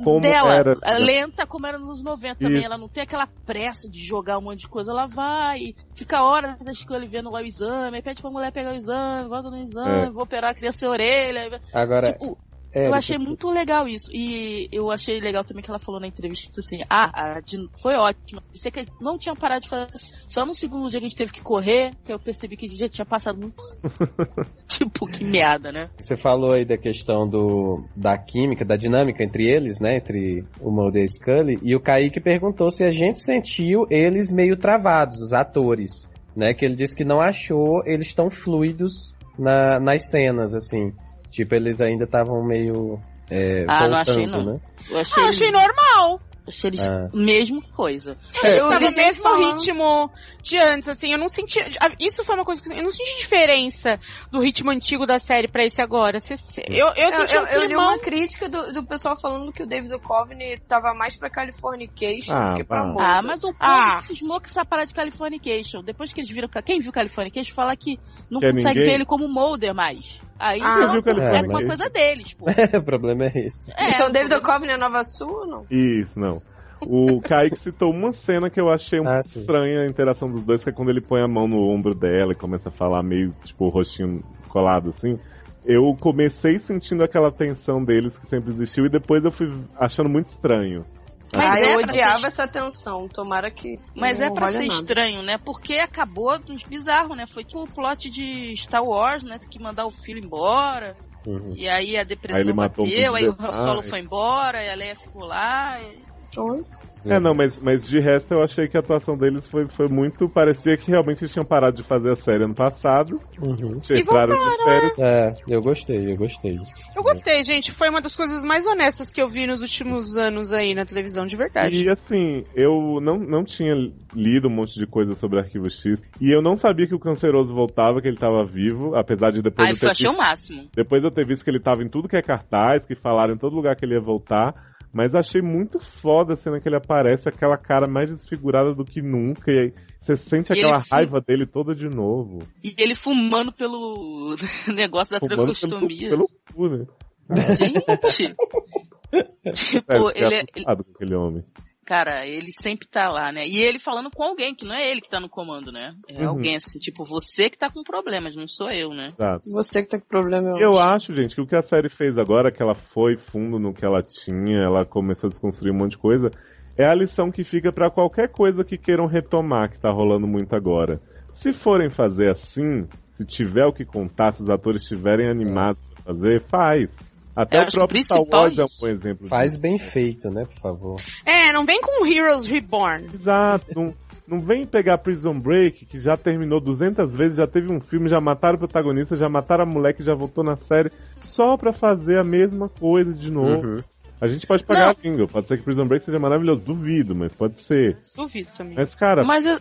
S1: Como
S5: dela,
S1: era.
S5: é lenta como era nos 90 também.
S1: Isso.
S5: Ela não tem aquela pressa de jogar um monte de coisa. Ela vai, fica horas escrevendo lá o exame, aí pede pra mulher pegar o exame, volta no exame,
S1: É.
S5: vou operar a criança sem orelha.
S4: Agora,
S5: Tipo,
S4: Érica,
S5: eu achei muito legal isso. E eu achei legal também que ela falou na entrevista que assim, ah, a Din- foi ótima. Sei que não tinha parado de fazer. isso. Só no segundo dia que a gente teve que correr, que eu percebi que a gente já tinha passado muito. tipo, que merda, né?
S4: Você falou aí da questão do, da química, da dinâmica entre eles, né? Entre o Mulder e a Scully. E o Kaique perguntou se a gente sentiu eles meio travados, os atores. Né? Que ele disse que não achou eles tão fluidos na- nas cenas, assim. Tipo, eles ainda estavam meio. É,
S5: Ah, não
S4: voltando,
S5: achei, não.
S4: Né?
S5: Eu achei,
S2: Ah, eu
S5: eles-
S2: achei normal.
S5: achei eles
S4: Ah.
S5: mesma coisa.
S2: Eu tava no
S6: eles
S2: mesmo
S6: falam-
S2: ritmo de antes, assim. Eu não senti. ah, Isso foi uma coisa que eu não senti diferença do ritmo antigo da série pra esse agora. Cê- cê- Eu, eu
S6: Eu,
S2: senti
S6: eu-
S2: um
S6: eu li
S2: climão.
S6: uma crítica do, do pessoal falando que o David Duchovny tava mais pra Californication
S1: Ah,
S6: do que pra
S1: vá.
S6: Mulder.
S5: Ah, mas o povo
S2: Ah.
S5: cismou que essa parada de Californication. Depois que eles viram. Quem viu Californication fala que não
S1: Que é
S5: consegue
S1: ninguém?
S5: ver ele como Mulder mais. Aí
S6: Ah,
S5: não,
S1: viu
S5: é
S1: Californication?
S5: uma coisa deles, pô.
S4: o problema é esse.
S5: É,
S6: então, David Duchovny é Nova Sul ou não?
S1: Isso, não. O Kaique citou uma cena que eu achei um
S4: Ah,
S1: pouco
S4: sim.
S1: estranha a interação dos dois, que é quando ele põe a mão no ombro dela e começa a falar meio, tipo, o rostinho colado, assim. Eu comecei sentindo aquela tensão deles que sempre existiu e depois eu fui achando muito estranho.
S5: Mas
S6: ah,
S5: é
S6: eu
S5: pra
S6: odiava essa tensão. Tomara que.
S5: Mas
S6: não
S5: é pra
S6: role
S5: ser
S6: nada.
S5: estranho, né? Porque acabou dos bizarros, né? Foi tipo o plot de Star Wars, né? Tem que mandar o filho embora.
S4: Uhum.
S5: E aí a
S1: Aí
S5: depressão
S1: ele matou um
S5: bateu, aí o Han
S1: dezenove.
S5: Solo foi embora, e a Leia ficou lá. e-
S6: Oi?
S1: É, não, mas, mas de resto eu achei que a atuação deles foi, foi muito. Parecia que realmente eles tinham parado de fazer a série ano passado.
S4: Uhum.
S1: Entraram de férias.
S4: É, eu gostei, eu gostei.
S2: Eu gostei, gente. Foi uma das coisas mais honestas que eu vi nos últimos anos aí na televisão, de verdade.
S1: E assim, eu não, não tinha lido um monte de coisa sobre Arquivo X. E eu não sabia que o canceroso voltava, que ele tava vivo, apesar de depois
S5: Aí
S1: eu
S5: eu
S1: ter
S5: achei
S1: visto,
S5: o máximo.
S1: depois eu ter visto que ele tava em tudo que é cartaz, que falaram em todo lugar que ele ia voltar. Mas achei muito foda a cena que ele aparece, aquela cara mais desfigurada do que nunca. E aí você sente
S5: E ele
S1: aquela
S5: fica-
S1: raiva dele toda de novo.
S5: E ele fumando pelo negócio da
S1: fumando
S5: trancostomia.
S1: pelo, pelo cu, né?
S5: Gente!
S1: Sério,
S5: tipo,
S1: fiquei
S5: ele, é- ele-
S1: assustado com aquele homem.
S5: Cara, ele sempre tá lá, né? E ele falando com alguém, que não é ele que tá no comando, né? É
S1: Uhum.
S5: alguém assim, tipo, você que tá com problemas, não sou eu, né?
S1: Exato.
S6: Você que tá com problema.
S1: Eu acho, gente, que o que a série fez agora, que ela foi fundo no que ela tinha, ela começou a desconstruir um monte de coisa, é a lição que fica pra qualquer coisa que queiram retomar, que tá rolando muito agora. Se forem fazer assim, se tiver o que contar, se os atores estiverem animados pra fazer, faz. Até
S5: Eu
S1: o
S5: acho que o
S1: próprio Star
S5: principal
S1: Wars
S5: é
S1: é um
S5: isso.
S1: bom exemplo.
S4: Faz
S1: disso.
S4: bem feito, né, por favor.
S2: É, não vem com Heroes Reborn.
S1: Exato. Não, não vem pegar Prison Break, que já terminou 200 vezes, já teve um filme, já mataram o protagonista, já mataram a mulher que já voltou na série, só pra fazer a mesma coisa de novo.
S5: Uhum.
S4: Uhum.
S1: A gente pode pagar a língua, pode ser que Prison Break seja maravilhoso, duvido, mas pode ser.
S2: Duvido também.
S1: Mas, cara,
S5: Mas é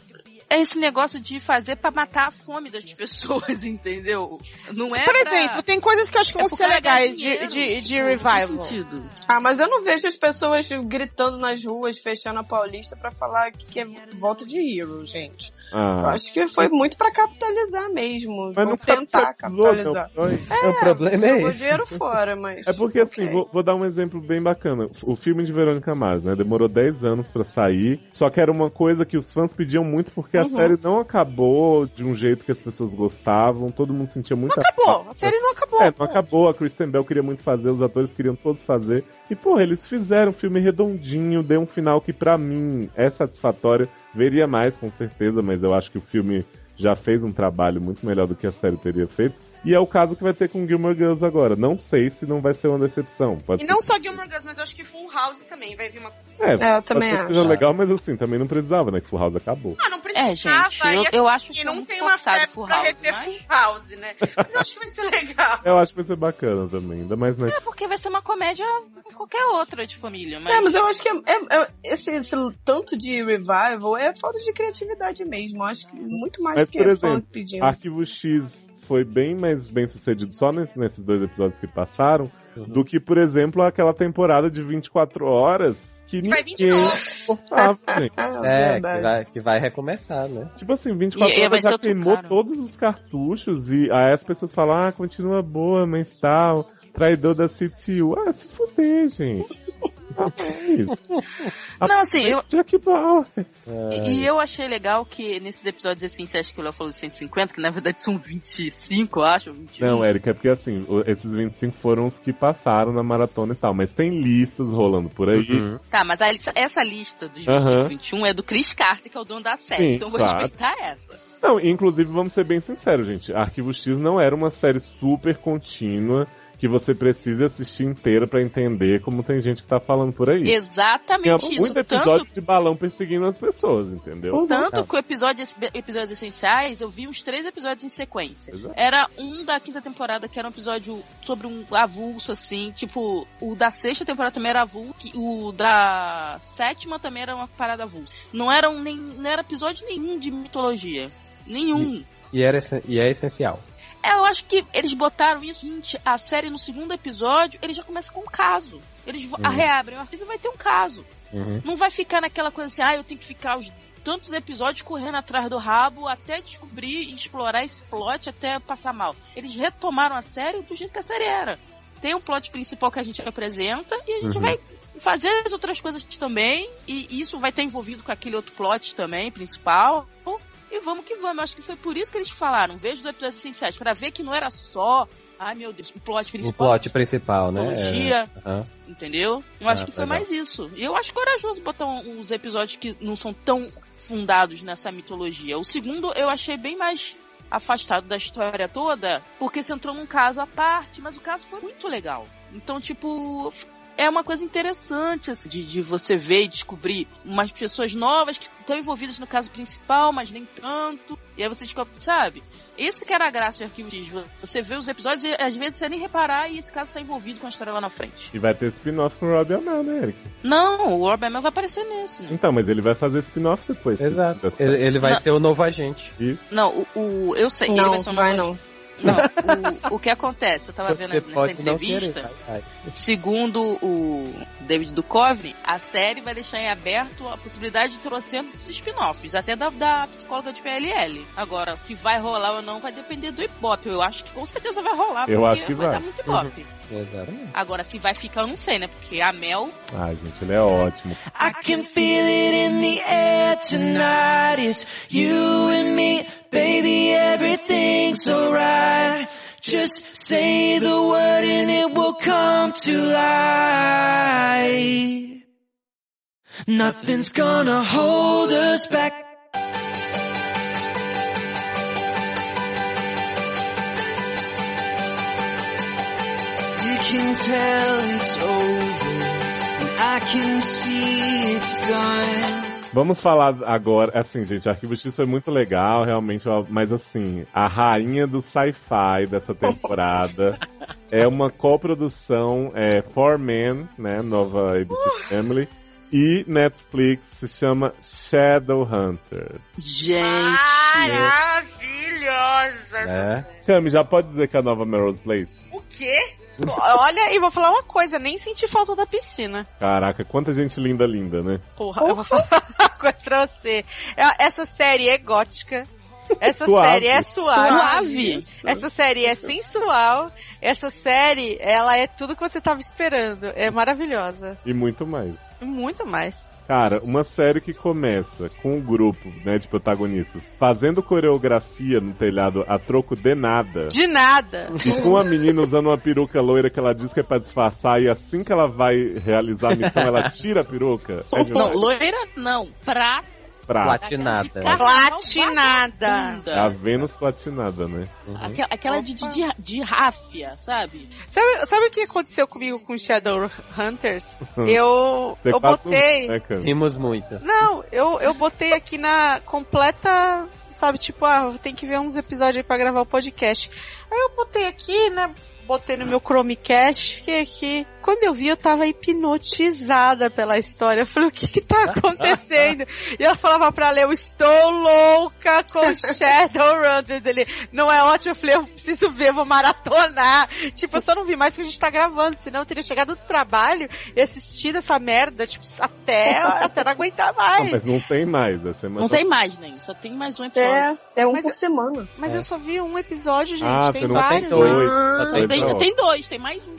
S5: é esse negócio de fazer pra matar a fome das pessoas, entendeu? Não é
S2: Por
S5: pra-
S2: exemplo, tem coisas que eu acho que
S5: É
S2: vão
S5: por
S2: ser
S5: causa de
S2: legais de,
S5: dinheiro.
S2: de, de
S5: não faz
S2: revival.
S5: sentido.
S6: Ah, mas eu não vejo as pessoas gritando nas ruas, fechando a Paulista pra falar que é volta de Hero, gente. Eu
S1: ah,
S6: acho que foi muito pra capitalizar mesmo.
S1: mas
S6: Vou
S1: não
S6: tentar
S1: capitalizou, não.
S6: capitalizar.
S4: o problema é
S6: Jogou
S4: esse.
S6: dinheiro fora, mas.
S1: É porque assim,
S6: Ok.
S1: vou, vou dar um exemplo bem bacana. O filme de Verônica Mars, né? Demorou 10 anos pra sair. Só que era uma coisa que os fãs pediam muito porque a
S6: Uhum.
S1: série não acabou de um jeito que as pessoas gostavam. Todo mundo sentia muita
S2: Acabou, a série não acabou.
S1: É,
S2: pô.
S1: não acabou, a Kristen Bell queria muito fazer, os atores queriam todos fazer. E, porra, eles fizeram um filme redondinho, deu um final que pra mim é satisfatório. Veria mais, com certeza, mas eu acho que o filme já fez um trabalho muito melhor do que a série teria feito. E é o caso que vai ter com Gilmore Girls agora. Não sei se não vai ser uma decepção. Pode
S2: E
S1: ser,
S2: não só Gilmore Girls, mas eu acho que Full House também vai vir uma...
S1: é,
S6: É, eu
S1: pode
S6: também
S1: ser que
S6: acho.
S1: seja legal, mas assim, também não precisava, né? Que Full House acabou.
S2: Ah, não precisava.
S5: É, gente, eu,
S2: e,
S5: eu acho
S2: assim,
S5: que
S2: não
S5: não
S2: tem
S5: tem
S2: uma
S5: forçado
S2: série
S5: Full
S2: pra
S5: House,
S2: rever
S5: mas...
S2: Full House, né? Mas eu acho que vai ser legal.
S1: Eu acho que vai ser bacana também, ainda mais né, na
S5: É porque vai ser uma comédia como qualquer outra de família, mas...
S6: É, mas eu acho que é- é- é- esse, esse tanto de revival é falta de criatividade mesmo. Eu acho que muito mais
S1: Mas,
S6: que
S1: por
S6: fã
S1: exemplo,
S6: pedindo.
S1: Arquivo X foi bem mais bem sucedido só nes- nesses dois episódios que passaram do que, por exemplo, aquela temporada de 24 horas que
S9: Vai
S1: ninguém
S9: 29.
S1: suportava, gente.
S4: É, que
S3: verdade.
S4: vai, que vai recomeçar, né?
S1: Tipo assim, 24
S5: E- e
S1: horas
S5: vai ser
S1: já
S5: outro
S1: queimou
S5: cara.
S1: todos os cartuchos e aí as pessoas falam, ah, continua boa, mensal, traidor da CTU. Ah, se fuder, gente. é Rapaz,
S5: Não, assim, eu,
S1: Jack Bauer.
S5: E eu achei legal que nesses episódios assim, você acha que o Léo falou de 150, que na verdade são 25, eu acho, um? ou 21.
S1: Não, Érica, é porque assim, o- esses 25 foram os que passaram na maratona e tal, mas tem listas rolando por aí.
S4: Uhum.
S5: Tá, mas a- essa lista dos 25
S1: Aham.
S5: 21 é do Chris Carter, que é o dono da série,
S1: Sim,
S5: então eu vou
S1: claro.
S5: respeitar essa.
S1: Não, inclusive, vamos ser bem sinceros, gente. Arquivo X não era uma série super contínua que você precisa assistir inteira pra entender como tem gente que tá falando por aí. Tinha
S5: Exatamente isso.
S1: muito
S5: Tanto,
S1: episódio de balão perseguindo as pessoas, entendeu?
S5: tanto que o episódio, episódios essenciais, eu vi uns três episódios em sequência.
S1: Exato.
S5: Era um da quinta temporada, que era um episódio sobre um avulso, assim, tipo, o da sexta temporada também era avulso, que- o da sétima também era uma parada avulsa. Não era, um, nem, não era episódio nenhum de mitologia. Nenhum.
S4: E, era, essen- e é essencial.
S5: É, eu acho que eles botaram isso, gente, a série no segundo episódio, ele já começa com um caso. Eles vo- a reabrem uma coisa e vai ter um caso.
S4: Uhum.
S5: Não vai ficar naquela coisa assim, ah, eu tenho que ficar os tantos episódios correndo atrás do rabo até descobrir e explorar esse plot até passar mal. Eles retomaram a série do jeito que a série era. Tem um plot principal que a gente apresenta e a gente
S4: Uhum.
S5: vai fazer as outras coisas também e isso vai estar envolvido com aquele outro plot também principal. E vamos que vamos. Eu acho que foi por isso que eles falaram. Veja os episódios essenciais pra ver que não era só, ai meu Deus, o plot
S4: O
S5: principal.
S4: plot principal, né?
S5: mitologia,
S4: É, aham.
S5: Entendeu? Eu acho
S4: Ah,
S5: que foi
S4: legal.
S5: mais isso. E eu acho corajoso botar um- uns episódios que não são tão fundados nessa mitologia. O segundo eu achei bem mais afastado da história toda, porque você entrou num caso à parte, mas o caso foi muito legal. Então, tipo, é uma coisa interessante assim, de, de você ver e descobrir umas pessoas novas que estão envolvidas no caso principal, mas nem tanto. E aí você descobre, sabe? Esse que era a graça do Arquivo X. Você vê os episódios e às vezes você nem reparar e esse caso está envolvido com a história lá na frente.
S1: E vai ter spin-off com o Rob Amell, né, Eric?
S5: Não, o Orberman vai aparecer nesse. Né?
S1: Então, mas ele vai fazer spin-off depois.
S4: Exato. Ele, ele vai
S5: Não.
S4: ser o novo agente.
S5: Não, o, o- eu sei. ele vai
S3: Não,
S5: ser uma...
S3: vai não.
S5: não o, o que acontece? Eu tava vendo
S4: Você
S5: nessa
S4: pode não querer.
S5: entrevista.
S4: Vai, vai.
S5: Segundo o David Duchovny, a série vai deixar em aberto a possibilidade de trocentos spin-offs, até da, da psicóloga de PLL. Agora, se vai rolar ou não vai depender do Ibope. Eu acho que com certeza vai rolar,
S1: Eu
S5: porque
S1: acho que
S5: vai,
S1: vai.
S5: dar muito Ibope.
S4: Exatamente.
S5: Agora, se vai ficar, eu não sei, né? Porque a Mel
S1: Ai, gente, ele é ótimo.
S10: I can feel it in the air tonight. It's you and me, baby, everything's alright. Just say the word and it will come to light. Nothing's gonna hold us back. You can tell it's over. I can see it's done.
S1: Vamos falar agora, assim, gente, Arquivo X foi muito legal, realmente, mas assim, a rainha do sci-fi dessa temporada é uma coprodução é, For Men, né, nova ABC Family, e Netflix, se chama Shadowhunters.
S5: Gente.
S2: Maravilhosa!
S4: Né?
S1: Cami, já pode dizer que é a nova Melrose Place?
S2: O quê? Olha, e vou falar uma coisa, nem senti falta da piscina.
S1: Caraca, quanta gente linda, linda, né?
S2: Porra, eu vou falar uma coisa pra você. É- Essa série é gótica. Essa
S1: Suave.
S2: série é suave.
S5: Suave.
S2: Essa série é sensual. Essa série, ela é tudo que você tava esperando. É maravilhosa.
S1: E muito mais.
S2: Muito mais.
S1: Cara, uma série que começa com um grupo, né, de protagonistas fazendo coreografia no telhado a troco de nada.
S2: De nada.
S1: E com a menina usando uma peruca loira que ela diz que é pra disfarçar, e assim que ela vai realizar a missão, ela tira a peruca. É de
S5: Não, loira não, prata.
S4: Tá.
S1: prata.
S4: Platinada.
S5: Cara,
S1: É
S2: Platinada.
S1: a
S5: Vagabunda.
S1: Vênus platinada, né?
S4: Uhum.
S5: Aquela, aquela de, de, de, de ráfia, sabe?
S2: Sabe, sabe o que aconteceu comigo com Shadowhunters? Eu, eu
S1: quase não-
S2: botei.
S1: né, Cami?
S4: Rimos muito.
S2: Não, eu, eu botei aqui na completa. Sabe, tipo, ah, tem que ver uns episódios aí pra gravar o podcast. Aí eu botei aqui, né? Botei no meu Chromecast, fiquei aqui. Quando eu vi, eu tava hipnotizada pela história. Eu falei, o que que tá acontecendo? e ela falava pra ler, eu estou louca com Shadowrunners. Ele, não é ótimo? Eu falei, eu preciso ver, vou maratonar. Tipo, eu só não vi mais que a gente tá gravando, senão eu teria chegado do trabalho e assistido essa merda, tipo, a
S5: até, até não aguentar mais.
S1: Não, mas não tem mais. Essa é semana
S5: Não tem mais, nem. Só tem mais um episódio.
S3: É, é um
S6: Mas-
S3: por semana.
S6: Mas eu só vi um episódio, gente.
S1: é. Ah,
S6: tem
S1: você não tem
S6: vários.
S4: dois. Tá
S1: Ah,
S4: Só tem
S1: Então,
S5: Tem,
S1: ó.
S5: tem dois, tem mais um.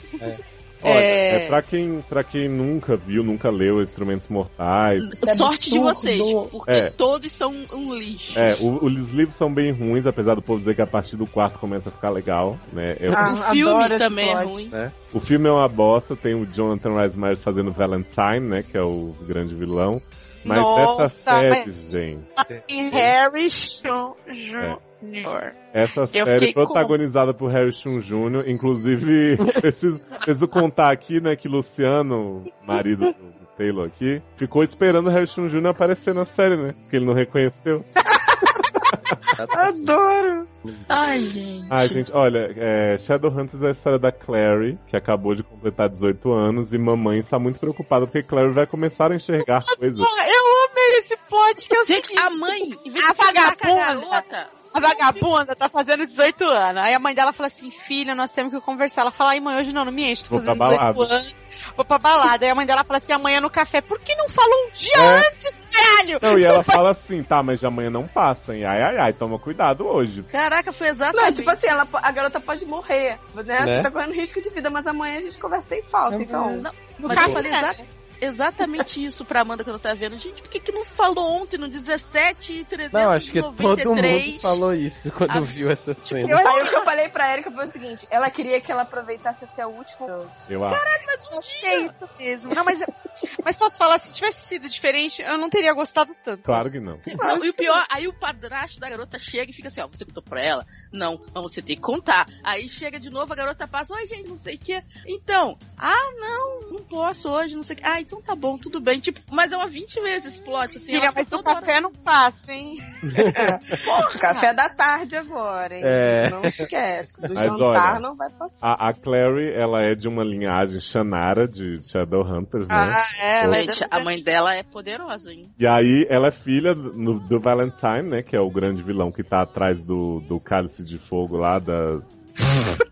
S1: Olha,
S5: É.
S1: é... pra, quem, pra quem nunca viu, nunca leu Instrumentos Mortais.
S3: é
S5: Sorte de
S3: absurdo.
S5: vocês, porque
S1: É.
S5: todos são um lixo.
S1: É, o- o- os livros são bem ruins, apesar do povo dizer que a partir do quarto começa a ficar legal, né? Eu-
S3: Ah.
S5: o filme
S3: adoro esse
S5: também é
S3: plot.
S5: ruim.
S4: Né?
S1: O filme é uma bosta, tem o Jonathan Rhys Meyers fazendo Valentine, né? Que é o grande vilão. Mas
S6: Nossa,
S1: essa série,
S6: mas-
S1: gente,
S6: E Harry Shaw
S1: É.
S6: Jr.
S1: essa
S5: Eu
S1: série
S5: fiquei com-
S1: protagonizada por Harrison Jr., inclusive, preciso, preciso contar aqui, né, que Luciano, marido do Taylor aqui, ficou esperando o Harrison Jr. aparecer na série, né? Porque ele não reconheceu.
S3: Adoro.
S5: Ai, gente.
S1: Ai, gente, olha, é, Shadowhunters é a história da Clary, que acabou de completar 18 anos, e mamãe está muito preocupada porque Clary vai começar a enxergar coisas.
S6: Pô, eu amei esse plot que eu
S5: Gente, a mãe, em vez
S6: A
S5: de falar com a
S6: vagabunda.
S5: garota,
S6: A vagabunda tá fazendo 18 anos. Aí a mãe dela fala assim: filha, nós temos que conversar. Ela fala: ai, mãe, hoje não, não me enche, tô
S1: Vou
S6: fazendo
S1: pra
S6: 18
S1: balada."
S6: anos. Vou pra balada. Aí a mãe dela fala assim: amanhã no café. Por que não falou um dia
S1: É.
S6: antes, caralho?
S1: Não, e ela fala assim, tá, mas de amanhã não passa, hein? Ai, ai, ai, toma cuidado hoje.
S5: caraca, foi
S3: Não, é
S5: exatamente.
S3: tipo assim, ela, po- a garota pode morrer, né?
S4: Né?
S3: Você tá correndo risco de vida, mas amanhã a gente conversa sem
S5: É
S3: falta, então.
S5: Não,
S6: No
S5: mas
S6: café.
S5: eu falei exa- exatamente isso pra Amanda quando eu tava vendo. Gente, por que, que não falou ontem no 17 393?
S4: Não, acho que todo mundo falou isso quando viu essa cena.
S3: Eu, aí o que eu falei pra Erika foi o seguinte: ela queria que ela aproveitasse até o último.
S1: Eu "Ah, acho.
S6: É isso mesmo. Não, mas, mas posso falar, se tivesse sido diferente, eu não teria gostado tanto.
S1: Claro que não.
S5: Não, e o pior, aí o padrasto da garota chega e fica assim, ó, você contou pra ela? Não, mas você tem que contar. Aí chega de novo, a garota passa, oi gente, não sei o que. Então, ah não, não posso hoje, não sei o que. Ah, então tá bom, tudo bem. Tipo, mas é uma 20 vezes esse plot, assim.
S6: Filha,
S5: ela
S6: mas
S5: fica
S6: o
S5: toda hora-
S6: café não passa, hein?
S3: Café da tarde agora, hein?
S4: É.
S3: Não esquece. Do
S1: Mas
S3: jantar
S1: olha-
S3: não vai passar.
S1: A, a Clary, ela é de uma linhagem Shannara de Shadowhunters, né?
S5: Ah.
S6: é,
S5: Gente, a mãe dela é poderosa, hein?
S1: E aí, ela é filha do, do Valentine, né? Que é o grande vilão que tá atrás do, do Cálice de Fogo lá da...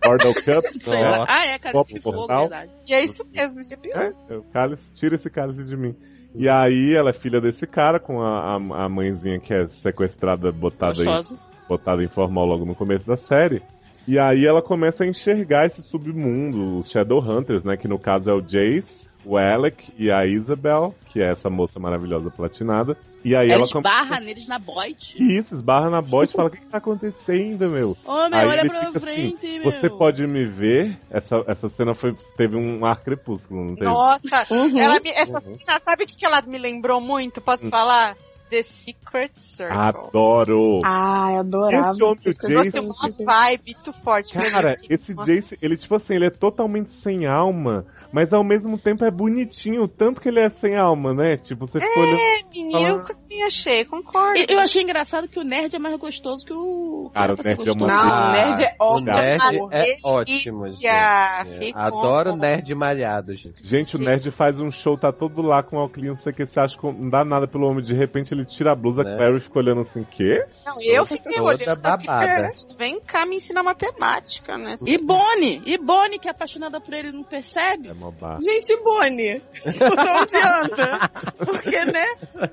S1: Ordal Cup,
S5: Sei
S1: né?
S5: lá. Ah, é, cara,
S1: Copo
S5: se for,
S1: Portal.
S5: verdade.
S6: E é isso mesmo, isso é pior.
S1: É, o cálice, tira esse cálice de mim. E aí ela é filha desse cara com a, a, a mãezinha que é sequestrada, botada em,
S5: Gostosa.
S1: botada em formal logo no começo da série. E aí ela começa a enxergar esse submundo, os Shadowhunters, né? Que no caso é o Jace, o Alec e a Isabel, que é essa moça maravilhosa platinada. E aí
S5: Ela
S1: ela... come-
S5: esbarra neles na boite.
S1: E isso, esbarra na bote e fala, o que, que tá acontecendo, meu?
S5: Homem,
S1: Aí
S5: olha
S1: ele
S5: pra
S1: fica assim,
S5: frente, meu.
S1: Você pode me ver? Essa, essa cena foi, teve um ar crepúsculo, não teve?
S6: Nossa,
S5: Uhum.
S6: ela me- essa
S1: Uhum.
S6: cena, sabe o que, que ela me lembrou muito? Posso
S1: Hum.
S6: falar? The Secret Circle.
S1: Adoro!
S3: Ah, eu adorava.
S1: Esse homem,
S3: essas
S1: o
S3: coisas.
S1: Jason,
S6: Uma vibe muito forte. pra
S1: Cara,
S6: mim.
S1: esse Jace, ele, tipo assim, ele é totalmente sem alma, mas ao mesmo tempo é bonitinho, o tanto que ele é sem alma, né? Tipo, você ficou olhando.
S6: É, menino, eu também achei, concordo.
S5: Eu- Eu achei engraçado que o nerd é mais gostoso que o. que
S1: Cara,
S5: era
S1: o
S5: pra ser
S1: nerd é uma-
S4: Ah,
S5: gostoso.
S3: Não, o nerd é
S4: o
S3: ótimo.
S4: nerd
S3: amor.
S4: é ótimo, gente. É,
S6: Fiquei com-
S4: Adoro nerd malhado, gente.
S1: Gente, o nerd faz um show, tá todo lá com o óculos, não sei o que, você acha que não dá nada pelo homem, de repente ele tira a blusa,
S4: Né?
S1: Clary fica olhando assim, quê?
S6: Não, eu fiquei
S4: toda
S6: olhando.
S4: babada.
S6: Porque, vem cá me ensina matemática, né?
S5: E Bonnie! E Bonnie, que é apaixonada por ele, não percebe?
S1: É uma barra.
S3: Gente, Bonnie, não adianta. Porque, né?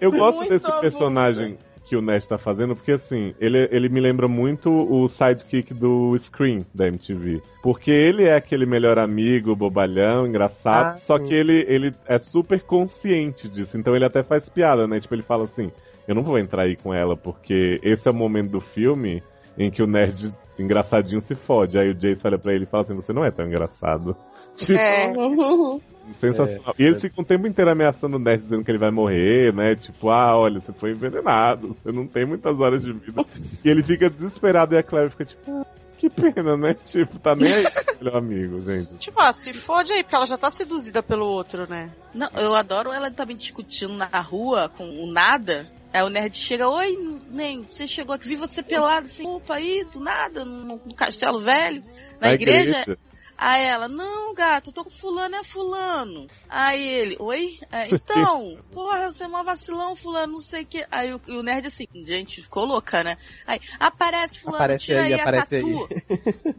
S1: Eu gosto
S3: Muito
S1: desse
S3: avulso.
S1: personagem que o Ned tá fazendo, porque assim, ele, ele me lembra muito o sidekick do Scream da MTV. Porque ele é aquele melhor amigo, bobalhão, engraçado,
S4: Ah,
S1: só
S4: sim.
S1: que ele, ele é super consciente disso, então ele até faz piada, né? Tipo, ele fala assim: eu não vou entrar aí com ela, porque esse é o momento do filme em que o nerd engraçadinho se fode. Aí o Jace olha pra ele e fala assim: você não é tão engraçado. Tipo,
S6: É.
S1: Sensacional. E ele fica o tempo inteiro ameaçando o Ned, dizendo que ele vai morrer, né? Tipo, ah, olha, você foi envenenado, você não tem muitas horas de vida. E ele fica desesperado e a Claire fica tipo, ah, que pena, né? Tipo, tá nem aí, meu amigo, gente.
S6: Tipo, ó, se fode aí, porque ela já tá seduzida pelo outro, né?
S5: Não, eu adoro ela também discutindo na rua com o nada. Aí o nerd chega, oi, nem, você chegou aqui, vi você pelado, assim, opa aí, do nada, no, no castelo velho, na, igreja. Aí ela, não, gato, eu tô com fulano, é fulano. Aí ele, oi? É, então, porra, você é mó vacilão, fulano, não sei o que. Aí o, e o nerd assim, gente, ficou louca, né? Aí, aparece fulano,
S4: Aparece
S5: tira
S4: aí,
S5: aí, a
S4: aparece
S5: tatu.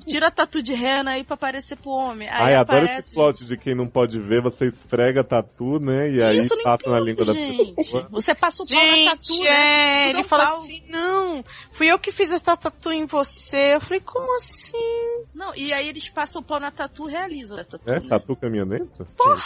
S5: Tira a tatu de rena aí pra aparecer pro homem. Aí
S1: Ai, adoro esse
S5: aparece...
S1: plot de quem não pode ver, você esfrega tatu, né? E aí
S5: Isso eu não
S1: passa na língua
S5: entendo,
S1: da
S5: gente.
S1: pessoa.
S5: Você passa o pau na tatu,
S2: Gente, é,
S5: né? Tudo é
S2: ele
S5: um
S2: fala
S5: pau.
S2: assim, não, fui eu que fiz essa tatu em você. Eu falei, como assim?
S5: Não, e aí eles passam o pau na tatu e realizam a tatu.
S1: É,
S5: né?
S1: tatu caminhoneta? Porra!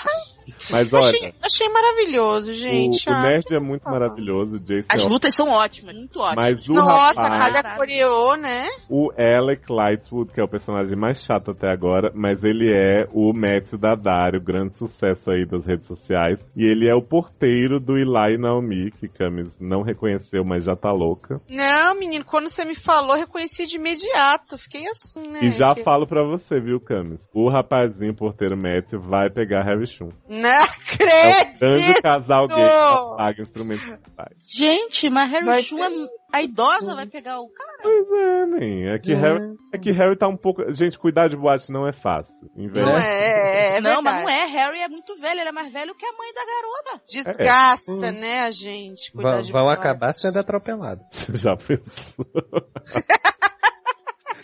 S1: Mas olha,
S2: Achei, achei maravilhoso, gente.
S1: o, o
S2: Ah,
S1: nerd é muito maravilhoso, o Jason.
S5: As
S1: é
S5: lutas são ótimas, muito ótimas.
S1: Mas o
S2: Nossa,
S1: rapaz,
S2: cada coreô, né?
S1: o Alec Lightwood, que é o personagem mais chato até agora, mas ele é o Matthew Daddario, grande sucesso aí das redes sociais. E ele é o porteiro do Eli Naomi, que Camis não reconheceu, mas já tá louca.
S2: Não, menino, quando você me falou, reconheci de imediato. Fiquei assim, né?
S1: E já
S2: que-
S1: falo pra você, viu, Camis? O rapazinho porteiro Matthew vai pegar Harry Shum.
S2: Não
S5: Né?
S1: É o grande
S2: acredito!
S1: casal gay que paga instrumentos musicais.
S5: Gente, mas Harry
S3: Vai
S5: Shum, é- a idosa vai pegar o cara.
S1: Pois é, nem. É que, Harry, é que Harry tá um pouco. Gente, cuidar de boate não é fácil. Envelhece.
S2: Não é, é, é
S5: não, mas
S2: verdade.
S5: não é. Harry é muito velho, ele é mais velho que a mãe da garota.
S3: é.
S1: É.
S2: Desgasta, né, a gente?
S4: Vão-
S2: cuidar de
S4: vão
S2: fora.
S4: acabar sendo atropelados.
S1: Já pensou?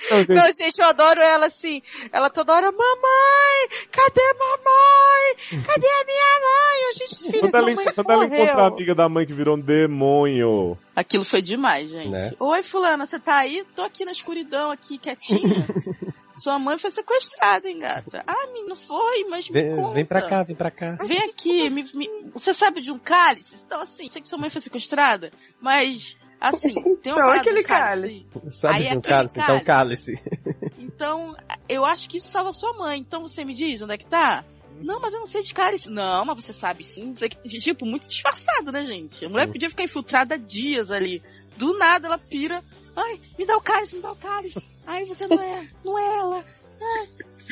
S1: Não, gente,
S2: Não, gente, eu adoro ela assim. Ela toda hora, mamãe, cadê mamãe? Cadê a minha mãe? A gente, os filhos,
S1: Quando ela,
S2: mamãe
S1: en- quando ela encontra a
S2: morreu.
S1: amiga da mãe que virou um demônio.
S5: Aquilo foi demais, gente.
S4: Né?
S5: Oi, fulana, você tá aí? Tô aqui na escuridão, aqui, quietinha. Sua mãe foi sequestrada, hein, gata? Ah, menino, foi, mas me
S4: Vem,
S5: conta.
S4: vem pra cá, vem pra cá.
S5: Vem aqui, me- me- você sabe de um cálice? Então, assim, sei que sua mãe foi sequestrada, mas, assim, tem uma
S3: Então,
S5: parada
S3: aquele
S5: do cálice.
S3: cálice.
S4: Sabe
S5: Aí
S4: de um
S5: aquele
S4: cálice? Então
S5: cálice.
S4: cálice.
S5: Então, eu acho que isso salva sua mãe. Então você me diz onde é que tá? Não, mas eu não sei de cálice. Não, mas você sabe sim. não sei que- Tipo, muito disfarçado, né, gente? A mulher podia ficar infiltrada dias ali. Do nada ela pira. Ai, me dá o cálice, me dá o cálice. Ai, você não é, não é ela.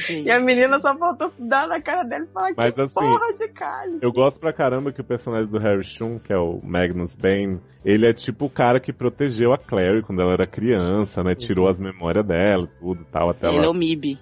S3: E a menina só faltou dar na cara dela e falar
S1: Mas
S3: que
S1: assim,
S3: porra de cálice.
S1: eu gosto pra caramba que o personagem do Harry Shum, que é o Magnus Bane, ele é tipo o cara que protegeu a Clary quando ela era criança, né? Tirou as memórias dela, tudo e tal, até
S5: Ele é
S1: ela.
S5: o Mib.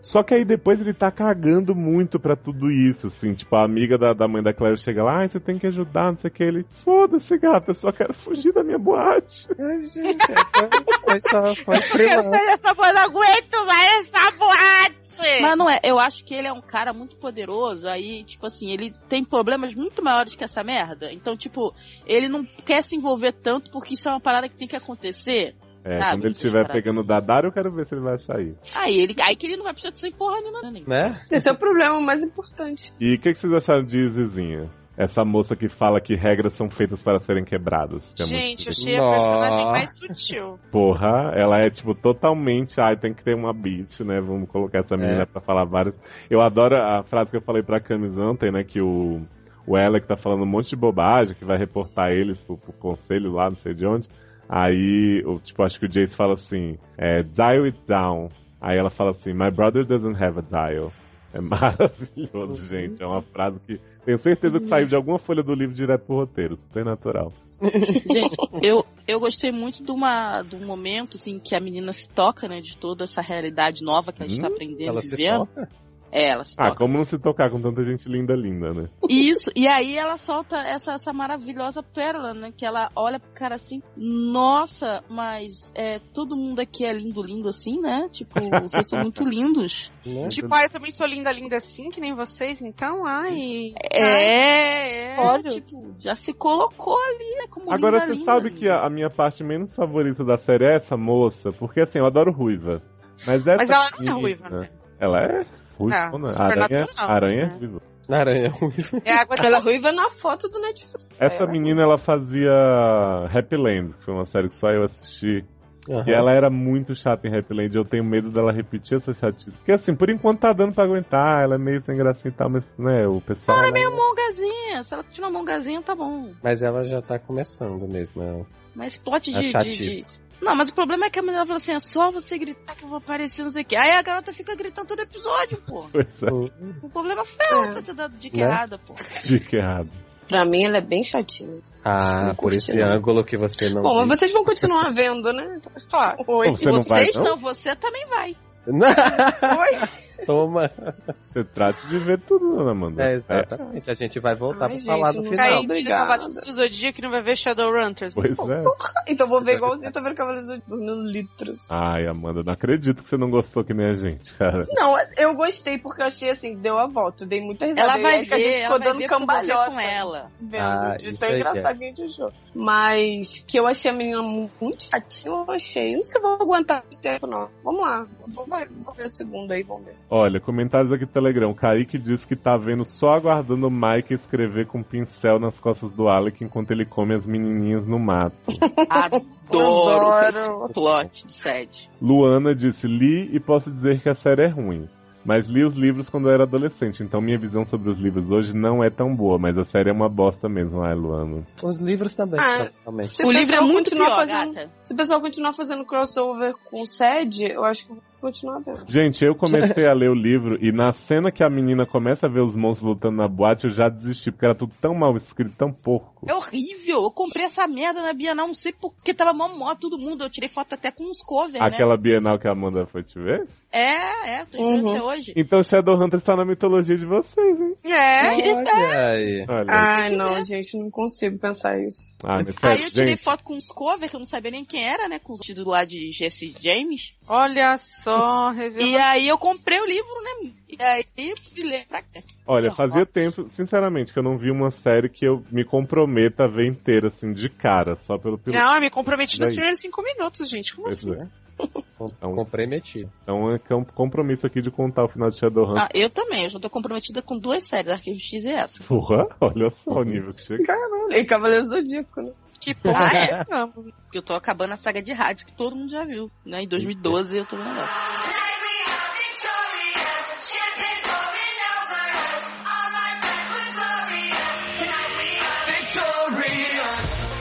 S1: Só que aí depois ele tá cagando muito pra tudo isso, assim. Tipo, a amiga da, da mãe da Clary chega lá, ai, você tem que ajudar, não sei o que. Ele, foda-se, gata, eu só quero fugir da minha boate.
S4: Ai, gente, é foi, foi só, foi freelance.
S2: Essa porra, não aguento mais essa boate!
S5: Mas não é, eu acho que ele é um cara muito poderoso, aí, tipo assim, ele tem problemas muito maiores que essa merda. Então, tipo, ele não quer se envolver tanto porque isso é uma parada que tem que acontecer.
S1: É,
S5: Ah,
S1: quando
S5: muito
S1: ele estiver
S5: descarado.
S1: pegando o Dadar, eu quero ver se ele vai sair.
S5: Aí ele, aí que ele não vai precisar de porra nenhuma. né?
S4: Né?
S3: Esse é o problema mais importante.
S1: E o que, que vocês acharam de Zizinha? Essa moça que fala que regras são feitas para serem quebradas. que é muito
S2: Gente, eu
S1: difícil.
S2: achei a personagem
S4: Nossa.
S2: mais sutil.
S1: Porra, ela é tipo totalmente. Ai, tem que ter uma beat, né? Vamos colocar essa menina pra falar várias. Eu adoro a frase que eu falei pra Camis ontem, né? Que o, o Alec tá falando um monte de bobagem, que vai reportar eles pro, pro conselho lá, não sei de onde. Aí, o- tipo, acho que o Jace fala assim: é, dial it down. Aí ela fala assim: My brother doesn't have a dial. É maravilhoso, gente. É uma frase que tenho certeza que saiu de alguma folha do livro direto pro roteiro. Super natural.
S5: Gente, eu, eu gostei muito de, uma, de um momento, assim, que a menina se toca, né, de toda essa realidade nova que a gente tá
S1: Hum,
S5: aprendendo
S4: Ela
S5: e
S4: se
S5: vivendo.
S4: toca.
S5: É, ela se
S1: Ah,
S5: toca.
S1: como não se tocar com tanta gente linda, linda, né?
S5: Isso, e aí ela solta essa, essa maravilhosa pérola, né, que ela olha pro cara assim, nossa, mas é, todo mundo aqui é lindo, lindo assim, né? Tipo, vocês são muito lindos.
S4: Né?
S2: Tipo, ah, eu também sou linda, linda assim, que nem vocês, então, ai.
S5: É, é,
S2: olha.
S5: tipo, já se colocou ali, né, como
S1: Agora
S5: linda,
S1: você
S5: linda,
S1: sabe
S5: linda.
S1: que a, a minha parte menos favorita da série é essa moça, porque assim, eu adoro ruiva. Mas, essa
S2: Mas ela não é
S1: menina,
S2: ruiva, né?
S1: Ela é ruiva,
S2: Não,
S1: né?
S2: super
S1: Aranha,
S2: natural,
S1: aranha
S2: né?
S1: é ruiva.
S4: Aranha.
S2: É água de
S3: Ela ruiva na foto do Netflix.
S5: É.
S1: Essa menina, ela fazia Happy Land, que foi uma série que só eu assisti. E ela era muito chata em Happy Land, eu tenho medo dela repetir essa chatice. Porque assim, por enquanto tá dando pra aguentar, ela é meio sem gracinha e tal, mas né, o pessoal...
S4: Ela é
S5: meio mongazinha, se ela continuar mongazinha, tá bom.
S4: Mas ela já tá começando mesmo. é
S5: Mas plot
S4: A
S5: de, de, de,
S4: chatice.
S5: Não, mas o problema é que a mulher fala assim, é só você gritar que eu vou aparecer, não sei o quê. Aí a garota fica gritando todo episódio, pô.
S1: Pois é,
S5: O tá problema foi ela ter dado dica
S4: Né?
S5: errada, pô.
S1: dica errada.
S3: Pra mim, ela é bem chatinha.
S4: Ah,
S3: Não
S4: por
S3: curti,
S4: esse
S3: não.
S4: ângulo que você não.
S3: Bom,
S4: viu.
S3: mas vocês vão continuar vendo, né?
S1: Você não vai,
S5: Vocês
S1: não?
S5: você também vai.
S4: Não.
S3: Oi?
S4: Toma.
S1: Você trate de ver tudo, né, Amanda?
S4: É, exatamente. A gente vai voltar
S3: Ai,
S4: pra falar
S3: gente,
S4: no
S3: não
S2: Caí
S4: final.
S3: cai.
S2: de
S3: obrigada.
S2: Cavaleiros do tá Zodíaco e não vai ver né? Shadowrunters.
S1: Pois é.
S3: Então vou ver igualzinho, tô vendo Cavaleiros do- dormindo litros.
S4: Ah.
S1: Ai, Amanda, não acredito que você não gostou que nem a gente, cara.
S3: Não, eu gostei porque eu achei assim, deu a volta, dei muita risada.
S5: Ela
S1: é.
S3: E
S5: vai
S3: aí que a
S5: ver,
S3: gente
S5: ela
S3: ficou
S5: vai
S3: dando
S5: ver porque eu vou ver
S3: cambalhota.
S5: com ela.
S3: vendo
S4: Ah,
S3: de
S4: isso
S3: tão
S4: aí que é.
S3: engraçadinho de jogo. Mas que eu achei a menina mu- muito chatinha, eu achei. Não sei se eu vou aguentar muito tempo, não. Vamos lá. Vou, vai- vou ver o segundo aí, vamos ver.
S1: Olha, comentários aqui do Telegram. Kaique diz que tá vendo só aguardando o Mike escrever com um pincel nas costas do Alec enquanto ele come as menininhas no mato.
S5: Adoro esse plot de sede.
S1: Luana disse: li e posso dizer que a série é ruim. Mas li os livros quando eu era adolescente, então minha visão sobre os livros hoje não é tão boa, mas a série é uma bosta mesmo, ai Luana.
S4: Os livros também.
S3: Ah.
S4: são- também.
S3: Se
S5: o livro é
S3: pessoal
S5: muito
S3: continuar
S5: pior,
S3: fazendo,
S5: gata.
S3: Se o pessoal continuar fazendo crossover com sede, eu acho que eu vou continuar vendo.
S1: Gente, eu comecei a ler o livro e na cena que a menina começa a ver os monstros lutando na boate, eu já desisti, porque era tudo tão mal escrito, tão porco.
S5: É horrível. Eu comprei essa merda na Bienal, não sei porque tava mó mó todo mundo. Eu tirei foto até com uns covers, né?
S1: Aquela Bienal que a Amanda foi te ver?
S5: É, é, tô esperando
S3: Uhum.
S5: até hoje.
S1: Então Shadowhunter está na mitologia de vocês, hein?
S2: É.
S4: Olha aí.
S1: Olha.
S3: Ai, não, gente, não consigo pensar isso.
S1: Ah, mas
S5: Aí eu
S1: sério,
S5: tirei
S1: gente,
S5: foto com uns covers que eu não sabia nem quem era, né? Com os títulos lá de Jesse James.
S2: Olha só, revelou.
S5: E aí eu comprei o livro, né? E aí fui ler pra cá.
S1: olha,
S5: que
S1: fazia
S5: horror.
S1: tempo, sinceramente, que eu não vi uma série que eu me comprometa a ver inteira, assim, de cara, só pelo piloto.
S2: Não, eu me comprometi nos
S1: Daí.
S2: primeiros cinco minutos, gente. Como assim?
S4: Com-
S1: Então-
S4: Comprometido.
S1: Então é que é um compromisso aqui de contar o final de Shadowhunter.
S5: Ah, eu também, eu já tô comprometida com duas séries, Arquivo X e essa.
S1: Porra, olha só o nível que chega.
S3: E Cavaleiros do Zodíaco, né?
S2: Que porra.
S5: Ah, é?
S2: Vamos.
S5: Porque eu tô acabando a saga de rádio que todo mundo já viu, né? Em 2012 eu tô vendo essa.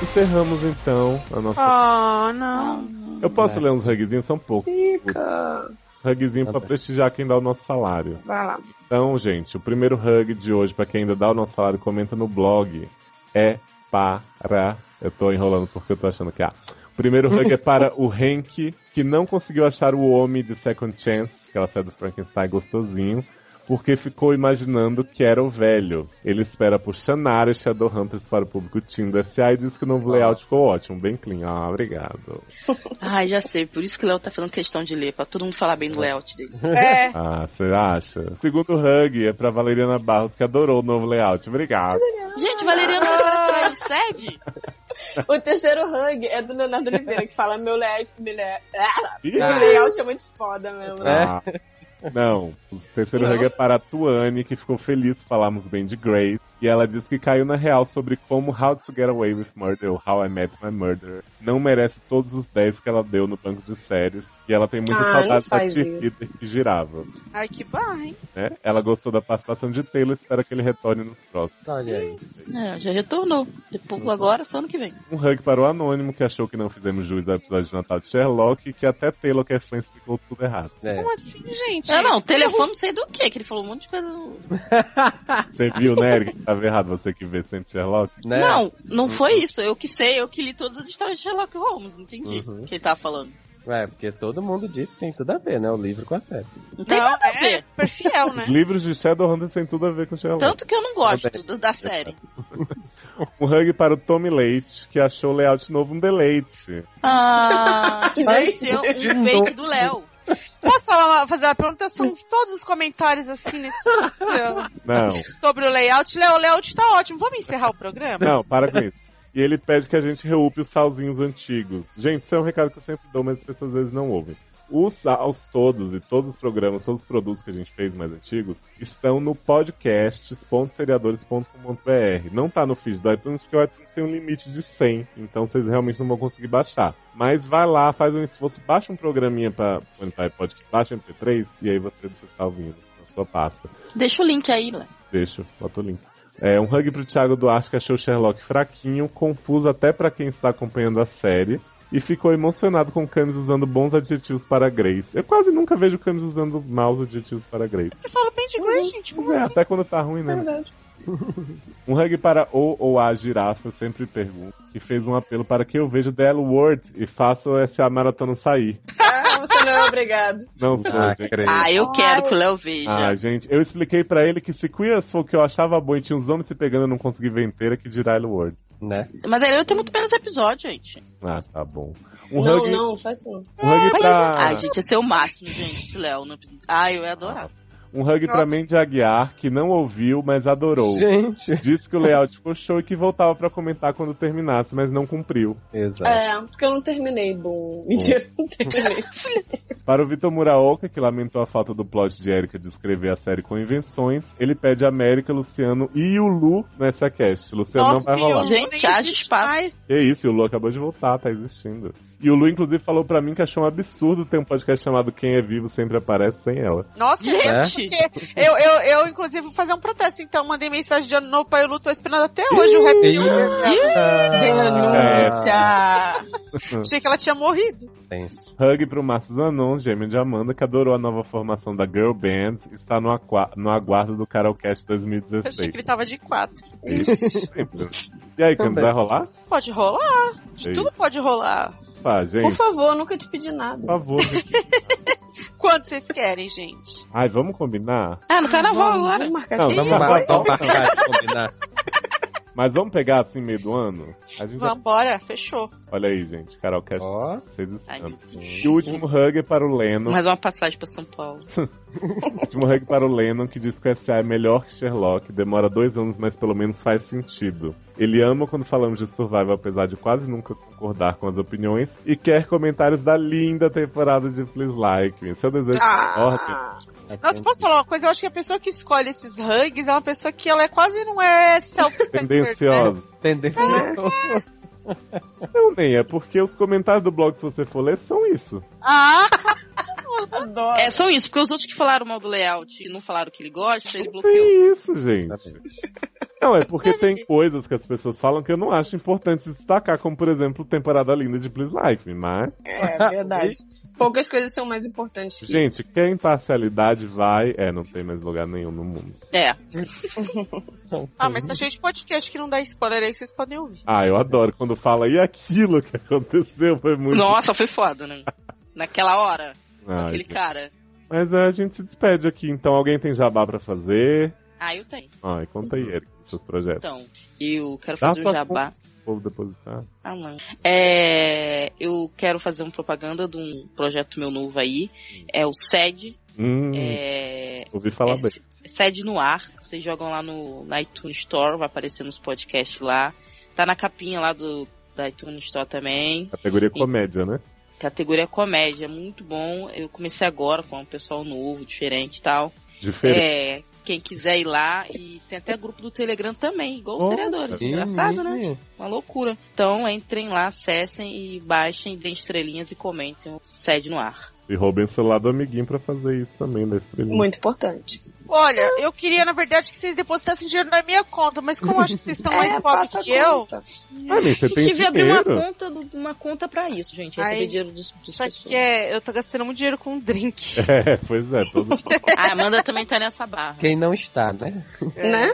S1: Encerramos então a nossa.
S5: Ah, é?
S2: Oh, não.
S1: Eu posso ler uns rugzinhos? São poucos.
S3: Fica.
S1: Rugzinho
S4: É. Tá
S1: pra
S4: bem.
S1: prestigiar quem dá o nosso salário.
S3: Vai lá.
S1: Então, gente, o primeiro hug de hoje, pra quem ainda dá o nosso salário, comenta no blog. É para. Eu tô enrolando porque eu tô achando que ah. O primeiro hug é para o Henk, que não conseguiu achar o homem de Second Chance, aquela série do Frankenstein gostosinho, porque ficou imaginando que era o velho. Ele espera por Shannara e Shadowhunters para o público Team do SA e diz que o novo layout ficou ótimo, bem clean. Ah, obrigado.
S5: Ai, já sei, por isso que o Léo tá fazendo questão de ler, pra todo mundo falar bem do layout dele.
S2: É.
S1: Ah, você acha? O segundo hug é pra Valeriana Barros, que adorou o novo layout. Obrigado.
S5: Gente, Valeriano tá vai trabalhar no sede?
S3: O terceiro hug é do Leonardo Oliveira, que fala meu layout, meu layout, ah,
S1: Ih,
S3: meu layout é muito foda mesmo. né?
S1: Ah, Não, o terceiro
S3: Não?
S1: hug é para a Tuane, que ficou feliz que falamos bem de Grace. E ela diz que caiu na real sobre como How to Get Away with Murder ou How I Met My Murderer não merece todos os 10 que ela deu no banco de séries. E ela tem muita
S3: Ah, não
S1: saudade da
S3: faz
S1: Cheerleader que girava.
S2: Ai, que barra, hein?
S1: Né? Ela gostou da participação de Taylor e espera que ele retorne nos próximos.
S4: Olha aí.
S5: É, já retornou. Depois, agora, só ano que vem.
S1: Um hug para o Anônimo, que achou que não fizemos jus ao episódio de Natal de Sherlock e que até Taylor que é fã explicou tudo errado.
S4: É.
S2: Como assim, gente?
S5: Ah, não, telefone não sei do que, que ele falou um monte de coisa.
S1: Você viu, né, Eric? que Tava errado você que vê sempre Sherlock.
S4: Né?
S5: Não, não foi isso. Eu que sei, eu que li todas as histórias de Sherlock Holmes, não entendi
S4: Uhum.
S5: o que ele tava falando.
S4: É, porque todo mundo diz que tem tudo a ver, né? O livro com a série.
S5: Não tem nada a ver.
S2: é super fiel, né?
S1: Os livros de Shadowhunters têm tudo a ver com Sherlock.
S5: Tanto que eu não gosto do- da série.
S1: Um hug para o Tommy Leite, que achou o layout novo um deleite.
S5: Ah, que vai ser um fake do Léo.
S2: Posso falar uma- fazer uma pergunta? São todos os comentários assim nesse vídeo
S1: Não,
S2: sobre o layout. Léo, o layout tá ótimo. Vamos encerrar o programa?
S1: não, para com isso. E ele pede que a gente reupe os salzinhos antigos. Gente, isso é um recado que eu sempre dou, mas as pessoas às vezes não ouvem. Os saus todos e todos os programas, todos os produtos que a gente fez mais antigos, estão no podcasts.seriadores.com.br. Não tá no feed do iTunes, porque o iTunes tem um limite de 100, então vocês realmente não vão conseguir baixar. Mas vai lá, faz um esforço, baixa um programinha pra pra iPod, baixa MP3, e aí você deixa os salvinhos na sua pasta.
S5: Deixa o link aí, Léo.
S1: Deixa, bota o link. É, um hug pro Thiago Duarte que achou o Sherlock fraquinho, confuso até pra quem está acompanhando a série. E ficou emocionado com o Camis usando bons adjetivos para Grace. Eu quase nunca vejo o Camis usando maus adjetivos para Grace.
S2: Eu falo bem de Grey, gente. Como
S1: É,
S2: assim?
S1: até quando tá ruim, né?
S3: Verdade.
S1: Um hug para o ou a girafa, eu sempre pergunto, que fez um apelo para que eu veja The L Word e faça essa maratona sair.
S3: Ah, Você não é obrigado.
S1: Não sou,
S4: Ah,
S1: gente.
S4: creio.
S5: Ah, eu quero que o Léo veja.
S1: Ah, gente, eu expliquei pra ele que se Queer as Folk eu achava bom e tinha uns homens se pegando eu não consegui ver inteira, que dirá ele Word.
S4: Né?
S5: Mas aí eu tenho muito menos episódio, gente.
S1: Ah, tá bom. Um
S3: Não,
S1: hug,
S3: não, faz assim. isso não.
S1: Um hug pra,
S5: Ai, gente, ia ser o máximo, gente, Léo. Não... Ah, eu ia adorar.
S1: um hug pra
S3: Nossa.
S1: Mandy Aguiar, que não ouviu, mas adorou.
S4: Gente.
S1: Disse que o layout ficou show e que voltava pra comentar quando terminasse, mas não cumpriu. Tá.
S4: Exato.
S3: É, porque eu não terminei, bom. Mentira, não terminei.
S1: Para o Vitor Muraoka, que lamentou a falta do plot de Erika de escrever a série com invenções, ele pede a América, Luciano e o Lu nessa cast. Luciano não vai rolar.
S5: Gente, haja espaço.
S1: É isso, e o Lu acabou de voltar, tá existindo. E o Lu, inclusive, falou pra mim que achou um absurdo ter um podcast chamado Quem é Vivo Sempre Aparece Sem Ela.
S6: Nossa,
S4: Né?
S6: gente, porque eu, eu, eu, inclusive, vou fazer um protesto. Então, mandei mensagem de ano novo pra Elu, tô esperando até hoje o Happy New Year.
S1: Ah.
S3: Denúncia!
S6: Achei que ela tinha morrido.
S4: Denúncia.
S1: Hug pro Márcio Zanon, gêmeo de Amanda, que adorou a nova formação da Girl Band, está no, aqua- no aguardo do Carolcast
S6: Eu achei
S1: 2016.
S6: que ele tava de quatro.
S1: É isso, sempre. E aí, Cami,
S4: Também.
S1: vai rolar?
S6: Pode rolar.
S1: Ei.
S6: De tudo pode rolar.
S1: Pá,
S3: Por
S1: gente,
S3: favor, nunca te pedi nada.
S1: por favor. gente.
S6: Quanto vocês querem, gente?
S1: Ai, vamos combinar?
S5: Ah, no carnaval
S3: Vamos,
S5: agora.
S3: Vamos marcar
S1: Não,
S3: de-
S1: vamos
S3: Ih,
S1: marcar
S4: Mas
S3: agora-
S4: só pra acabar de combinar.
S1: Mas vamos pegar assim, meio do ano? A gente já...
S6: Vambora, fechou.
S1: Olha aí, gente, Carolcast
S4: Ó,
S1: vocês
S5: Ai,
S1: estão.
S5: meu Deus.
S1: E o último hug é para o Leno.
S5: Mais uma passagem pra São Paulo.
S1: Último hug para o Lennon, que diz que o SA é melhor que Sherlock, demora dois anos, mas pelo menos faz sentido. Ele ama quando falamos de Survival, apesar de quase nunca concordar com as opiniões, e quer comentários da linda temporada de Please Like Me. Seu desejo é de sorte.
S3: Ah,
S4: é
S6: Nossa, posso falar uma coisa? Eu acho que a pessoa que escolhe esses hugs é uma pessoa que ela é quase não é self-centered. né?
S1: Tendenciosa.
S4: tendência.
S1: Não, nem é porque os comentários do blog, se você for ler, são isso.
S6: Ah,
S3: adoro.
S5: É, são isso, porque os outros que falaram mal do layout e não falaram que ele gosta, ele bloqueou.
S1: Tem isso, gente. Não, é porque tem coisas que as pessoas falam que eu não acho importante destacar, como, por exemplo, temporada linda de Please Like Me, mas...
S3: É verdade. Poucas coisas são mais importantes que
S1: Gente, quer imparcialidade vai. É, não tem mais lugar nenhum no mundo.
S5: É.
S6: ah,
S4: Uhum.
S6: mas tá cheio de podcast que não dá spoiler aí que vocês podem ouvir.
S1: Ah, eu adoro quando fala, e aquilo que aconteceu foi muito.
S5: Nossa, foi foda, né? Naquela hora,
S1: Ai,
S5: aquele
S1: gente.
S5: cara.
S1: Mas é, a gente se despede aqui, então alguém tem jabá pra fazer.
S5: Ah, eu tenho.
S1: Ai, conta
S5: Uhum.
S1: aí, Eric, seus projetos.
S5: Então, eu quero
S1: Dá
S5: fazer um
S1: sua
S5: jabá.
S1: O povo depositar.
S5: Ah, não. É, eu quero fazer uma propaganda de um projeto meu novo aí. É o SED.
S1: Hum,
S5: É,
S1: ouvi falar
S5: é
S1: bem.
S5: Sede no ar. Vocês jogam lá no na iTunes Store, vai aparecer nos podcasts lá. Tá na capinha lá do da iTunes Store também.
S1: Categoria comédia, né?
S5: Categoria comédia, muito bom. Eu comecei agora com um pessoal novo, diferente e tal.
S1: Diferente.
S5: É, quem quiser ir lá e tem até grupo do Telegram também, igual os
S1: Oh,
S5: vereadores.
S1: sim,
S5: Engraçado, né? Uma loucura. Então entrem lá, acessem e baixem, deem estrelinhas e comentem. o Sede no ar.
S1: E roubem o celular do amiguinho pra fazer isso também, né?
S3: Muito importante.
S6: Olha, eu queria, na verdade, que vocês depositassem dinheiro na minha conta, mas como eu acho que vocês estão mais pobres
S3: É, passa
S6: que eu,
S3: conta.
S1: Mami, você tem
S5: tive abrir uma
S1: dinheiro.
S5: conta, do- uma conta pra isso, gente.
S6: Ai,
S5: Receber dinheiro dos, dos
S6: isso
S5: pessoas.
S6: aqui é. Eu tô gastando muito dinheiro com um drink.
S1: É, pois é, todo
S5: A Amanda também tá nessa barra.
S4: Quem não está, né?
S3: Né?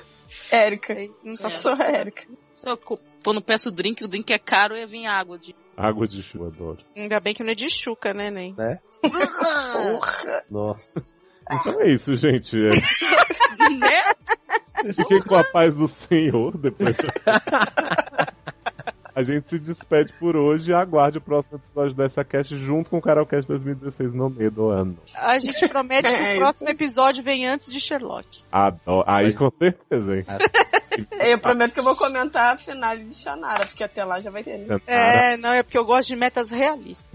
S3: Érica.
S6: É, Não tá
S3: Eu sou a Érica.
S5: Só co- Quando peço drink, o drink é caro e vem água de.
S1: água de chuva, adoro.
S6: Ainda bem que não é de chuca, né, nem.
S3: Porra.
S4: Nossa.
S1: Então é isso, gente. É,
S5: né?
S1: Fiquem com a paz do Senhor depois. A gente se despede por hoje e aguarde o próximo episódio dessa cast junto com o Carolcast 2016 no meio do ano.
S6: A gente promete que
S3: É
S6: o
S3: isso.
S6: próximo episódio vem antes de Sherlock.
S1: Adoro. Aí com certeza, hein?
S3: Eu prometo que eu vou comentar a finale de Xanara, porque até lá já vai ter. né?
S1: Janara,
S6: É, não, é porque eu gosto de metas realistas.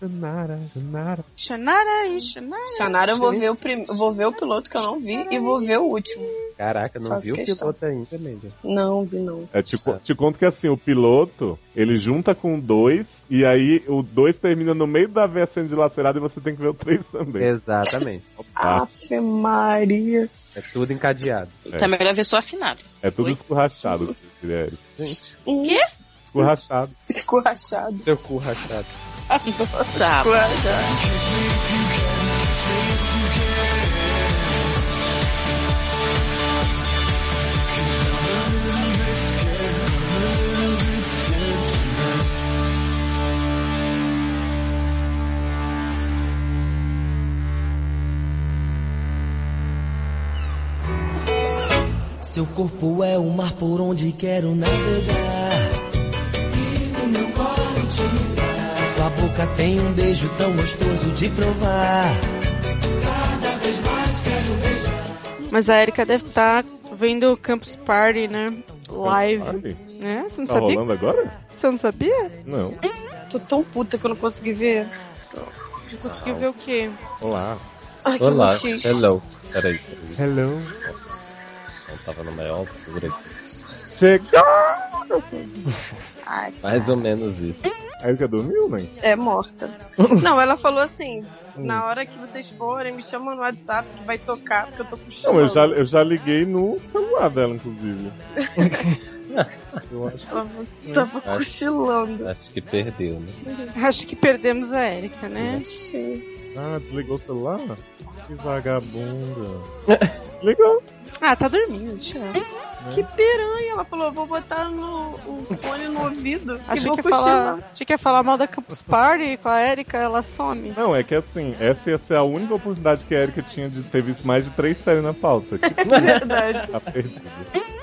S1: Janara, Janara.
S6: Xanara e Xanara.
S3: Xanara eu vou ver o prim... eu vou ver o piloto que eu não vi e vou ver o último.
S4: Caraca, não
S3: Faço
S4: viu o
S3: questão.
S4: piloto ainda, Mendy.
S3: Não, vi não.
S1: É, te, co- te conto que assim, o piloto, ele junta com o 2, e aí o 2 termina no meio da veia sendo dilacerada e você tem que ver o 3
S4: É.
S1: também.
S4: Exatamente.
S1: Opa,
S3: Afe Maria.
S4: É tudo encadeado.
S5: Tá melhor ver só a final.
S1: é tudo
S5: Oi?
S1: escorrachado, Guilherme.
S5: Quê?
S1: Escorrachado.
S3: Hum, Escorrachado.
S4: Seu cu rachado.
S5: Tá.
S3: Escorrachado.
S10: Seu corpo é o mar por onde quero navegar. E o meu colo te dá. Sua boca tem um beijo tão gostoso de provar. Cada vez mais quero beijar.
S2: Mas a Erika deve estar vendo o Campus Party, né? Live.
S1: Sabe?
S2: Né? Você não
S1: Tá
S2: sabia?
S1: rolando agora?
S2: Você não sabia?
S1: Não.
S6: Tô tão puta que eu não consegui ver.
S2: Você conseguiu ver o quê?
S1: Olá.
S3: Ai, que
S4: Olá,
S3: luxo.
S4: hello. Peraí, peraí.
S1: Hello.
S4: Não tava no maior, segura aqui.
S1: Chega!
S4: Mais ou menos isso.
S1: A Erika dormiu, né?
S3: É morta. Não, ela falou assim:
S4: Hum.
S3: na hora que vocês forem, me chamam no WhatsApp que vai tocar, porque eu tô com
S1: Não,
S3: sono.
S1: eu já, eu já liguei no celular dela, inclusive. eu acho
S3: Ela tava
S4: É.
S3: cochilando.
S4: Acho que perdeu, né?
S2: Acho que perdemos a Erika, né?
S3: Sim.
S1: Ah, desligou o celular? Que vagabunda. Ligou.
S2: Ah, tá dormindo, deixa eu
S6: É,
S2: ver.
S1: É.
S3: Que piranha. Ela falou: vou botar no, o fone no ouvido e
S2: Achei
S3: vou
S2: que, ia
S3: cochilar.
S2: falar, achei que ia falar mal da Campus Party com a Erika, ela some.
S1: Não, é que assim, essa ia ser a única oportunidade que a Erika tinha de ter visto mais de três séries na pauta. Que
S3: Verdade.
S1: tá perdida.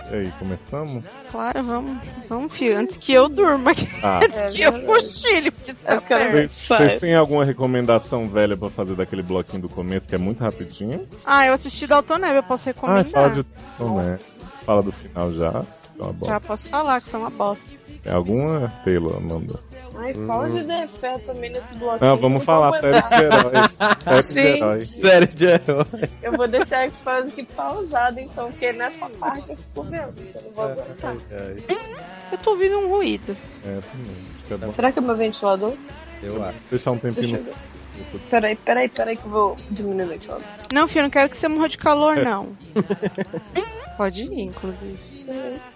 S1: E aí, começamos?
S2: Claro, "Ah, vamos, vamos, filho. Antes que eu durma, que
S1: Ah,
S6: É
S2: eu cochile, porque tá
S3: Eu quero
S2: perto.
S3: ver.
S1: vocês vocês têm alguma recomendação velha pra fazer daquele bloquinho do começo que é muito rapidinho?
S2: Ah, eu assisti Dalton Web, eu posso
S1: Ah, fala
S2: recomendar.
S1: de tudo, né? Fala do final já. Tá bom.
S2: Já posso falar que foi uma bosta.
S1: É alguma? Taylor, manda.
S3: Ai,
S4: Hum.
S3: fala de Defé também nesse bloco.
S1: Não, vamos falar
S3: né?
S1: série de herói. Série de
S3: Então Gente.
S1: herói.
S4: Série de herói.
S3: Eu vou deixar a X-Files aqui pausada, então, porque nessa parte eu fico vendo. Eu não vou aguentar.
S2: Eu tô ouvindo um ruído.
S1: É, também. Fica bom.
S3: Será que é meu ventilador?
S4: Eu acho.
S1: Deixar um tempinho
S3: Deixa
S1: no
S3: eu ver. Peraí, peraí, peraí que eu vou diminuir o ventilador.
S2: Não, filho, não quero que você morra de calor, não. Pode ir, inclusive.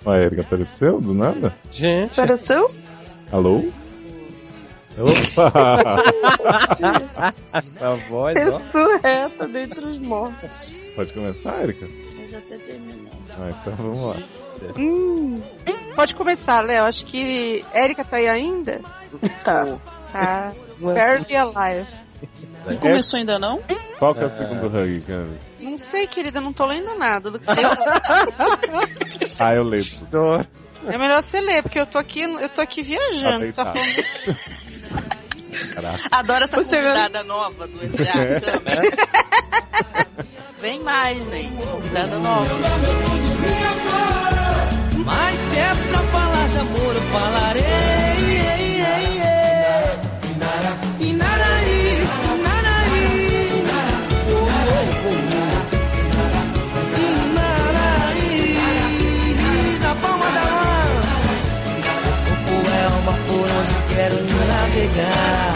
S1: A Erika apareceu do nada?
S4: Gente,
S3: Pareceu?
S1: Alô? Opa!
S4: a voz, ó.
S3: Ressurreta dentre os mortos.
S1: Pode começar, Erika?
S5: Eu já até terminei.
S1: Ah, então vamos lá.
S2: Hum. Pode começar, Léo. Acho que Erika tá aí ainda.
S3: Tá.
S2: Tá. Barely alive.
S5: Não começou ainda não?
S1: Qual que é o segundo hug, Cami?
S2: Não sei, querida, eu não tô lendo nada do que você
S1: Ah, eu leio.
S2: É melhor você ler, porque eu tô aqui, eu tô aqui viajando. Você tá
S1: Apeitar.
S2: falando.
S5: Adoro essa
S3: Você
S5: convidada nova do Eduardo
S1: É.
S5: também. Vem mais, né? Convidada nova.
S10: Mas se é pra falar de amor, eu falarei. Inara, Inaraí, Inaraí, Oh, oh, oh. Inaraí, na palma da mão. Seu corpo é uma por onde quero navegar.